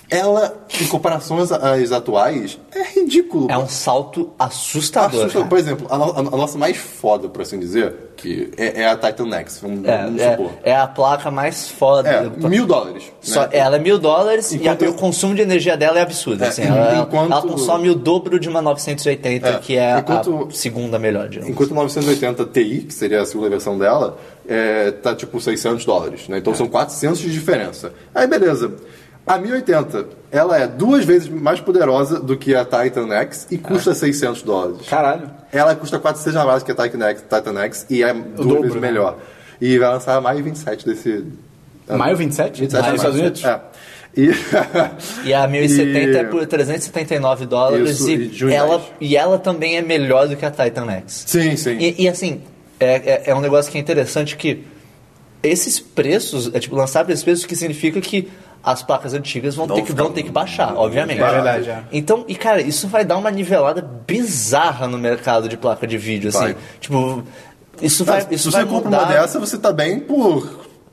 ela, em comparações às atuais, é ridículo. É um salto assustador. né? Assusta- cara. Por exemplo, a, no- a- a nossa mais foda, por assim dizer, que é, é a Titan X, vamos, vamos supor. É, é, é a placa mais foda. É, do- mil dólares. Só- né? Ela é mil dólares Enquanto- e a- o consumo de energia dela é absurdo. É, assim, ela, enquanto- ela consome o dobro de uma 980, É, que é a enquanto- segunda melhor. digamos. Enquanto 980 Ti, que seria a segunda versão dela, é, tá tipo 600 dólares, né? Então É. são 400 de diferença. Aí beleza. A 1080, ela é duas vezes mais poderosa do que a Titan X e custa 600 dólares. É. Caralho. Ela custa 400 mais barato que a Titan X, Titan X e é duas dobro, vezes né? melhor. E vai lançar mais 27 desse... Maio 27? 27 Lá de Ah, nos Estados Unidos? março. É. E... (laughs) E a 1070 é por E- 379 dólares Isso, e de e, um ela, reais. e ela também é melhor do que a Titan X. Sim, sim. E, e, assim, é, é, é um negócio que é interessante que esses preços, é, tipo, lançar pra esses preços que significa que as placas antigas vão, ter que, ficar vão ter que baixar, obviamente. É verdade, é. Então, e cara, isso vai dar uma nivelada bizarra no mercado de placa de vídeo, assim. Vai. Tipo, isso Tá, vai, isso se você vai compra mudar. uma dessa, você tá bem por...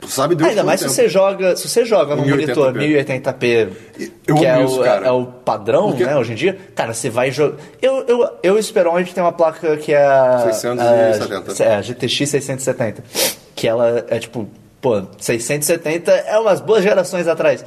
um Sabe Deus Ainda quanto mais se tempo. você joga, se você joga num 1080p. monitor 1080p, Eu amo que é, isso, o, cara. é o padrão, Porque- né, hoje em dia, cara, você vai jogar. Eu, eu, eu espero onde tem uma placa que é. a- 670. a- É, a GTX 670. Que ela é tipo, pô, 670 é umas boas gerações atrás.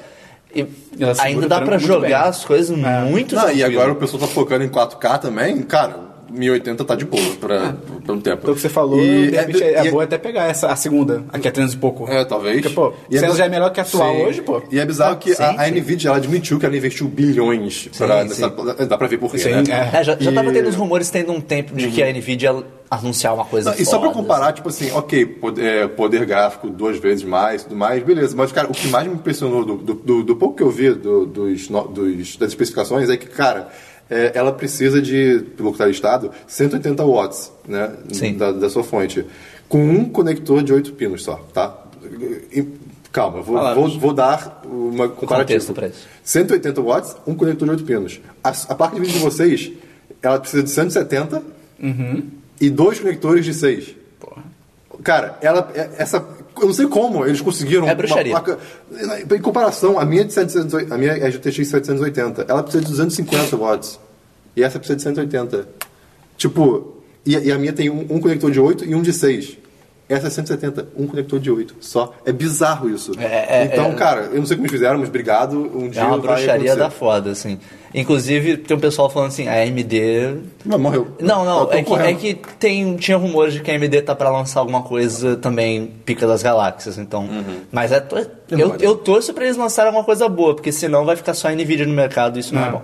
E Ela segura ainda o dá tranco pra muito né? jogar bem. as coisas muito É. Não, e tranquilo. agora o pessoal tá focando em 4K também, cara. 1080 tá de boa pra, pra um tempo. Então o que você falou, E de é- repente, é, e é- boa até pegar essa, a segunda, a que é 300 e pouco. É, talvez. Porque, pô, E é se ela biz- já é melhor que a atual Sim. hoje, pô. Ah, E é bizarro que a, sim, a Nvidia ela admitiu que ela investiu bilhões pra. sim. nessa- dá pra ver por quê, Sim, né? é. É, já, já E- Uhum. tava tendo uns rumores tendo um tempo de que a Nvidia ia anunciar uma coisa Não, e só pra foda, comparar, tipo assim, ok, poder, é, poder gráfico duas vezes mais tudo mais, beleza. Mas, cara, o que mais me impressionou do, do, do- do pouco que eu vi do- dos, no- dos- das especificações é que, cara, é, ela precisa de, pelo que tá listado, 180 watts, né? Sim. Da, da sua fonte. Com um conector de 8 pinos só, tá? E- calma, eu vou, vou, vou dar uma comparativa. Contexto pra isso. 180 watts, um conector de 8 pinos. A, a placa de vídeo de vocês, ela precisa de 170 Uhum. e dois conectores de 6. Cara, ela, é- essa. Eu não sei como eles conseguiram É bruxaria. uma placa. Em comparação, a minha, de 780, a minha é GTX 780, ela precisa de 250 watts. E essa precisa de 180. Tipo, e, a- e a minha tem um, um conector de 8 e um de 6. Essa é 170, um conector de 8 só. É bizarro isso. É, é, então, é. cara, eu não sei como eles fizeram, mas obrigado. Um dia É uma vai bruxaria acontecer. da foda, assim. Inclusive, tem um pessoal falando assim, a AMD... Não, morreu. Não, não, Tá- tá é que, correndo. é que tem, tinha rumores de que a AMD tá pra lançar alguma coisa também pica das galáxias, então... Mas é to- eu, eu torço pra eles lançarem alguma coisa boa, porque senão vai ficar só a NVIDIA no mercado e isso não, é bom.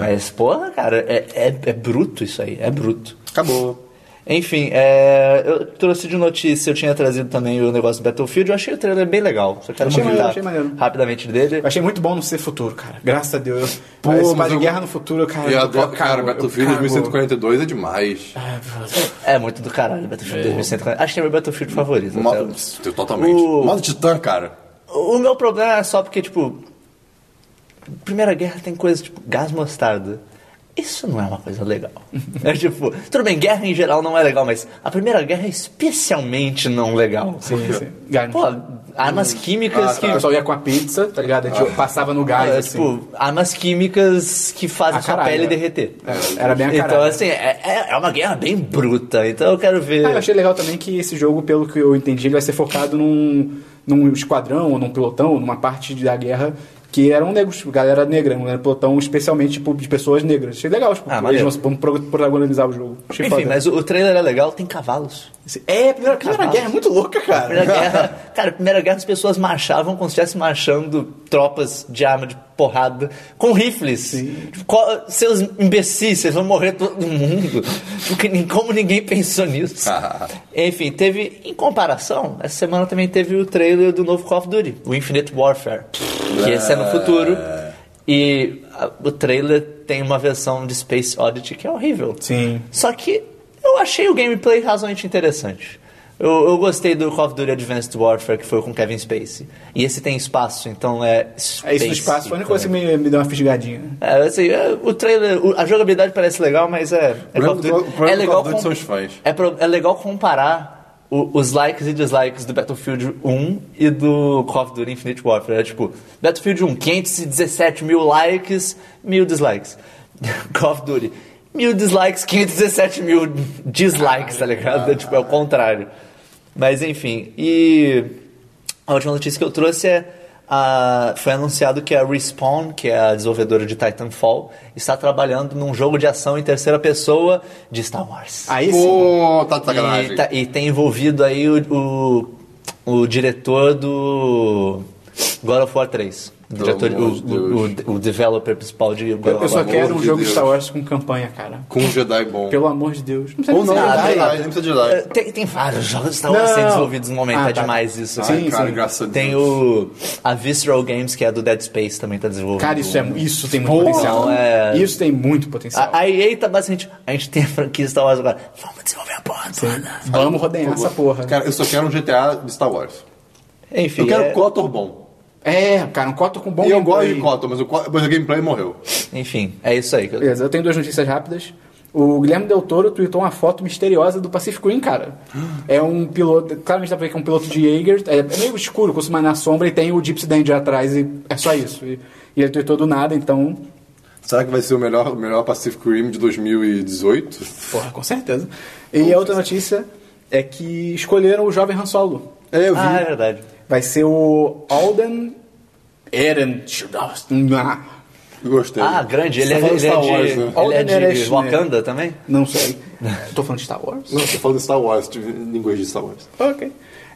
Mas, porra, cara, é, é, é bruto isso aí, é bruto. Acabou. Enfim, é, eu trouxe de notícia, eu tinha trazido também o negócio do Battlefield, eu achei o trailer bem legal. Só quero Achei maneiro, comentar achei maneiro. rapidamente dele. Eu achei muito bom não ser futuro, cara. Graças a Deus. Pô, Mas mas espada de eu- guerra no futuro, cara. Eu adoro, cara, cago, Battlefield eu cago. 2142 é demais. É muito do caralho, Battlefield 2140. Acho que é meu Battlefield favorito. Mo- até. Pss, Totalmente. O- Modo Titã, cara. O meu problema é só porque, tipo. Primeira guerra tem coisa tipo gás mostarda. Isso não é uma (laughs) coisa legal. É tipo, tudo bem, guerra em geral não é legal, mas a primeira guerra é especialmente não legal. Sim, tá, sim. Gás. Pô, armas químicas Ah, O que. pessoal ia com a pizza, tá ligado? A gente passava no gás, É, assim. Tipo, armas químicas que fazem Ah, sua caralho, pele é. derreter. É, era bem a Então, caralho. assim, é, é- é uma guerra bem bruta. Então eu quero ver. Ah, eu achei legal também que esse jogo, pelo que eu entendi, ele vai ser focado num, num esquadrão, ou num pelotão, ou numa parte da guerra que eram negros, tipo, galera negra, não era pelotão especialmente tipo, de pessoas negras. Achei legal, tipo, Ah, eles maneiro. vão vão pro- protagonizar o jogo. Achei Enfim, foda. mas o, o trailer é legal, tem cavalos. É, a primeira, a primeira Cavalo. guerra é muito louca, A cara. (laughs) Primeira guerra, cara, a primeira guerra as pessoas marchavam como se estivessem marchando tropas de arma de porrada com rifles. Tipo, qual- seus imbecis, vocês vão morrer todo mundo. Porque nem- como ninguém (laughs) pensou nisso. Enfim, teve, em comparação, essa semana também teve o trailer do novo Call of Duty, o Infinite Warfare. Que esse é no futuro. E a- o trailer tem uma versão de Space Oddity que é horrível. Sim. Só que eu achei o gameplay razoavelmente interessante. Eu, eu gostei do Call of Duty Advanced Warfare, que foi com Kevin Spacey. E esse tem espaço, então é. É isso no Spacey espaço, foi a única coisa que também. me, me deu uma fisgadinha. É, assim, é, o trailer, o- a jogabilidade parece legal, mas é. é problema Call of do- Duty. o problema É do legal Call of Duty com- são os fãs. É, pro- é legal comparar o- os likes e dislikes do Battlefield 1 e do Call of Duty Infinite Warfare. É tipo, Battlefield 1, 517 mil likes, mil dislikes. (laughs) Call of Duty, mil dislikes, 517 mil dislikes, tá ligado? É, tipo, é o contrário. Mas enfim, e a última notícia que eu trouxe é. a- foi anunciado que a Respawn, que é a desenvolvedora de Titanfall, está trabalhando num jogo de ação em terceira pessoa de Star Wars. Aí sim. Pô, tá de E, sacanagem. tá- e tem envolvido aí o, o, o diretor do God of War 3. O, Pelo diretor, amor de o, Deus. o, o, o developer principal de God Eu of só War. amor quero um de jogo Deus. Star Wars com campanha, cara. Com um Jedi bom. Pelo amor de Deus. Não precisa Ou nem não, ser não nada. precisa de nada. Jedi, nem precisa de É, Jedi. Tem, tem vários jogos que Star Wars Não. sendo desenvolvidos no momento, Ah, é tá. demais isso. Sim, Ai, cara, sim. graças a Deus. Tem o. A Visceral Games, que é a do Dead Space, também tá desenvolvendo. Cara, isso, é, um- isso tem muito potencial. é- Isso tem muito potencial. Ah, A, a EA tá basicamente. A gente tem a franquia Star Wars agora. Vamos desenvolver a porra toda. Vamos rodear essa porra. ah. Cara, eu só quero um GTA de Star Wars. Enfim. Eu é- quero Cotor bom. É, cara, um Cotor com bom E eu gosto gameplay. de Cotor, mas o, Kotor- mas o gameplay morreu. Enfim, é isso aí. que eu- Beleza, eu tenho duas notícias rápidas. O Guilherme Del Toro tweetou uma foto misteriosa do Pacific Rim, cara. É um piloto, claramente dá pra ver que é um piloto de Jaeger, é é meio escuro, com uma na sombra e tem o Gypsy Danger atrás e é só isso. E, e ele tweetou do nada, então, Será que vai ser o melhor, o melhor Pacific Rim de 2018? porra, com certeza. E a outra notícia é que escolheram o jovem Han Solo. É, eu vi. Ah, é verdade. Vai ser o Alden Eren. Ah, Gostei. Ah, grande. Ele Você é, tá falando ele Star é Wars, de, né? Olha ele é o de Nerech, né? Wakanda também? Não sei. É, Tô falando de Star Wars? Não, tô falando de Star Wars, de línguas de Star Wars. Ok.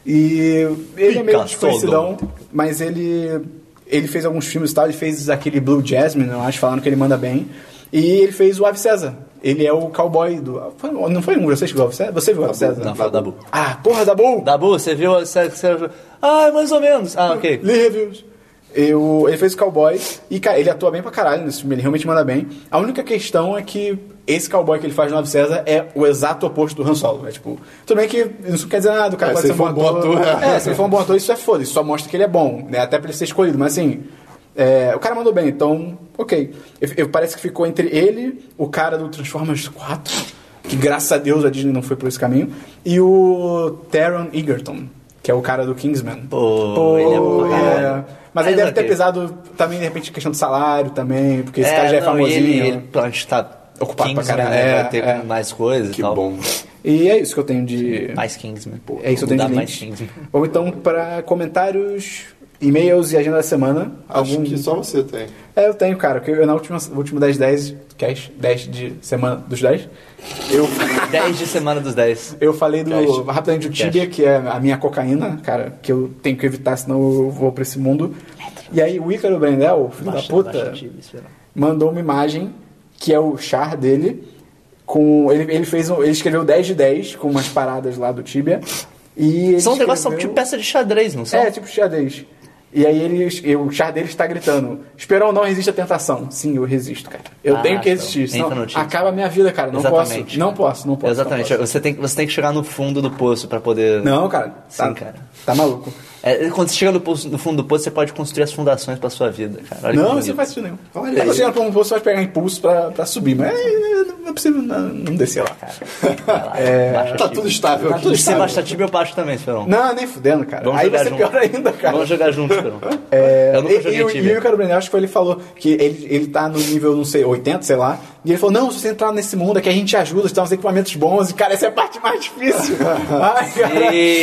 E ele é meio Pica desconhecidão, mas ele ele fez alguns filmes e tal, ele fez aquele Blue Jasmine, eu acho, falando que ele manda bem. E ele fez o Ave César. Ele é o cowboy do. foi- não foi um, você viu o Ave César? Você viu o Ave César? Não, fala da Bu. Ah, porra, da Bull! Dabu, você viu? Você, você, ah, mais ou menos. Ah, ok. Li reviews. Eu, ele fez o cowboy e, cara, ele atua bem pra caralho nesse filme, ele realmente manda bem. A única questão é que esse cowboy que ele faz no Ave César é o exato oposto do Han Solo. É tipo, tudo bem que isso não quer dizer nada, o cara É, pode se ser um ele bom for um bom ator. ator, é. É, se ele for um bom ator, isso é foda, isso só mostra que ele é bom, né? Até pra ele ser escolhido, mas assim, é, o cara mandou bem, então, ok. Eu- eu- parece que ficou entre ele, o cara do Transformers 4, que graças a Deus a Disney não foi por esse caminho, e o Taron Egerton, que é o cara do Kingsman. Pô, Pô, ele é bom pra caralho. é. Mas aí Mas deve ok. ter pesado também, de repente, questão de salário também, porque esse cara já é não, famosinho. E ele, ele, a gente tá Ocupado pra Kingsman, caralho. né, É, vai ter é. mais coisas Que e tal. bom. E é isso que eu tenho de. Mais Kingsman. É isso que eu tenho Mudar de mais link. Kingsman. Ou então, para comentários, e-mails e agenda da semana. Acho algum... que só você tem. É, eu tenho, cara, porque eu na última, último 10 10, cash, 10 de semana dos 10, eu, 10 de semana dos 10. eu falei do, Cash. rapidamente do Tibia, que é a minha cocaína, cara, que eu tenho que evitar, senão eu vou pra esse mundo. E aí o Ícaro Brendel, filho da (laughs) puta, né? mandou uma imagem que é o char dele com ele, ele fez um, ele escreveu 10 de 10 com umas paradas lá do Tibia e ele São um negócio, são escreveu- tipo peça de xadrez, não são? é tipo xadrez e aí ele e o char dele está gritando Esperou não resiste à tentação sim eu resisto cara eu Ah, tenho que então, resistir senão entra no time. acaba a minha vida cara não posso não posso não posso Exatamente. não, posso. Você, tem, que- você tem que chegar no fundo do poço pra poder. tá Não, cara tá, Sim, cara. tá maluco É, quando você chega no, poço- no fundo do poço, você pode construir as fundações pra sua vida, cara. Olha que não bonito. você não faz isso nenhum Olha Aí aí. você chega pra um posto, você vai pegar impulso pra, pra subir mas é, não é possível não, não descer lá cara Vai lá, baixa Tá Tibia. tudo estável Tá aqui. tudo Se você estável. baixa Tibia, eu baixo também, Esperon. não nem fudendo cara aí vai ser pior ainda cara Vamos jogar junto, Esperon. É, eu nunca e, e, joguei o- e o Tibia. Ricardo Brenner, acho que foi ele que falou que ele, ele tá no nível, não sei, 80, sei lá. E ele falou: não, se você entrar nesse mundo aqui, a gente te ajuda, você tem uns equipamentos bons. E, cara, essa é a parte mais (laughs) difícil. Ai, cara. Sim.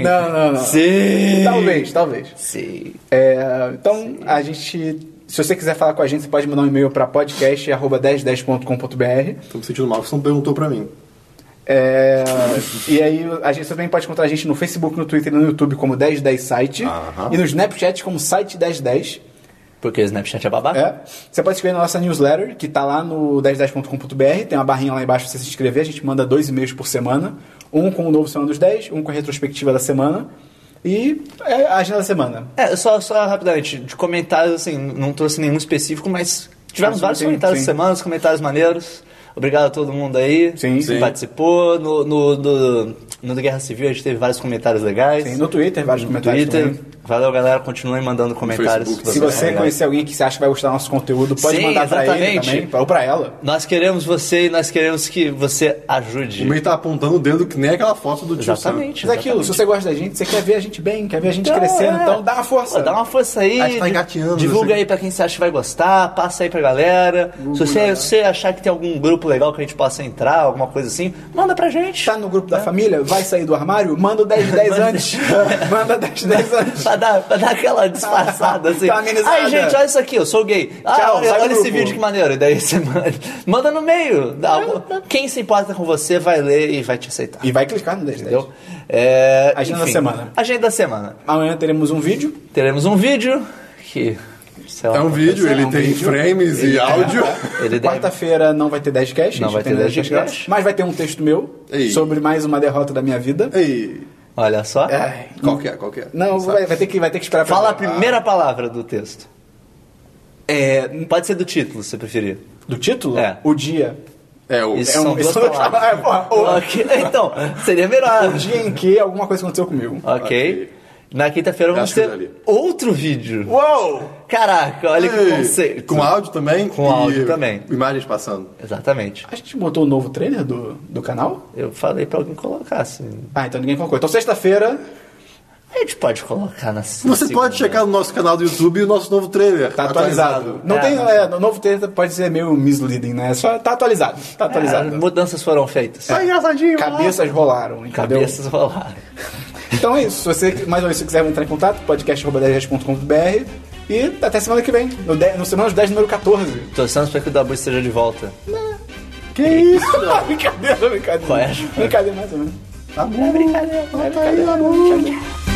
(laughs) Não, não, não. Sim. Talvez, talvez. Sim. É, então, a gente. Se você quiser falar com a gente, você pode mandar um e-mail para podcast.1010.com.br. Tô me sentindo mal, porque você não perguntou pra mim. É, e aí a gente, você também pode encontrar a gente no Facebook, no Twitter e no YouTube como 1010 Site. Aham. E no Snapchat como Site 1010. Porque o Snapchat é babaca. É. Você pode escrever na nossa newsletter, que tá lá no 1010.com.br, tem uma barrinha lá embaixo pra você se inscrever, a gente manda dois e-mails por semana, um com o novo Semana dos 10, um com a retrospectiva da semana, e é, a agenda da semana. É, só, só rapidamente, de comentários, assim, não trouxe nenhum específico, mas tivemos Mas vários sim, comentários sim. essa semana, uns comentários maneiros. Obrigado a todo mundo aí Sim, que sim. participou. No, no, do- no do Guerra Civil a gente teve vários comentários legais. Tem no Twitter vários No comentários Twitter. também. Valeu, galera. Continuem mandando comentários. Facebook. Se Valeu, você galera. conhecer alguém que você acha que vai gostar do nosso conteúdo, pode é. Sim, mandar pra ele exatamente. também, pra- ou pra ela. Nós queremos você e nós queremos que você O ajude. meio tá apontando o dedo que nem aquela foto do tio Sam. Exatamente. Mas é aquilo, se você gosta da gente, você quer ver a gente bem, quer ver a gente crescendo, é. então dá uma força. Pô, Dá uma força aí. A gente tá di- engatinhando, Divulga né? você- aí pra quem você acha que vai gostar, passa aí pra galera. se né? você, se você achar que tem algum grupo legal que a gente possa entrar, alguma coisa assim, manda pra gente. Tá no É. grupo da família? Vai sair do armário? Manda o (laughs) 1010 antes. (laughs) Manda 1010 antes. Pra dar, pra dar aquela (laughs) disfarçada assim. Tá amenizada. Ai, gente, olha isso aqui, eu sou gay. Ah, Tchau, olha, sai do olha esse grupo. vídeo que maneiro. E daí você manda, (laughs) manda no meio. Dá algum- Quem se importa com você vai ler e vai te aceitar. E vai clicar no 1010. Entendeu? É, Agenda da semana. Agenda da semana. Amanhã teremos um vídeo. Teremos um vídeo que. sei lá, É um vídeo, ele um tem vídeo. frames e áudio. Ele deve- Quarta-feira não vai ter 10 cash, Não vai ter 10 cash. mas vai ter um texto meu Ei. sobre mais uma derrota da minha vida. Ei, Olha só. Ai, qual que é, qual que é? não, Sabe? vai, vai ter que, vai ter que esperar pra Fala a primeira palavra do texto. É, Pode ser do título, se você preferir. do título? É. O dia. É o... Isso É um- são duas isso (laughs) eu- palavras. Ah, porra, o- Ok, Então, seria melhor. O Um dia em que alguma coisa aconteceu comigo. ok. Na quinta-feira vamos Acho que ter dali. outro vídeo. Uou! Caraca, olha que Ei, conceito. Com áudio também? Com áudio também. Imagens passando. Exatamente. A gente botou o novo trailer do, do canal? Eu falei pra alguém colocar, assim. Ah, então ninguém colocou. Então sexta-feira (laughs) A gente pode colocar na Você Você pode checar no nosso canal do YouTube o nosso novo trailer. tá atualizado. Não É, tem. não. É, o novo trailer pode ser meio misleading, né? Só tá atualizado. Tá atualizado. Ah. mudanças foram feitas. Tá engraçadinho. Cabeças rolaram, entendeu? Cabeças rolaram. Então é isso. Se você, mais ou menos, se quiser entrar em contato, podcast.com.br e até semana que vem, no, de, no Semana dos 10, número 14. Torçamos pra que o Dabu esteja de volta. Que isso? brincadeira, brincadeira. Qual é? Brincadeira mais ou menos. Tá bom. É brincadeira. Tá aí, amor.